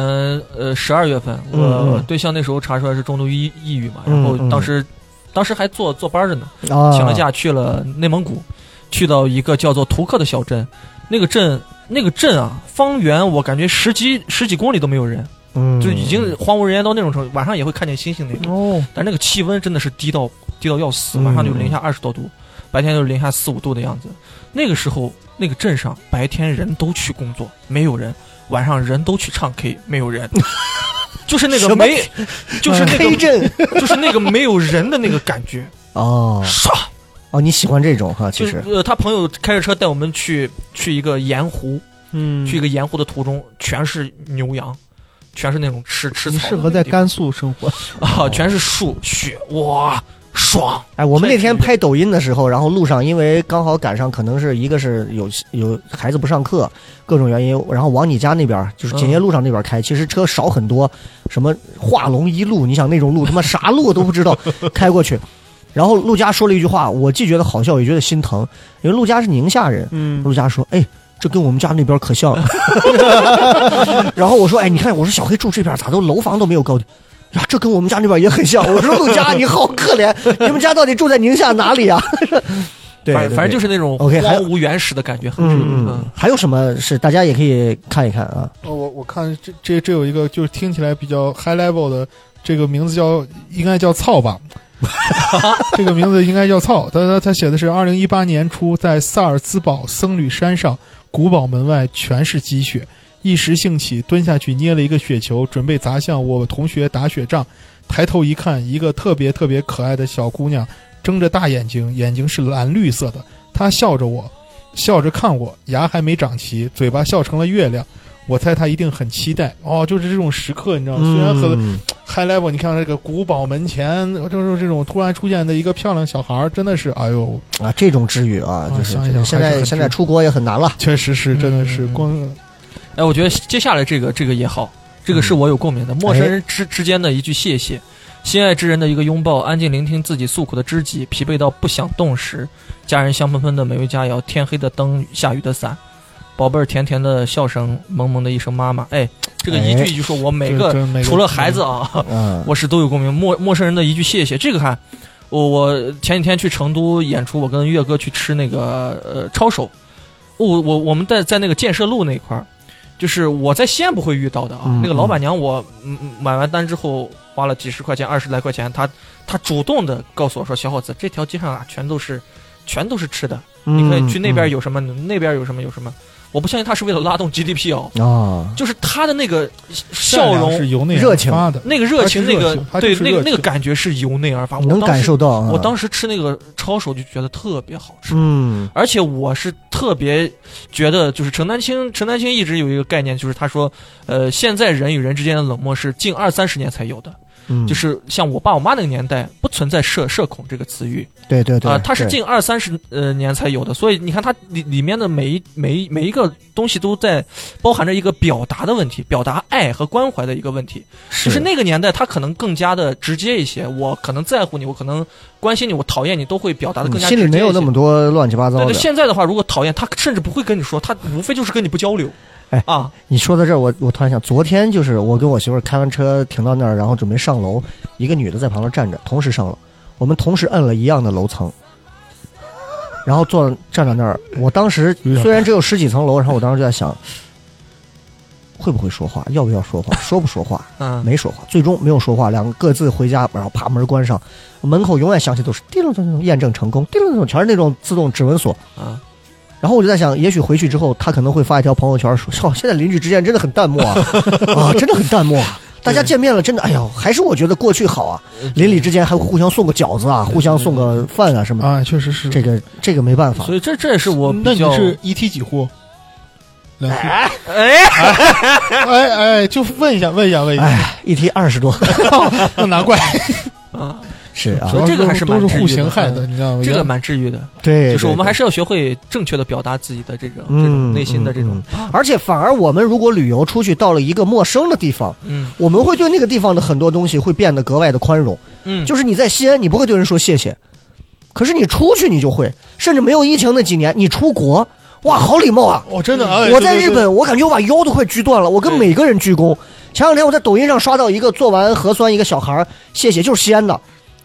呃十二月份，嗯我嗯对象那时候查出来是重度抑抑郁嘛，然嗯后嗯当时当时还坐坐班着呢，啊，请了假去了内蒙古，去到一个叫做图克的小镇，那个镇那个镇啊，方圆我感觉十几十几公里都没有人，嗯，就已经荒无人烟到那种程度，晚上也会看见星星那种，哦，但那个气温真的是低到低到要死，嗯晚上就零下二十多度，白天就零下四五度的样子。那个时候，那个镇上白天人都去工作，没有人；晚上人都去唱 K，没有人。就是那什个么没，就是那 黑个镇就是那个没有人的那个感觉，哦唰，哦，你喜欢这种哈？其就是实呃，他朋友开着车带我们去去一个盐湖，嗯去一个盐湖的途中全是牛羊，全是那种吃吃你草的那个地方，适合在甘肃生活，啊，全是树雪，哇，爽！哎，我们那天拍抖音的时候，然后路上因为刚好赶上，可能是一个是有有孩子不上课，各种原因，然后往你家那边儿就是锦业路上那边儿开，其实车少很多，什么化龙一路，你想那种路他妈啥路都不知道开过去，然后陆佳说了一句话，我既觉得好笑也觉得心疼，因为陆佳是宁夏人，嗯，陆佳说，哎。这跟我们家那边可像了，然后我说，哎，你看，我说小黑住这边咋都楼房都没有高低，呀，这跟我们家那边也很像。我说陆家你好可怜，你们家到底住在宁夏哪里啊？对，反反正就是是那种 OK，还荒有芜原始的感觉，很治愈嗯嗯，还有什么是大家也可以看一看啊？哦，我我看这这这有一个就是听起来比较 high level 的，这个名字叫应该叫操吧，这个名字应该叫操。他他他写的是二零一八年初在萨尔茨堡僧侣山上古堡门外全是积雪，一时兴起蹲下去捏了一个雪球，准备砸向我同学打雪仗。抬头一看，一个特别特别可爱的小姑娘，睁着大眼睛，眼睛是蓝绿色的。她笑着我，笑着看我，牙还没长齐，嘴巴笑成了月亮。我猜她一定很期待哦，就是这种时刻，你知道吗？虽然很嗯 high level，你看这个古堡门前，就是这种突然出现的一个漂亮小孩儿，真的是，哎呦，啊，这种治愈啊，啊就是想一想就是现还是在很现在治愈出国也很难了。确实是，真的是嗯光。哎，我觉得接下来这个这个也好，这嗯个是我有共鸣的。陌生哎人之之间的一句谢谢，心爱之人的一个拥抱，安静聆听自己诉苦的知己，疲惫到不想动时，家人香喷喷的美味佳肴，天黑的灯，下雨的伞，宝贝儿甜甜的笑声，萌萌的一声妈妈。哎，这个一句哎一句说，我每这个真每个除了孩子啊，嗯，我是都有共鸣。陌陌生人的一句谢谢，这个看我我前几天去成都演出，我跟岳哥去吃那个呃抄手，我我我们在在那个建设路那一块儿，就是我在西安不会遇到的啊。嗯那个老板娘我嗯嗯买完单之后花了几十块钱，二十来块钱，她她主动的告诉我说：“小伙子，这条街上啊全都是全都是吃的，嗯你可以去那边有什么，那边有什么有什么。”我不相信他是为了拉动 GDP 哦，有啊，就是他的那个嗯善笑良容是由内热而情发的，那个热情，它是那热个情它对就，是那热个情那个感觉是由内而发，我能当时感受。到啊。我当时吃那个抄手就觉得特别好吃，嗯而且我是特别觉得，就是陈丹青，陈丹青一直有一个概念，就是他说，呃，现在人与人之间的冷漠是近二三十年才有的，嗯，就是像我爸我妈那个年代不存在社社恐这个词语对对对啊、它是对近二三十呃年才有的，所以你看它里里面的每一每一每一个东西都在包含着一个表达的问题，表达爱和关怀的一个问题。就是那个年代，他可能更加的直接一些。我可能在乎你，我可能关心你，我讨厌你，都会表达的更嗯加直心接一些。里没有那么多乱七八糟对的对，。现在的话，如果讨厌他，甚至不会跟你说，他无非就是跟你不交流。哎啊，你说到这儿，我我突然想，昨天就是我跟我媳妇儿开完车停到那儿，然后准备上楼，一个女的在旁边站着，同时上楼，我们同时摁了一样的楼层，然后坐站在那儿。我当时虽然只有十几层楼，然后我当时就在想，会不会说话，要不要说话，说不说话，嗯，没说话，最终没有说话，两个各自回家，然后把门关上，门口永远响起都是叮咚咚咚，验证成功，叮咚咚咚，全是那种自动指纹锁。啊，然后我就在想，也许回去之后，他可能会发一条朋友圈说：“ 操，现在邻居之间真的很淡 漠啊，啊，真的很淡漠啊。”大家见面了，真的，哎呦，还是我觉得过去好啊。邻里之间还互相送个饺子啊，互相送个饭啊什么的。啊，确实是。这个这个没办法，所以这这也是嗯我那比你较是一梯几户？两户？哎，哎哎，就问一下，问一下，问一下，哎，一提二十多， 那难怪，啊，是啊所主，以要这个还是都蛮是治愈互相的嗯害的，你知道吗？这个蛮治愈的，对，就是我们还是。是要学会正确的表达自己的这种这嗯种内心的这种，啊而且反而我们如果旅游出去到了一个陌生的地方，嗯我们会对那个地方的很多东西会变得格外的宽容。嗯，就是你在西安，你不会对人说谢谢，可是你出去你就会，甚至没有疫情那几年，你出国，哇，好礼貌啊！我真的，哎我在日，对对对本，我感觉我把腰都快锯断了，我跟每个人鞠躬。前两天我在抖音上刷到一个做完核酸一个小孩儿，谢谢，就是西安的，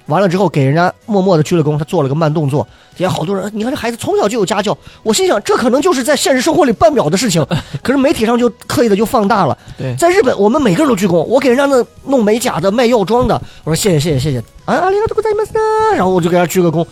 完了之后给人家默默的鞠了躬，他做了个慢动作，底下好多人，你看这孩子从小就有家教，我心想这可能就是在现实生活里办不了的事情，可是媒体上就刻意的就放大了。对在日本我们每个人都鞠躬，我给人家那弄美甲的、卖药妆的，我说谢谢谢谢谢谢，啊阿里嘎多ございます啊然后我就给他鞠个躬，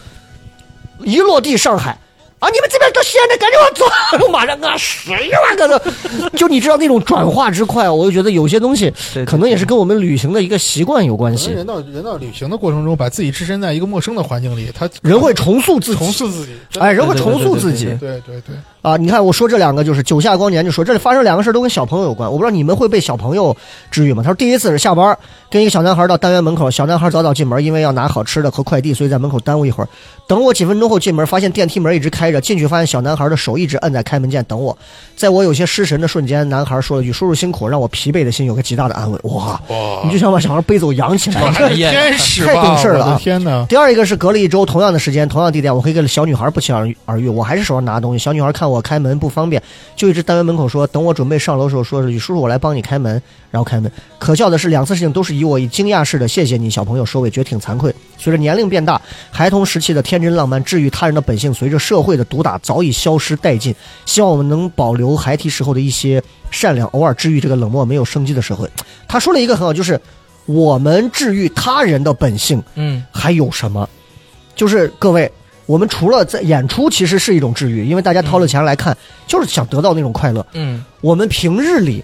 一落地上海。啊！你们这边到西安的，赶紧往左！我马上啊，谁呀？我靠！就你知道那种转化之快，我就觉得有些东西对对可能也是跟我们旅行的一个习惯有关可能系。人到人到旅行的过程中，把自己置身在一个陌生的环境里，他人会重塑自己，重塑自己。哎，人会对对重对塑对自对己对对对对，啊！你看，我说这两个就是九夏光年就说这里发生两个事儿都跟小朋友有关，我不知道你们会被小朋友治愈吗？他说第一次是下班儿跟一个小男孩到单元门口，小男孩早早进门，因为要拿好吃的和快递，所以在门口耽误一会儿。等我几分钟后进门，发现电梯门一直开着，进去发现小男孩的手一直摁在开门键等我。在我有些失神的瞬间，男孩说了句“叔叔辛苦”，让我疲惫的心有个极大的安慰。哇，你就想把小孩背走养起 来。太厉害了天使太吧！懂事了啊我的天哪！第二一个是隔了一周，同样的时间，同样地点，我和一个小女孩不期而遇而遇，我还是手上拿东西。小女孩看我开门不方便，就一直单元门口说，等我准备上楼的时候说了句：“叔叔，我来帮你开门。”然后开门。可笑的是，两次事情都是以我以惊讶式的“谢谢你，小朋友”收尾，觉得挺惭愧。随着年龄变大，孩童时期的天真浪漫、治愈他人的本性，随着社会的毒打早已消失殆尽。希望我们能保留孩提时候的一些善良，偶尔治愈这个冷漠没有生机的社会。他说了一个很好，就是我们治愈他人的本性。嗯，还有什么？就是各位，我们除了在演出，其实是一种治愈，因为大家掏了钱来看，就是想得到那种快乐。嗯，我们平日里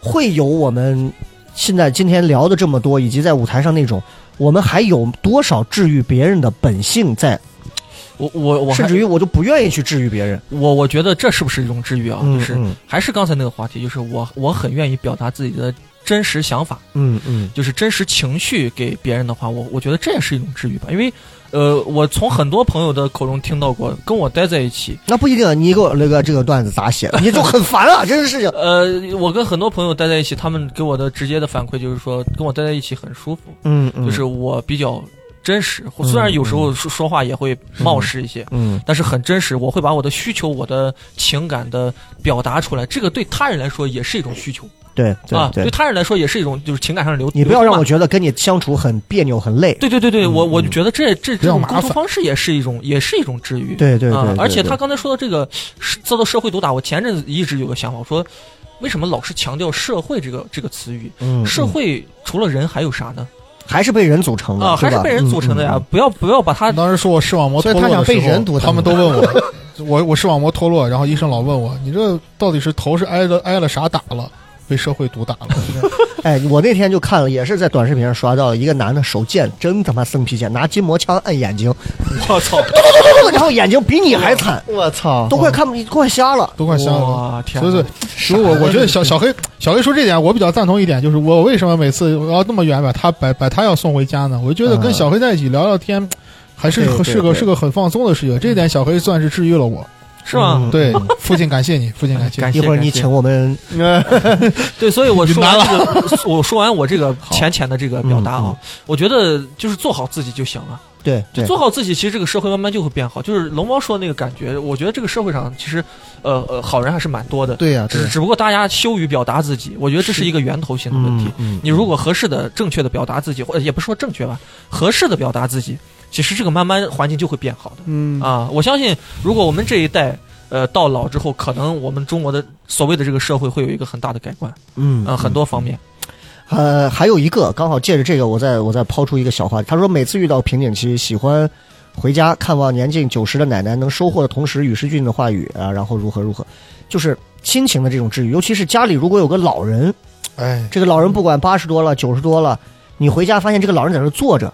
会有我们现在今天聊的这么多，以及在舞台上那种，我们还有多少治愈别人的本性在？我我我甚还至于我就不愿意去治愈别人。我我觉得这是不是一种治愈啊？嗯就是嗯还是刚才那个话题，就是我我很愿意表达自己的真实想法，嗯嗯就是真实情绪给别人的话，我我觉得这也是一种治愈吧。因为，呃，我从很多朋友的口中听到过，跟我待在一起，那不一定。啊你给我那个这个段子咋 写？你就很烦啊，这个事情。呃，我跟很多朋友待在一起，他们给我的直接的反馈就是说，跟我待在一起很舒服，嗯嗯，就是我比较真实，虽然有时候说说话也会冒失一些，嗯但是很真实，我会把我的需求、我的情感的表达出来，这个对他人来说也是一种需求对对啊，对对，他人来说也是一种就是情感上的流。你不要让我流动觉得跟你相处很别扭很累。对对对对，我我就嗯觉得这这比这较种麻沟烦通方式也是一种也是一种治愈。对对对啊对，而且对他刚才说的这个是遭到社会毒打，我前阵子一直有个想法，我说为什么老是强调社会这个这个词语？嗯，社嗯会除了人还有啥呢？还是被人组成的啊，是吧还是被人组成的呀嗯！不要不要把 它当时说我视网膜脱落的时候，所以他想被人毒打他们都问我，我我视网膜脱落，然后医生老问我，你这到底是头是挨了挨了啥打了，被社会毒打了？嗯哎，我那天就看了，也是在短视频上刷到一个男的手贱，真他妈生皮贱，拿筋膜枪按眼睛， 我操！然后眼睛比你还惨，我操都快看不快瞎了。都快瞎了。哇天所哪！以说，如果我觉得小小黑小黑说这点，我比较赞同一点，就是我为什么每次我要那么远把他把把他要送回家呢？我就觉得跟小黑在一起聊聊天，还是对对是个对是个很放松的事情。这一点小黑算是治愈了我。是吗？嗯对，父亲感谢你，父亲感谢你。感谢一会儿你感谢请我们，对，所以我说你完难这个，我说完我 这个浅浅的这个表达嗯啊，我觉得就是做好自己就行了。对对，做好自己，其实这个社会慢慢就会变好。就是龙猫说的那个感觉，我觉得这个社会上其实，呃呃，好人还是蛮多的。对呀、对只只不过大家羞于表达自己，我觉得这是一个源头性的问题。嗯你如果合适的、正确的表达自己，或者也不是说正确吧，合适的表达自己，其实这个慢慢环境就会变好的。嗯啊，我相信，如果我们这一代，呃，到老之后，可能我们中国的所谓的这个社会会有一个很大的改观，嗯啊，很多方面。呃，还有一个，刚好借着这个，我再我再抛出一个小话题。他说，每次遇到瓶颈期，喜欢回家看望年近九十的奶奶，能收获的同时，与时俱进的话语啊，然后如何如何，就是亲情的这种治愈。尤其是家里如果有个老人，哎，这个老人不管八十多了、九十多了，你回家发现这个老人在那儿坐着，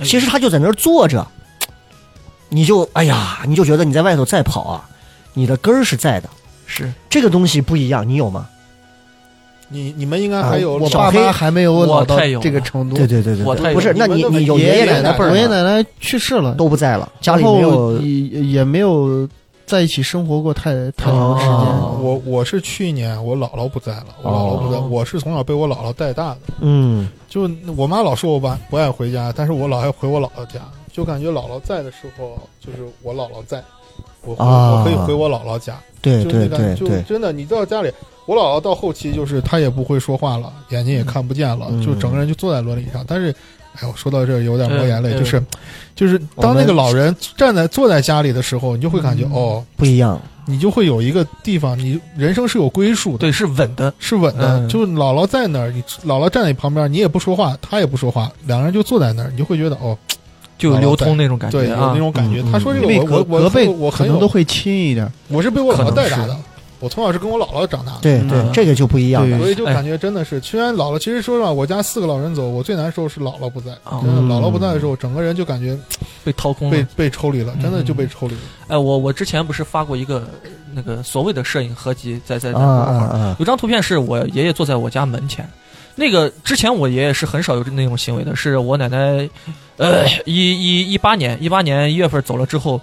哎其实他就在那儿坐着，你就哎呀，你就觉得你在外头再跑啊，你的根儿是在的。是这个东西不一样，你有吗？你你们应该啊还有我小爸黑妈还没有我老到这个程度，对对对对我对，太不是，有那你我你有爷爷爷爷奶奶辈儿我爷爷呢奶奶去世了，都不在了，家里然后没有也也没有在一起生活过太太长时间。哦我我是去年我姥姥不在了，我姥姥不在，哦我是从小被我姥姥带大的。嗯，就我妈老说我晚不爱回家，但是我老爱回我姥姥家。就感觉姥姥在的时候，就是我姥姥在，我回、啊我可以回我姥姥家，对就是对那感对觉，就对，真的，你到家里，我姥姥到后期就是她也不会说话了，眼睛也看不见了，嗯就整个人就坐在轮椅上。但是，哎呦，说到这儿有点抹哎眼泪，嗯就是，就是当那个老人站在坐在家里的时候，你就会感觉、嗯哦，不一样。你就会有一个地方，你人生是有归属的。对，是稳的。是稳的，嗯就是姥姥在那儿，你姥姥站在你旁边，你也不说话，她也不说话，两个人就坐在那儿，你就会觉得哦，就有流通那种感对，觉有啊那，种感觉。嗯她说这个因为我隔我我隔辈我可很能有都会亲一点。我是被我姥姥带可大能的，我从小是跟我姥姥长大的。对嗯对，这个就不一样了。所以就哎感觉真的是，虽然姥姥，其实说实话，我家四个老人走，我最难受是姥姥不在。啊真的，嗯姥姥不在的时候，整个人就感觉被掏空被了。被抽离了，真的就被抽离了。哎，我我之前不是发过一个呃那个所谓的摄影合集，在在在啊啊那块儿啊！有张图片是我爷爷坐在我家门前，那个之前我爷爷是很少有那种行为的，是我奶奶，呃，一一一八年一八年一月份走了之后，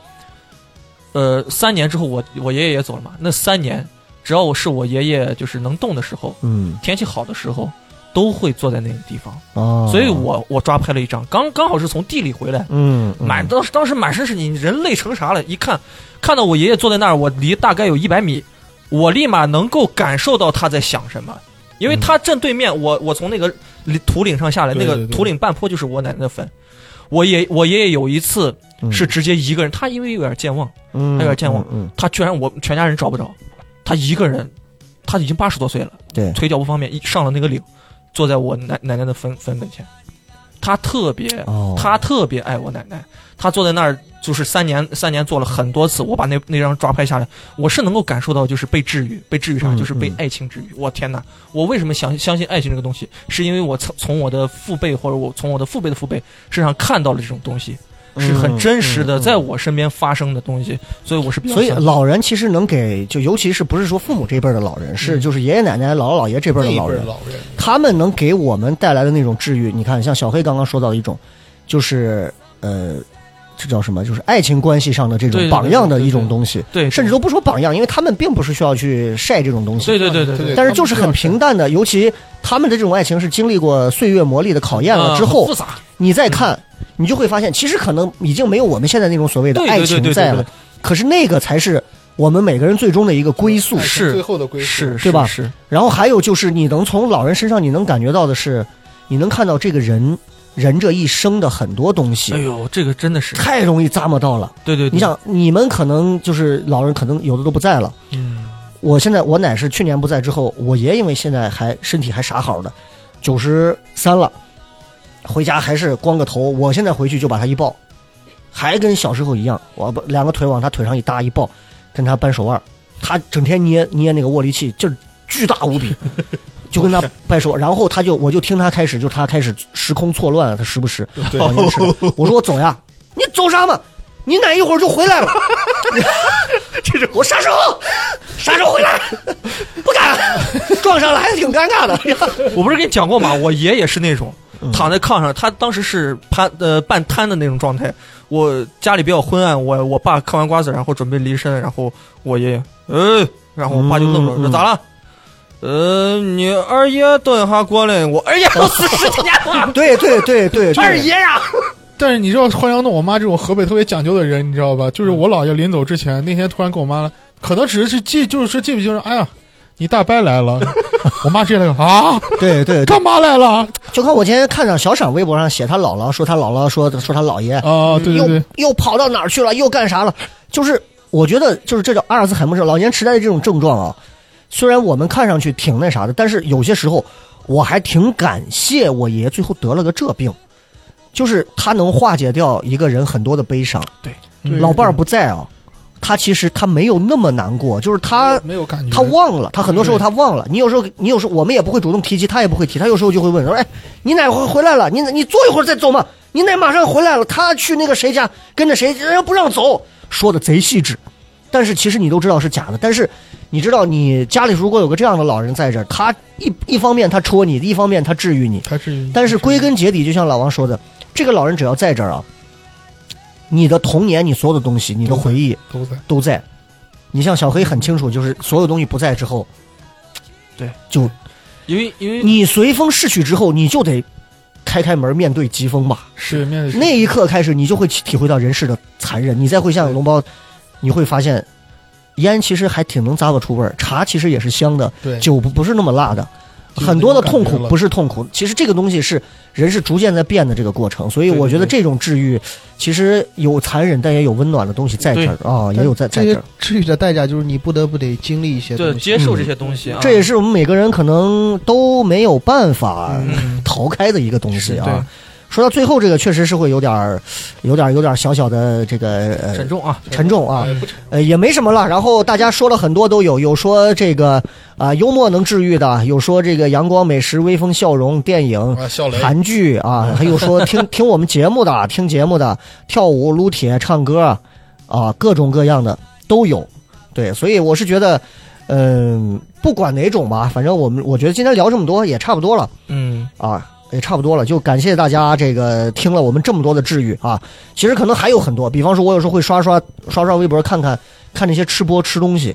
呃，三年之后我我爷爷也走了嘛，那三年只要我是我爷爷就是能动的时候，嗯天气好的时候，都会坐在那个地方，哦，所以我我抓拍了一张，刚刚好是从地里回来。嗯嗯满当时当时满身是泥，人累成啥了？一看，看到我爷爷坐在那儿，我离大概有一百米，我立马能够感受到他在想什么，因为他正对面，我我从那个里土岭上下来，嗯对那个对对土岭半坡就是我奶奶的坟。我爷我爷爷有一次嗯是直接一个人，他因为有点健忘，嗯还有点健忘嗯，嗯他居然我全家人找不着，他一个人，他已经八十多岁了，对腿脚不方便，一上了那个岭，坐在我奶奶奶的坟坟门前，他特别哦，他特别爱我奶奶，他坐在那儿就是三年三年做了很多次，我把那那张抓拍下来，我是能够感受到就是被治愈，被治愈啥，嗯就是被嗯爱情治愈。我天哪，我为什么相相信爱情这个东西？是因为我从从我的父辈或者我从我的父辈的父辈身上看到了这种东西，是很真实的，嗯嗯嗯在我嗯身边发生的东西，所以我是比较所以相信老人其实能给，就尤其是不是说父母这辈儿的老人，嗯是就是爷爷奶奶、姥姥姥爷这辈儿那的一辈老儿人，老人，他们能给我们带来的那种治愈，你看，像小黑刚刚说到的一种，就是呃，这叫什么？就是爱情关系上的这对种对榜样的对对一种对东西，对，甚至都不说榜样，因为他们并不是需要去晒这种东西，对对对对对对，但是就是很平淡的，尤其他们的这种爱情是经历过岁月磨砺的考验了之啊后复，杂，你再看，你就会发现，其实可能已经没有我们现在那种所谓的对对爱对情对在对了对，可是那个才是我们每个人最终的一个归宿爱。情嗯是最后的归宿，是是对吧 是，然后还有就是，你能从老人身上你能感觉到的是，你能看到这个人人这一生的很多东哎西，呦，这个真的是，太容易咂摸到了。对对，对你，想，你们可能就是老人，可能有的都不在了。嗯，我现在我奶是去年不在之后，我爷因为现在还身体还啥好的，九十三了，回家还是光个头。我现在回去就把他一抱，还跟小时候一样，我把两个腿往他腿上一搭一抱，跟他扳手腕儿，他整天捏捏那个握力器，劲儿巨大无比，就跟他掰手腕儿。然后他就我就听他开始，就他开始时空错乱了，他时不时对往前吃我说我走呀，你走啥嘛？你奶一会儿就回来了。 这是我啥时候？啥时候回来？不 敢，撞上了还挺尴尬的。 我不是跟你讲过吗？我爷也是那种躺在炕上，他当时是瘫呃半瘫的那种状态。我家里比较昏暗，我我爸嗑完瓜子，然后准备离身，然后我爷爷，呃，然后我爸就愣了，嗯嗯，说咋了？呃，你二爷等一下过来，我二爷都四十年了对对对 对，二爷呀，但是你知道换杨栋我妈这种河北特别讲究的人，你知道吧？就是我姥爷临走之前那天突然跟我妈了，可能只是记，就是说记不清楚。哎呀，你大伯来了，我妈直接来个啊，对对对，干嘛来了？就看我今天看上小闪微博上写他姥姥，说他姥姥说说他姥爷，啊，对对又对，又跑到哪儿去了，又干啥了？就是我觉得就是这叫阿尔兹海默症，老年痴呆的这种症状啊，虽然我们看上去挺那啥的，但是有些时候我还挺感谢我爷最后得了个这病。就是他能化解掉一个人很多的悲伤。对老伴儿不在啊，他其实他没有那么难过，就是他没有感觉，他忘了，他很多时候他忘了。你有时候你有时候我们也不会主动提及，他也不会提，他有时候就会问说：“哎，你奶回回来了？你你坐一会儿再走嘛？你奶马上回来了，他去那个谁家跟着谁，人家不让走，说的贼细致。”但是其实你都知道是假的，但是你知道你家里如果有个这样的老人在这儿，他一一方面他戳你，一方面他治愈你，他是，但是归根结底，就像老王说的，这个老人只要在这儿啊，你的童年，你所有的东西，你的回忆都在，都在。你像小黑很清楚，就是所有东西不在之后，对，就因为因为嗯你随风逝去之后，你就得开开门面对疾风吧。是面对那一刻开始，你就会体会到人世的残忍。你再会像龙包，你会发现，烟其实还挺能咂巴出味儿，茶其实也是香的，对酒不不是那么辣的。就很多的痛那种感苦觉了不是痛苦，其实这个东西是人是逐渐在变的这个过程，所以对我觉得对这种治愈其实有残忍，但也有温暖的东西在这儿啊，也有在在这这些儿。治愈的代价就是你不得不得经历一些对东西。，接受这些东西啊，这也是我们每个人可能都没有办法嗯逃开的一个东西对啊。说到最后，这个确实是会有点儿，有点儿，有点儿小小的这个呃沉重啊，沉重啊，哎不呃，也没什么了。然后大家说了很多，都有有说这个啊、幽默能治愈的，有说这个阳光、美食、微风、笑容、电影、啊，笑雷韩剧啊，还有说 听听我们节目的、啊听节目的、跳舞、撸铁、唱歌啊，各种各样的都有。对，所以我是觉得，嗯、不管哪种吧，反正我们我觉得今天聊这么多也差不多了。嗯，啊，也差不多了，就感谢大家这个听了我们这么多的治愈啊。其实可能还有很多，比方说，我有时候会刷刷刷刷微博，看看看那些吃播吃东西，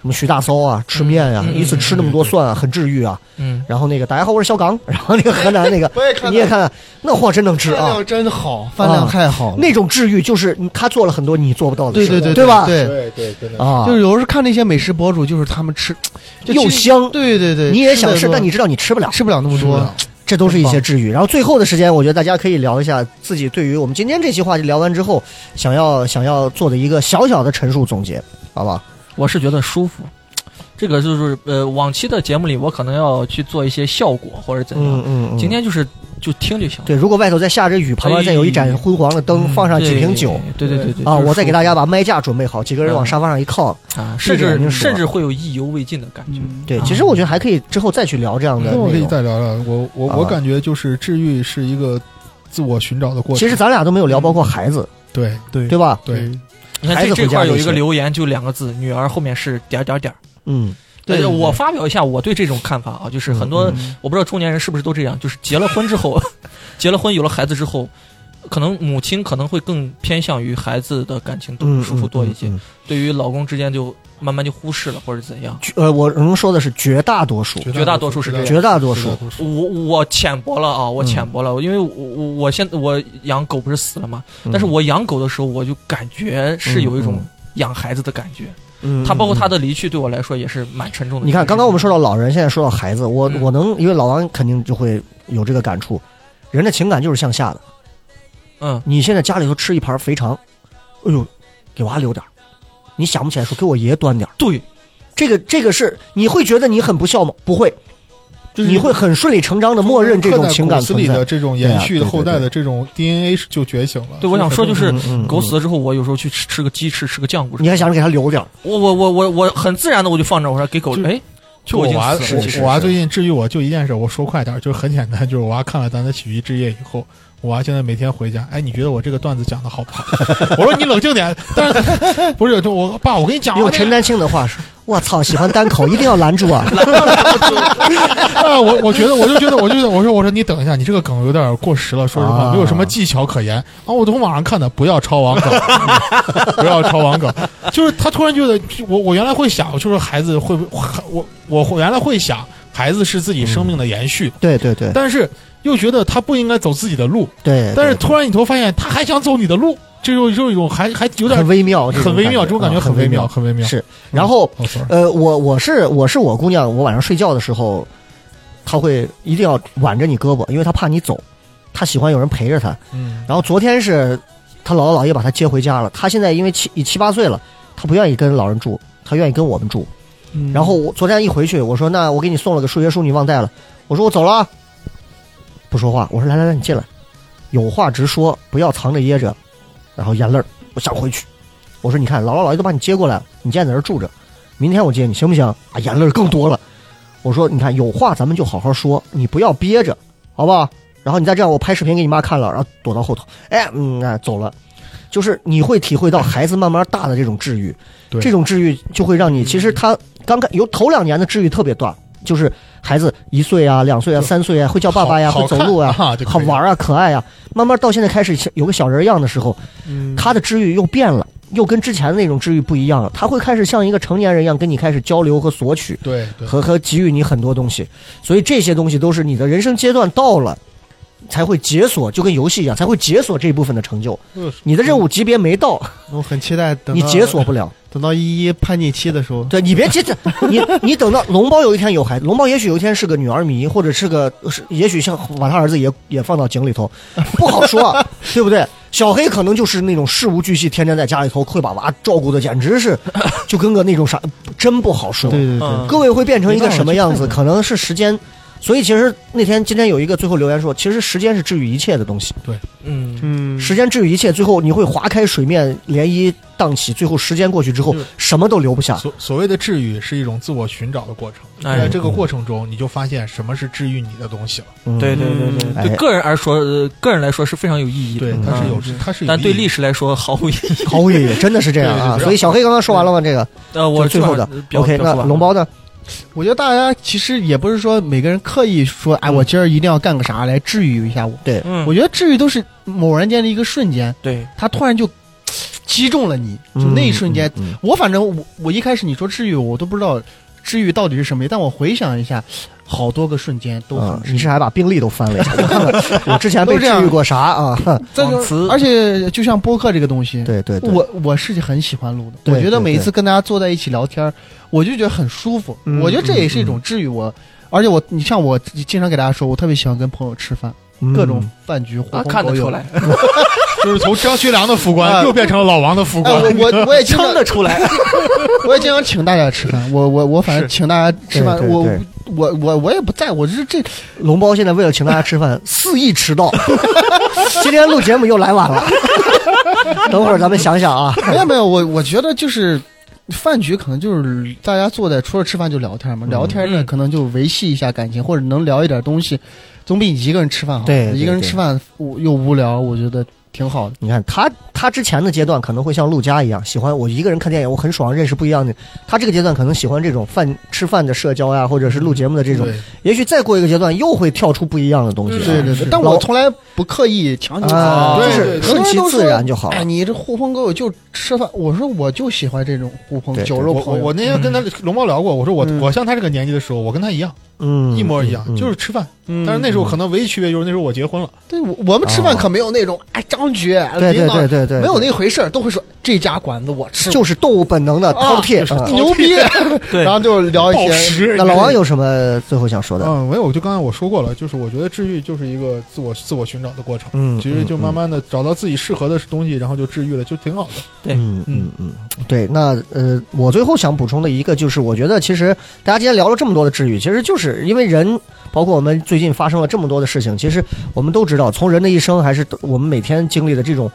什么徐大骚啊，吃面呀、嗯嗯一次吃那么多蒜啊，很治愈啊。嗯，然后那个大家好，我是小刚，然后那个河南那个我也看你也看看，那货真能吃饭啊。量真好，饭量太好了。那种治愈就是你他做了很多你做不到的对事，对对对吧？对，对对，真的啊，就是有时候看那些美食博主，就是他们吃，就又其实香对对对，你也想得吃，多但你知道你吃不了。吃不了那么是多的。这都是一些治愈。然后最后的时间，我觉得大家可以聊一下自己对于我们今天这期话题聊完之后，想要想要做的一个小小的陈述总结，好不好？我是觉得舒服。这个就是呃，往期的节目里，我可能要去做一些效果或者怎样。嗯今天就是就听就行了。对，如果外头再下着雨，旁边再有一盏昏黄的灯，嗯放上几对瓶酒。，对对对对啊，我再给大家家把麦架准备好，几个人往沙发上一靠。啊，甚这个肯定至是吧甚至会有意犹未尽的感觉。对，啊其实我觉得还可以之后再去聊这样的那嗯我可内以容。再聊聊。我我我啊感觉就是治愈是一个自我寻找的过程。其实咱俩都没有聊，包括孩子，对对对吧？对，你看孩子这这回家块有就一个行留言，就两个字，女儿后面是点儿点儿点儿。嗯，对呃对对我发表一下我对这种看法啊，就是很多嗯我不知道中年人是不是都这样，就是结了婚之后， 结了婚有了孩子之后，可能母亲可能会更偏向于孩子的感情嗯，都舒服多一些嗯。嗯，嗯对于老公之间就慢慢就忽视了或者怎样。绝呃，我能说的是绝大多数，绝大多数是这样绝大多数。我我浅薄了啊，我浅薄了，嗯因为我我我现我养狗不是死了吗？但是我养狗的时候，我就感觉是有一种嗯养孩子的感觉。嗯，它包括嗯它的离去，对我来说也是蛮沉重的。你看，刚刚我们说到老人，现在说到孩子，我嗯我能，因为老王肯定就会有这个感触，人的情感就是向下的。嗯，你现在家里头吃一盘肥肠，哎呦，给娃留点儿你想不起来说给我爷端点儿对，这个这个是你会觉得你很不孝吗？不会，就是嗯你会很顺理成章的默认这种情感刻在骨存子里在啊的。这种延续后代的这种 DNA 是就觉醒了。对，我想说就是嗯嗯嗯狗死了之后，我有时候去吃吃个鸡翅，吃个酱骨什么的，你还想着给他留点儿我我我我我很自然的我就放着，我说给狗就哎，就我娃，狗已经死了其实我我娃最近治愈我就一件事，我说快点儿，就是很简单，就是我娃看了咱的喜剧之夜以后，我娃现在每天回家，哎，你觉得我这个段子讲的好不 好？我说你冷静点，但是 不是，就我爸，我跟你讲啊，用陈丹青的话说，我操，喜欢单口一定要拦 住啊！啊， 我我觉得，我就觉得，我就觉得，我说我说你等一下，你这个梗有点过时了，说实话，啊没有什么技巧可言啊。我从网上看的，不要抄网梗， 不要抄网梗。就是他突然觉得，我我原来会想，就是孩子会不会，我我我原来会想，孩子是自己生命的延续，对对对但是又觉得他不应该走自己的路，哎对，但是突然你头发现他还想走你的路，这就就一种还还有对点很微妙，很微妙，这种感觉啊很很微妙，妙。很微妙。是，然后哦，sorry，呃，我我是我是我姑娘，我晚上睡觉的时候，她会一定要挽着你胳膊，因为她怕你走，她喜欢有人陪着她。嗯，然后昨天是她姥姥姥爷把她接回家了，她现在因为七七八岁了，她不愿意跟老人住，她愿意跟我们住。嗯然后我昨天一回去，我说那我给你送了个数学书，你忘带了。我说我走了啊，不说话。我说来来来，你进来，有话直说，不要藏着掖着。然后眼泪儿，我想回去。我说你看，姥姥姥爷都把你接过来了，你现在在这儿住着，明天我接你行不行？啊，眼泪儿更多了。我说你看，有话咱们就好好说，你不要憋着，好不好？然后你再这样，我拍视频给你妈看了，然后躲到后头，哎，嗯，哎，走了。就是你会体会到孩子慢慢大的这种治愈，对嗯这种治愈就会让你，其实他刚开有头两年的治愈特别大，就是孩子一岁啊、两岁啊、就三岁啊，会叫爸爸呀，好会好走看路 呀，啊，就可以好玩啊、可爱啊。慢慢到现在开始有个小人样的时候，嗯他的治愈又变了，又跟之前的那种治愈不一样了。他会开始像一个成年人一样跟你开始交流和索取，对对。和和给予你很多东西。所以这些东西都是你的人生阶段到了，才会解锁，就跟游戏一样，才会解锁这一部分的成就。嗯你的任务级别没到，我很期待等你到解锁不了。等到一一叛逆期的时候，对你别急着， 你你等到龙猫有一天有孩子，龙猫也许有一天是个女儿迷，或者是个是，也许像把他儿子也也放到井里头，不好说，对不对？小黑可能就是那种事无巨细，天天在家里头会把娃照顾的简直是，就跟个那种啥，真不好说。对对对嗯，各位会变成一个什么样没子？办法可能是时间，所以其实那天今天有一个最后留言说，其实时间是治愈一切的东西，嗯，嗯，时间治愈一切，最后你会划开水面，涟漪荡起，最后时间过去之后嗯，什么都留不下。所所谓的治愈是一种自我寻找的过程，哎在这个过程中，你就发现什么是治愈你的东西了。嗯对对对对，哎对个人而说，呃个人来说是非常有意义的，对，嗯它是有嗯，它是有但对历史，史来说毫无意义。毫无意义，真的是这样对对啊！对所以小黑刚刚说完了吗？这个呃，我就是最后的基本上比较 OK，比较那说完龙包了呢？我觉得大家其实也不是说每个人刻意说，哎，我今儿一定要干个啥来治愈一下我。嗯，我觉得治愈都是某人间的一个瞬间，对，他突然就击中了你，就那一瞬间。嗯，嗯我反正我我一开始你说治愈，我都不知道治愈到底是什么，但我回想一下，好多个瞬间都嗯很嗯治你愈。是还把病历都 翻了一下，我看看我之前被都治这样愈过啥啊？ 哼再忘词就而且就像播客这个东西，对对对，我我是很喜欢录的，对我觉对得每一对次跟大家坐在一起聊天儿，我就觉得很舒服。嗯我觉得这也是一种治愈我，而且我你像我经常给大家说，我特别喜欢跟朋友吃饭，嗯各种饭局狐啊，朋看得狗出友。来，就是从张学良的副官哎又变成了老王的副哎，官。我我我也 经常撑得出来。 我也经常请大家吃饭，我我我反正是请大家吃饭对，对我对我我我也不在乎，我是这龙包现在为了请大家吃饭，肆意迟到。 今天录节目又来晚了， 等会儿咱们想想啊。没有没有，我我觉得就是饭局可能就是大家坐在除了吃饭就聊天嘛，聊天呢嗯可能就维系一下感情，或者能聊一点东西，总比你一个人吃饭好。对对一个人吃饭我又无聊，我觉得挺好的。你看他，他之前的阶段可能会像陆佳一样，喜欢我一个人看电影，我很爽，认识不一样的。他这个阶段可能喜欢这种饭吃饭的社交呀，或者是录节目的这种。对也许再过一个阶段，又会跳出不一样的东西来。对对对，但老我从来不刻意强求自己，啊，对就是哦对很顺多人其都说自然就好了哎，。你这狐朋狗友就吃饭，我说我就喜欢这种狐朋对酒我肉我朋友。我那天跟他龙猫聊过，我说我嗯我像他这个年纪的时候，我跟他一样，嗯，一模一样，就是吃饭。嗯但是那时候可能唯一区别就是那时候我结婚了，对我我们吃饭哦可没有那种哎张局，对对领导对对对，没有那回事儿，都会说这家馆子我吃过，就是动物本能的饕餮。啊嗯牛逼。对 然，后就聊一暴些，食。那老王有什么最后想说的？嗯，没有，我就刚才我说过了，就是我觉得治愈就是一个自我自我寻找的过程。嗯，其实就嗯慢慢的找到自己适合的东西，然后就治愈了，就挺好的。嗯嗯嗯，对，那呃，我最后想补充的一个就是，我觉得其实大家今天聊了这么多的治愈，其实就是因为人，包括我们最近发生了这么多的事情，其实我们都知道，从人的一生还是我们每天经历的这种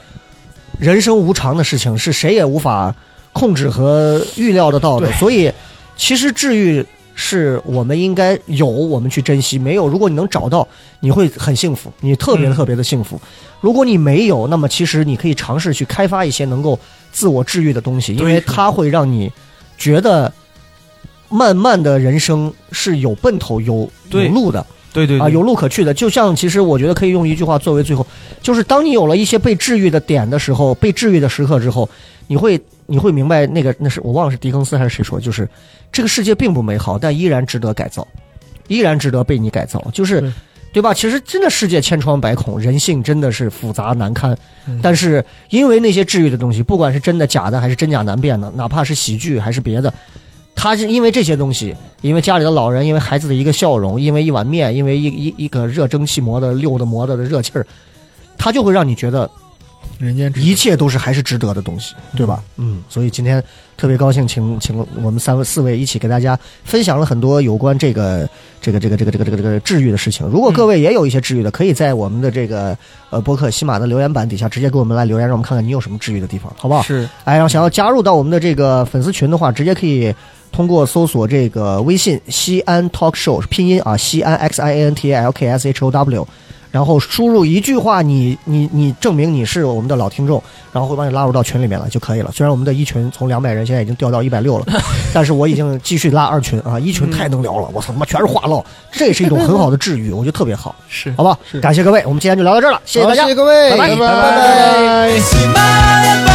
人生无常的事情，是谁也无法控制和预料得到的。对所以，其实治愈是我们应该有，我们去珍惜；没有，如果你能找到，你会很幸福，你特别嗯特别的幸福。如果你没有，那么其实你可以尝试去开发一些能够自我治愈的东西，因为对它会让你觉得慢慢的人生是有奔头、有有对路的。对对啊，对有路可去的。就像其实我觉得可以用一句话作为最后，就是当你有了一些被治愈的点的时候，被治愈的时刻之后，你会你会明白那个那是我忘了是狄更斯还是谁说，就是这个世界并不美好，但依然值得改造，依然值得被你改造，就是。嗯对对吧？其实真的世界千疮百孔，人性真的是复杂难堪。嗯但是因为那些治愈的东西，不管是真的假的，还是真假难辨的，哪怕是喜剧还是别的，他是因为这些东西，因为家里的老人，因为孩子的一个笑容，因为一碗面，因为一一一个热蒸汽磨的溜的磨的的热气儿，他就会让你觉得人间一切都是还是值得的东西，对吧？嗯，所以今天特别高兴请，请我们三位四位一起给大家分享了很多有关这个这个这个这个这个这个这个治愈的事情。如果各位也有一些治愈的，可以在我们的这个呃播客喜马的留言板底下直接给我们来留言，让我们看看你有什么治愈的地方，好不好？是哎，然后想要加入到我们的这个粉丝群的话，直接可以通过搜索这个微信西安 Talk Show 是拼音啊，西安 X I A N T A L K S H O W，然后输入一句话，你你你证明你是我们的老听众，然后会把你拉入到群里面来就可以了。虽然我们的一群从两百人现在已经掉到一百六 了，但是我已经继续拉二群啊，一嗯群太能聊了，我操他妈全是话唠，这也是一种很好的治愈，我觉得特别好，是好。吧？感谢各位，我们今天就聊到这儿了，谢谢大家，好谢谢各位，拜拜拜拜拜 See my advice.